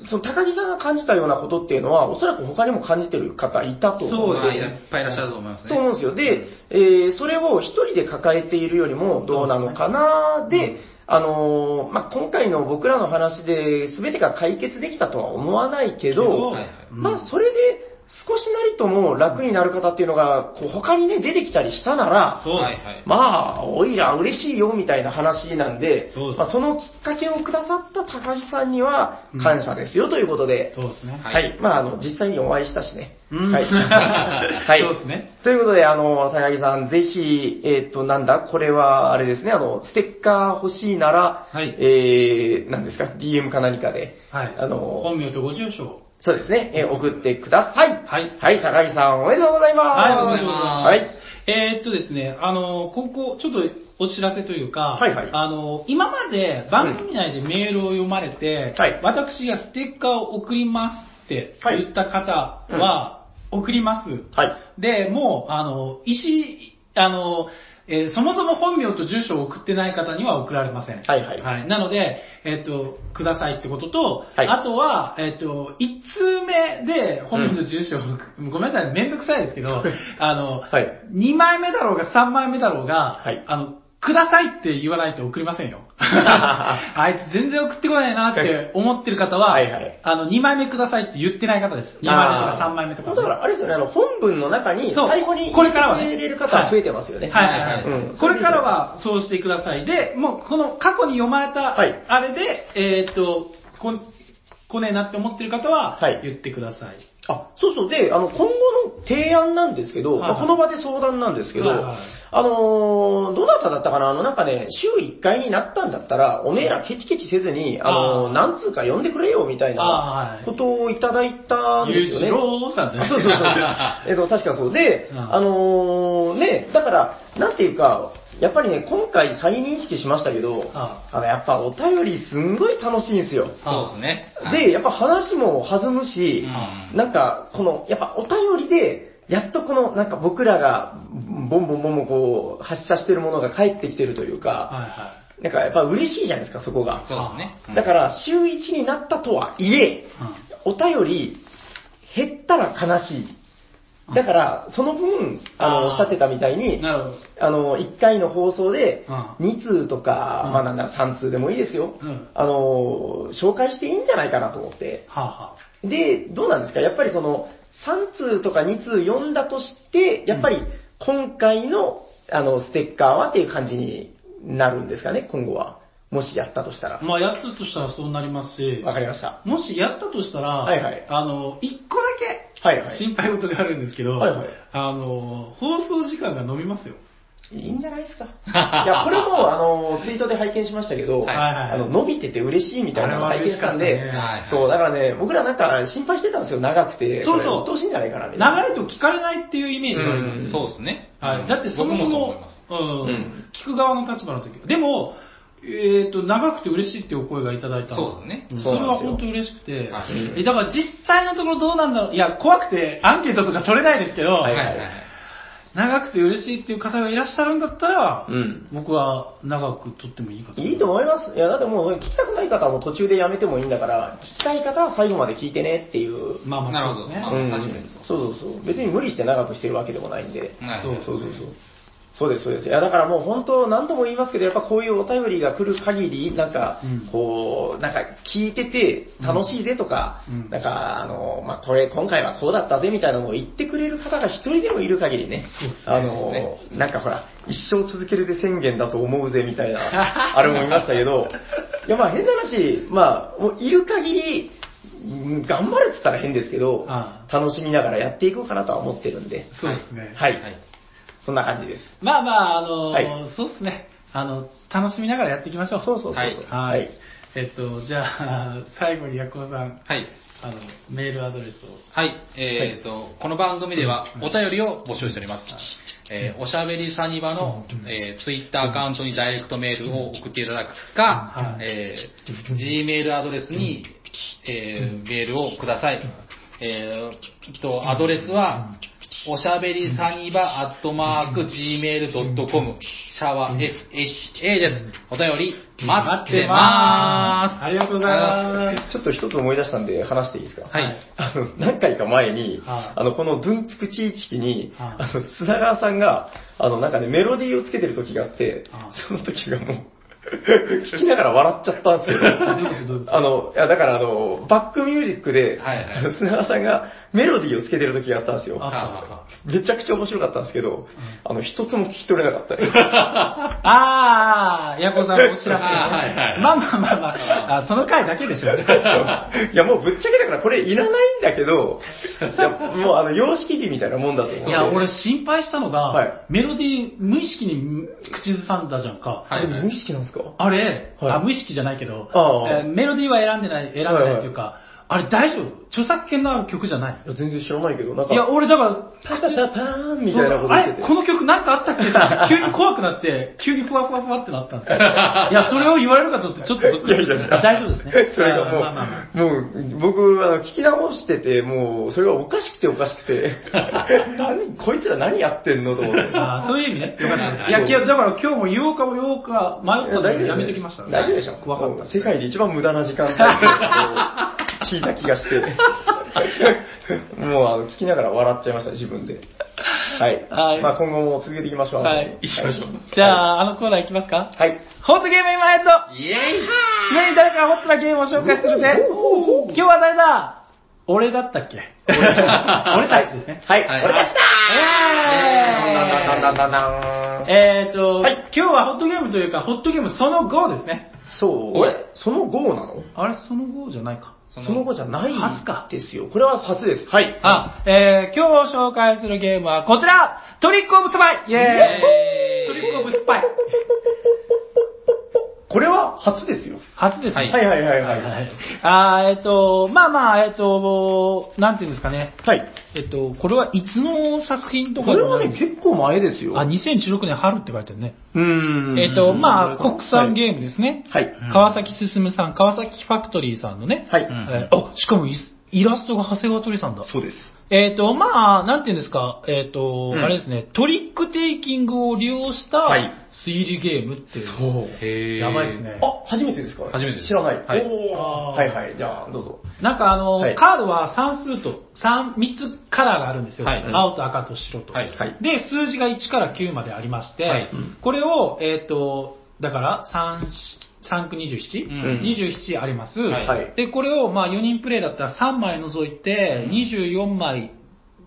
C: その高木さんが感じたようなことっていうのは、おそらく他にも感じてる方いたと思
A: そうで
C: の
B: まあ
A: す
B: いっ
A: ね
B: ぱいいらっしゃると思いますね。
C: と思うんですよ。で、えーそれを一人で抱えているよりもどうなのかなで、あのーまあ、今回の僕らの話で全てが解決できたとは思わないけど、
B: はいはい
C: まあ、それで少しなりとも楽になる方っていうのが、こう他にね、出てきたりしたなら、
A: そう
B: はい
A: で
B: はい。
C: まあ、おいら嬉しいよみたいな話なんで、
A: そうです
C: まあ、そのきっかけをくださった高木さんには感謝ですよということで、
A: す。そうですね。
B: はい
C: はい。まあ、あの、実際にお会いしたしね。
A: うん *laughs*
C: はい。はい。
A: そうですね。
C: ということで、あの、高木さん、ぜひ、えっ、と、なんだ、これは、あれですね、あの、ステッカー欲しいなら、
A: はい
C: えー、なんですか、DM か何かで、
A: はい。
C: あの
A: 本名とご住所を。
C: そうですね、えー送ってください。
A: はい
C: はい、高木さん、おめでとうございます。
A: はいおめでとうござい
B: ます
C: はい。
A: えーっとですね、あの、ここ、ちょっとお知らせというか、
C: はいはい
A: あの、今まで番組内でメールを読まれて、
C: はい
A: 私がステッカーを送りますって言った方は、送ります。
C: はい。
A: で、もう、あの、石、あの、えーそもそも本名と住所を送ってない方には送られません。
C: はいはい
A: なので、えっ、と、くださいってことと、
C: はい
A: あとは、えっ、と、1通目で本名と住所を、 *laughs* ごめんなさい、めんどくさいですけど、あの、
C: はい
A: 2枚目だろうが3枚目だろうが、
C: はい
A: あの、くださいって言わないと送りません
C: *laughs*
A: よ。あいつ全然送ってこないなって思ってる方は、
C: はいはい
A: あの、2枚目くださいって言ってない方です。2枚目とか3枚目とか。
C: だから、あれですよね、あの、本文の中に、
A: そう
C: 最後に、
A: これからはね
C: 入れる方は増えてますよね。
A: はいはいはい。
C: うん
A: これからはそうしてください。で、もうこの過去に読まれた、
C: はい
A: あれで、えーっと、こん来ねえなって思ってる方は
C: はい、
A: 言ってください。
C: あ、そうそう。で、あの、今後の提案なんですけど、
A: はいはい
C: まあこの場で相談なんですけど、
A: はいはい
C: あのーどなただったかなあの、なんかね、週1回になったんだったら、おめえらケチケチせずに、あのー
A: あー
C: 何通か呼んでくれよ、みた
A: あ
C: い
A: ーは
C: ないことをいただいたんですよね。
A: 郎さんじゃな
C: あ
A: い
B: *laughs*
C: そうそうそう。えっと、確かそう。で、
A: うん
C: あのーね、だから、なんていうか、やっぱりね、今回再認識しましたけど、あの、やっぱお便りすんごい楽しいんですよ。
B: そうですね。はい
C: で、やっぱ話も弾むし、
B: うん
C: なんか、この、やっぱお便りで、やっとこの、なんか僕らが、ボンボンボンボンこう、発射してるものが返ってきてるというか、
A: はいは
C: なんかやっぱ嬉しいじゃないですか、そこが。
B: そうですね。
C: だから、週1になったとはいえ、お便り、減ったら悲しい。だから、その分、あ
A: あー
C: の、おっしゃってたみたい
A: い。
C: に、
A: なるほど。
C: あの、1回の放送で
A: う、ん
C: 2通とか、
A: うん
C: まあなんだ、3通でもいいですよ。
A: うん
C: あの、紹介していいんじゃないかなと思って。
A: はあ、は
C: で、どうなんですかやっぱりその、3通とか2通読んだとして、やっぱり今回の、あの、ステッカーはっていう感じになるんですかね今後は。もしやったとしたら
A: あ。。まあ、やったとしたらそうなりますし、
C: わかりました。
A: もしやったとしたら、
C: はいはい
A: あの、1個だけ
C: はいはい。
A: 心配事があるんですけど、
C: はいはい
A: あの、放送時間が伸びますよ。
C: いいんじゃない
B: *laughs*
C: ですか。いや、これも、あの、ツイートで拝見しましたけど、
B: はい
C: あの、伸びてて嬉しいみたいなのを拝見したん
A: あ
C: で
A: れは嬉し、
B: かったね
C: そう、だからね、僕らなんか心配してたんですよ、長くて。
A: そうそう
C: これ鬱陶しいんじゃないかな、みたいな。
A: 流れと聞かれないっていうイメージがあります。
C: うん
B: そうですね。
A: はい、だってそもそ
B: 僕もそう
A: も、
B: 思います。
A: うん
C: うん
A: 聞く側の立場の時でも、えっ、と、長くて嬉しいっていうお声がいただいたの
B: そうですね
A: んそ
C: そう
A: れ
C: なん
A: は
C: ですよ
A: 本当嬉しくて、
B: はい
A: えだから実際のところどうなんだろう、いや、怖くてアンケートとか取れないですけど、
B: は
C: はいい
B: はいはい。
A: 長くて嬉しいっていう方がいらっしゃるんだったら、
C: うん。
A: 僕は長く取ってもいいかと
C: いいと思います。いや、だってもう、聞きたくない方はもう途中でやめてもいいんだから、聞きたい方は最後まで聞いてねっていう。
A: まあまあ、
B: なるほ
A: そ
B: ど
A: うです
B: まあ
A: ね。
C: うん
B: 確かに
C: そうそうそう。別に無理して長くしてるわけでもないんで。
B: はい
A: そう
C: そうそうそう。そうです、そうです。いや、だからもう本当、何度も言いますけど、やっぱこういうお便りが来る限り、なんか
A: うん、
C: こう、なんか聞いてて楽しいぜとか
A: うん、
C: なんか、あの、まあ、これ、今回はこうだったぜみたいなのを言ってくれる方が一人でもいる限りね
A: そうですね、
C: あ
B: そうで
C: の、なんかほら、一生続けるぜ宣言だと思うぜみたいな、あ *laughs* れも見ましたけど、いや、まあ変な話、まあ、もういる限り、うん頑張るっつったら変ですけど
A: あ、
C: 楽しみながらやっていこうかなとは思ってるんで。
A: そうですね。
C: はい。
B: はい
C: そんな感じです。
A: まあまあ、あの
C: は
A: そうですね。あの、楽しみながらやっていきましょう。
C: そうそうそうそう。
B: はい
A: はい。えっと、じゃあ、 *laughs* 最後にヤクオさん、
B: はい。
A: あの、メールアドレスを。
B: はい。えっ、と、この番組ではお便りを募集しております。えーおしゃべりサニバの、えー、ツイッターアカウントにダイレクトメールを送っていただくか
A: は、い
B: えー、Gmail アドレスに、えーメールをください。えー、と、アドレスは、おしゃべりサニバアットマーク Gmail.com シャワー SHA です。お便り待ってまーす。
A: ありがとうございます。
C: ちょっと一つ思い出したんで話していいですか
B: はい。
C: あの、何回か前に、
A: はい
C: あの、このドゥンツクチーチキに、
A: はい
C: あの、砂川さんが、あの、なんかね、メロディーをつけてる時があって
A: はい、
C: その時がもう、聞きながら笑っちゃったんで
A: ど
C: すけ
A: ういうことどういうこ
C: ど、あの、いや、だからあの、バックミュージックで、
B: はいはい
C: あの砂川さんがメロディーをつけてる時があったんです
A: あ
C: よ。
B: あ
C: めちゃくちゃ面白かったんですけど、あの、一つも聞き取れなかったです。
A: あー、ヤクオさんお知らせ、ね。
B: あーはいはい
A: まあまあまあまああ、その回だけでしょうね。
C: *laughs* いや、もうぶっちゃけだからこれいらないんだけど、いや、もうあの、様式美みたいなもんだと思うん
A: い
C: で。
A: や、俺心配したのが、
C: はい
A: メロディー無意識に口ずさんだじゃんか。
B: はいはい
C: 無意識なんですか
A: あれ、
C: はい
A: あ、無意識じゃないけど、
C: ああ
A: えーメロディーは選んでない、選んでないっていうか、あれ大丈夫著作権のある曲じゃない
C: いや、全然知らないけど、なん
A: い
C: か、
A: や、俺だから、
C: パタパターンみたいなことして
A: あ
C: て。
A: れこの曲なんかあったっけって急に怖くなって、急にふわふわふわってなったん
C: *laughs*
A: ですよ。いや、それを言われるかと思ってちょっとゾク
C: いや
A: ッとして
C: いやいや
A: 大丈夫ですね。
C: *laughs* それが
A: ま
C: もう、
A: あまあまあ
C: もう、僕、あの、聞き直してて、もう、それがおかしくておかしくて、
A: *laughs*
C: 何、こいつら何やってんのと思って。
A: ああそういう意味ね。よかった。
B: はい
A: いや、いやだから今日も言おうかも言おうか迷ったんだけどやめときました。
C: 大丈夫でしょ。
A: 怖かった。
C: 世界で一番無駄な
A: *laughs*
C: 時間帯を聞いた気がして、もうあの聞きながら笑っちゃいました、自分で。はい。
A: はい
C: まあ今後も続けていきましょう。
A: はい、行きましょ
C: は
A: う
C: い。
A: じゃあ、あのコーナー行きますか
C: はい。
A: ホットゲーム今ヘッド
B: ーイェイ
A: 締めに誰かがホットなゲームを紹介するぜ今日は誰だ俺だったっ *laughs* け *laughs* 俺たちですね。
C: はい。
B: はい
C: 俺たちだ
A: イエーイ
C: だんだんだんだんだんだん
A: えーと、
C: はい
A: 今日はホットゲームというか、ホットゲームその後ですね。
C: そう。
B: おい
C: えその後なの
A: あれ、その後じゃないか。
B: その
C: その後じゃない
A: 初か
C: ですよ。これは初です。はい。
A: あ、えー、今日紹介するゲームはこちらトリックオブスパイイェーイ
B: イエーイ
A: トリックオブスパイ
C: これは初ですよ。
A: 初ですね。
B: はい
C: はいはいはい
A: は。いあー、えっ、と、まあまあ、えっ、と、なんていうんですかね。
C: はい。
A: えっ、と、これはいつの作品とか
C: これはね、
A: 構。
C: 結構前ですよ。
A: あ、2016年春って書いてあるね。
C: うーん
A: えっ、と、まあ、国産ゲームですね。
C: はいはい
A: 川崎進さん、川崎ファクトリーさんのね。
C: はい。
B: うん
A: えーあ、しかもイスイラストが長谷川鳥さんだ。
C: そうです。
A: えっ、と、まあ、なんていうんですか、えっ、と、
C: うん
A: あれですね、トリックテイキングを利用した
C: はい
A: 推理ゲームっていう。
C: そう。
B: へー
A: やばいですね。
C: あ、初めてですか
B: 初めてです
C: 知らない。
B: はい
C: おー
A: あー
C: はいはい。じゃあ、どうぞ。
A: なんかあの、
C: はい
A: カードは算数と、3、三つカラーがあるんですよ。
B: はい
A: 青と赤と白と、
B: はい
C: はい
A: で、数字が1から9までありまして、
B: はい
C: うん
A: これを、えっ、と、だから、3、3区27、
B: うん
A: 27あります。
B: はい
C: はい
A: で、これを、まあ、4人プレイだったら3枚除いて、24枚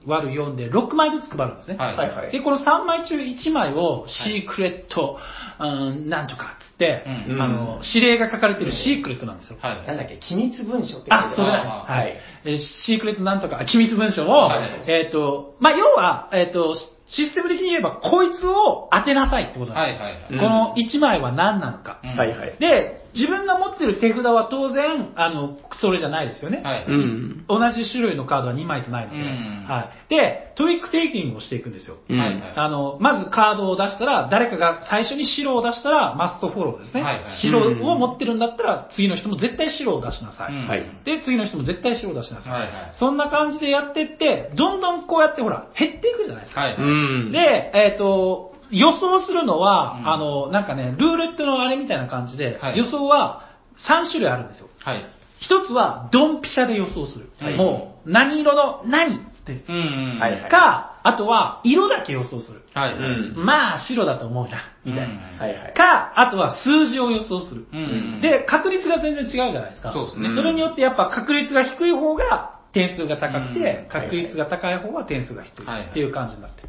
A: 割る4で、6枚ずつ配るんですね。
B: はい
C: はいはい。
A: で、この3枚中1枚をシークレット、うんなんとかっつって、
B: うん
A: あの、指令が書かれてるシークレットなんですよ。
B: はい。
C: なんだっけ、機密文書って書いて
A: あ
C: る、
A: それだ。
B: あ
A: はい。えーシークレットなんとか、機密文書を、
B: はい
A: えっ、と、まあ、要は、えっ、と、システム的に言えば、こいつを当てなさいってことなん
B: は
A: で
B: い
A: す。
B: はいはい。
A: この1枚は何なのか。
B: うん
C: はいはい。
A: で、自分が持ってる手札は当然、あの、それじゃないですよね。
B: はい。
D: うん。
A: 同じ種類のカードは2枚とないので、
B: うん
A: はい。で、トリックテイキングをしていくんですよ。
D: うん
B: はいはい
A: あの、まずカードを出したら、誰かが最初に白を出したら、マストフォローですね。
B: はいはい
A: 白を持ってるんだったら、次の人も絶対白を出しなさい。
B: うん
D: はい
A: で、次の人も絶対白を出しなさい。
B: はいはい
A: そんな感じでやってって、どんどんこうやってほら、減っていくじゃないですか。
B: はい。
D: うん。
A: で、えっ、と、予想するのは、
B: うん
A: あの、なんかね、ルーレットのあれみたいな感じで、
B: はい
A: 予想は3種類あるんですよ。
B: はい。
A: 一つは、ドンピシャで予想する。
B: はい
A: もう、何色の何って。
B: うんうん。
C: はいはい
A: か、あとは、色だけ予想する。
B: はい。
C: う
B: はい。
C: ん。
A: まあ、白だと思うな、みたいな。
B: な
C: はいはい。
A: か、あとは数字を予想する。
B: うんうん。、
A: で、確率が全然違うじゃないですか。
B: そうですね
A: それによってやっぱ確率が低い方が点数が高く
B: うん
A: て、確率が高い方が点数が低
B: はいはい
A: いっていう感じになってる。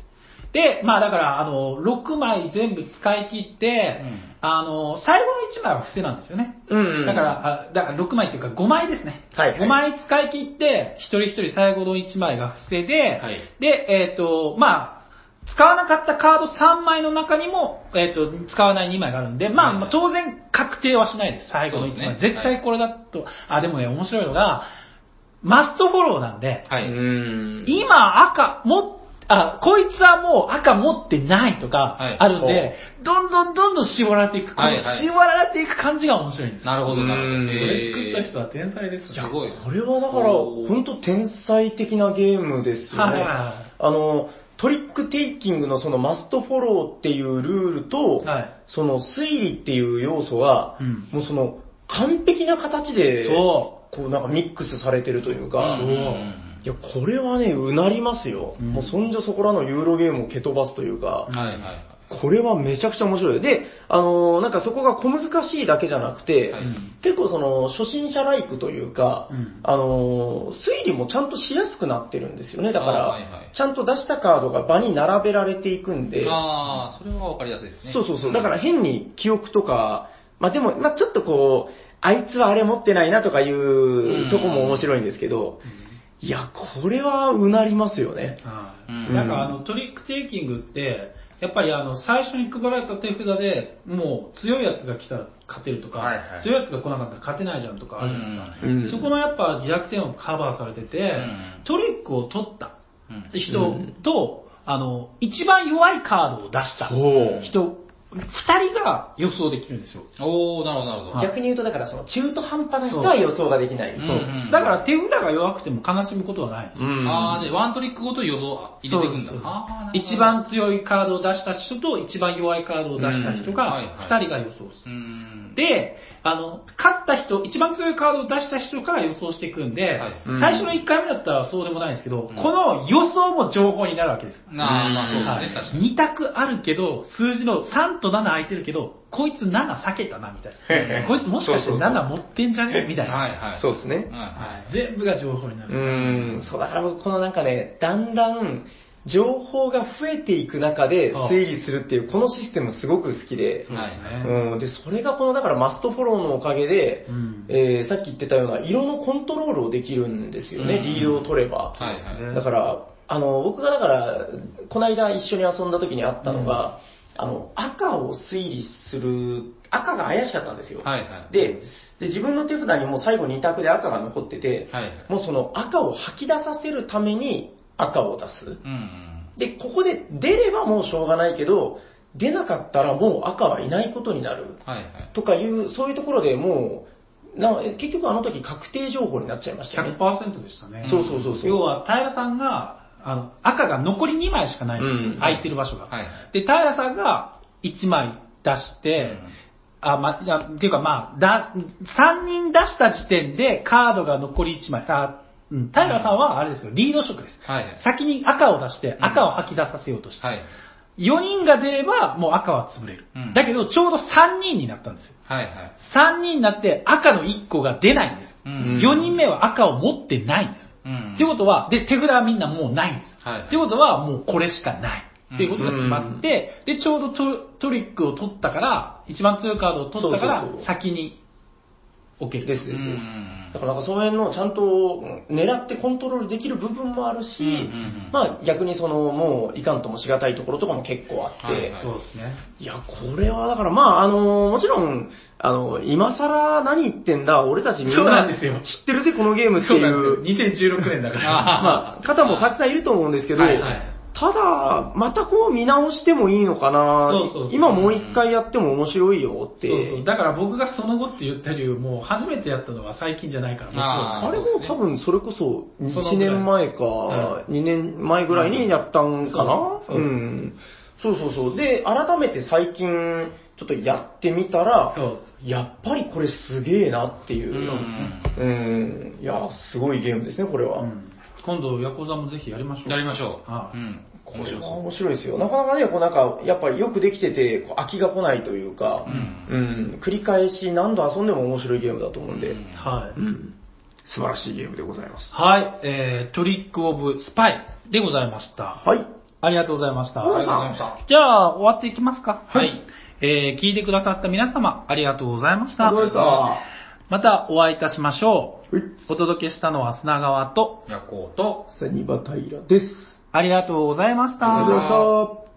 A: で、まあだから、あの、6枚全部使い切って
B: うん、
A: あの、最後の1枚は伏せなんですよね。
C: うん
A: だから、あだから6枚っていうか5枚ですね。
C: はいはい
A: 5枚使い切って、一人一人最後の1枚が伏せで、
B: はい
A: で、えっ、と、まあ、使わなかったカード3枚の中にも、えっ、と、使わない2枚があるんで、まあ、
B: はいはい
A: 当然確定はしないです。最後の1
B: そう
A: 枚。
B: ですね
A: 絶対これだと、あ、でもね、面白いのが、マストフォローなんで、
B: は
C: う
B: い。
C: ん。
A: 今赤もっあ、こいつはもう赤持ってないとか
B: はい
A: あるんで、どんどんどんどん絞られていく、この
B: はいはい
A: 絞られていく感じが面白いんですよ
B: なるほど、なるほ
C: うん
B: ど。
A: これ
B: えー
A: 作った人は天才ですね。
B: すごい。
C: これはだから、本当天才的なゲームですよ
A: はい
C: ね
A: はい。
C: あの、トリックテイキングのそのマストフォローっていうルールと、
A: はい
C: その推理っていう要素は、
A: うん
C: もうその完璧な形で、
A: そ
C: こうなんかミックスされてるというか、
B: うん
C: いや、これはね、うなりますよ。
A: うん
C: もうそんじょそこらのユーロゲームを蹴飛ばすというか、
B: はいはいはい。
C: これはめちゃくちゃ面白い。で、あのーなんかそこが小難しいだけじゃなくて、
B: はい
C: 結構その初心者ライクというか、
A: うん
C: あのー推理もちゃんとしやすくなってるんですよね。だから、
B: あーはいはい
C: ちゃんと出したカードが場に並べられていくんで、
B: ああ、それはわかりやすいですね。
C: そうそうそう。だから変に記憶とか、まあでも、まあちょっとこう、あいつはあれ持ってないなとかい
B: ん
C: うとこも面白いんですけど、いや、これはうなりますよね。
A: はい
B: うん
A: なんかあのトリックテイキングって、やっぱりあの最初に配られた手札でもう強いやつが来たら勝てるとか、
B: はいはい
A: 強いやつが来なかったら勝てないじゃんとかあるんですか、
C: うん
A: そこのやっぱ弱点をカバーされてて、
B: ん
A: トリックを取った
B: うん。
A: 人と、あの一番弱いカードを出した
C: そう
A: 人、2人が予想できるんですよ。
B: おー、なるほど、なるほど。
C: 逆に言うと、だからその中途半端な人は予想ができない。
B: うんうん
A: だから手札が弱くても悲しむことはないんですよ
C: うん
B: ああ、で、ワントリックごと予想あ入れていくん
A: そうです
B: だ
A: そうです。
B: あーなるほど
A: 一番強いカードを出した人と一番弱いカードを出した人
B: うんはい
A: が
B: はい
A: 2人が予想する。
B: うん。
A: で、あの、勝った人、一番強いカードを出した人から予想していくんで、
B: はい
C: うん
A: 最初の1回目だったらそうでもないんですけど、
B: ん
A: この予想も情報になるわけです。
B: なあ、ま
C: うん
B: あそうですね、確かに。
A: 2択あるけど、数字の3と7空いてるけど、こいつ7避けたな、みたいな。こいつもしかして
C: そうそうそう
A: 7持ってんじゃねみたいな。
B: はいはい。
C: そうですね。
B: は
A: はい全部が情報にな
C: う
A: る。
C: ーん、そうだから僕このなんかね、だんだん情報が増えていく中で
A: ああ
C: 推理するっていう、このシステムすごく好きで
B: い、はい。はい。
C: うん、で、それがこのだからマストフォローのおかげで、
A: うん
C: えーさっき言ってたような色のコントロールをできるんですよね、
B: うん
C: リードを取れば。
B: はいはい。
C: だから、あの、僕がだから、この間一緒に遊んだ時にあったのが、あの、赤を推理する、赤が怪しかったんですよ。
B: はいはい。
C: でで、自分の手札にもう最後2択で赤が残ってて、
B: はいはい。
C: もうその赤を吐き出させるために赤を出す。
B: うんうん。
C: で、ここで出ればもうしょうがないけど、出なかったらもう赤はいないことになる。
B: はいはい。
C: とかいう、そういうところでもう、な結局あの時確定情報になっちゃいましたよね。
A: 100%でしたね。
C: そうそうそうそう。
A: 要は平さんがあの赤が残り2枚しかないんですよ、
C: うん
A: 空いてる場所が、
B: はい
A: で平さんが1枚出して、あま、あっていうかまあだ3人出した時点でカードが残り1枚あ、うん、平さんはあれですよリード色です、
B: はいはい。
A: 先に赤を出して赤を吐き出させようとして、
B: はい。
A: 4人が出ればもう赤は潰れる、
B: うん
A: だけどちょうど3人になったんですよ
B: はいはい。
A: 3人になって赤の1個が出ないんです、
B: うん
A: 4人目は赤を持ってないんです、
B: うん。
A: ってことは、で、手札はみんなもうないんです。
B: はい
A: ってことは、もうこれしかない。っていうことが決まって、で、ちょうどトトリックを取ったから、一番強いカードを取ったか
C: そうそう
A: ら
C: そ、う
A: 先に置ける。
C: です
B: う
C: で
B: ん
C: すです。だからなんかその辺のちゃんとうん狙ってコントロールできる部分もあるし、
B: うんうんうん
C: まあ逆にそのもういかんともしがたいところとかも結構あって、
B: はいはい
A: そうですね。
C: いや、これはだから、まあ、あの、もちろん、あの、今更何言ってんだ、俺たちみんな
A: そうなんですよ
C: 知ってるぜ、このゲームって
A: そ
C: いう
A: な
C: う、
A: んですよ。2016年だから。
C: *laughs* まあ、方もたくさんいると思うんですけど、
A: はいはい
C: ただ、またこう見直してもいいのかな
A: そうそうそう
C: 今もう一回やっても面白いよって。
A: そうそう。だから僕がその後って言った理由、もう初めてやったのは最近じゃないから、もちろん。
B: あ
C: あれも
B: そうですね
C: 多分それこそ
A: その
C: 1
A: ぐらい
C: 年前か2年前ぐらいにやったんかな
A: うん
C: うん。そうそうそう。で、改めて最近ちょっとやってみたら
A: そ、
C: やっぱりこれすげえなっていう。
B: うん
C: うん。いや、すごいゲームですね、これは。
A: うん今度、ヤコザもぜひやりましょう。
B: やりましょう。
A: はい
B: うん。
C: これは面白いですよ。なかなかね、こうなんか、やっぱりよくできてて、こう飽きが来ないというか、うん、繰り返し何度遊んでも面白いゲームだと思うんで、
B: うん
A: はい。
C: うん、素晴らしいゲームでございます。
A: はい、えー、トリックオブスパイでございました。
C: はい。
A: ありがとうございました。
C: ありがとうございました
B: した。
A: じゃあ、終わっていきますか。
B: はい。
A: えー、聞いてくださった皆様、ありがとうございまし
C: あ
A: た
C: り。がとうございまし
A: またお会いいたしましょ
C: はい。
A: う。お届けしたのは砂川と、
B: 夜行と、
C: サニバタイラです。
A: ありがとうございました。
C: ありがとうございました。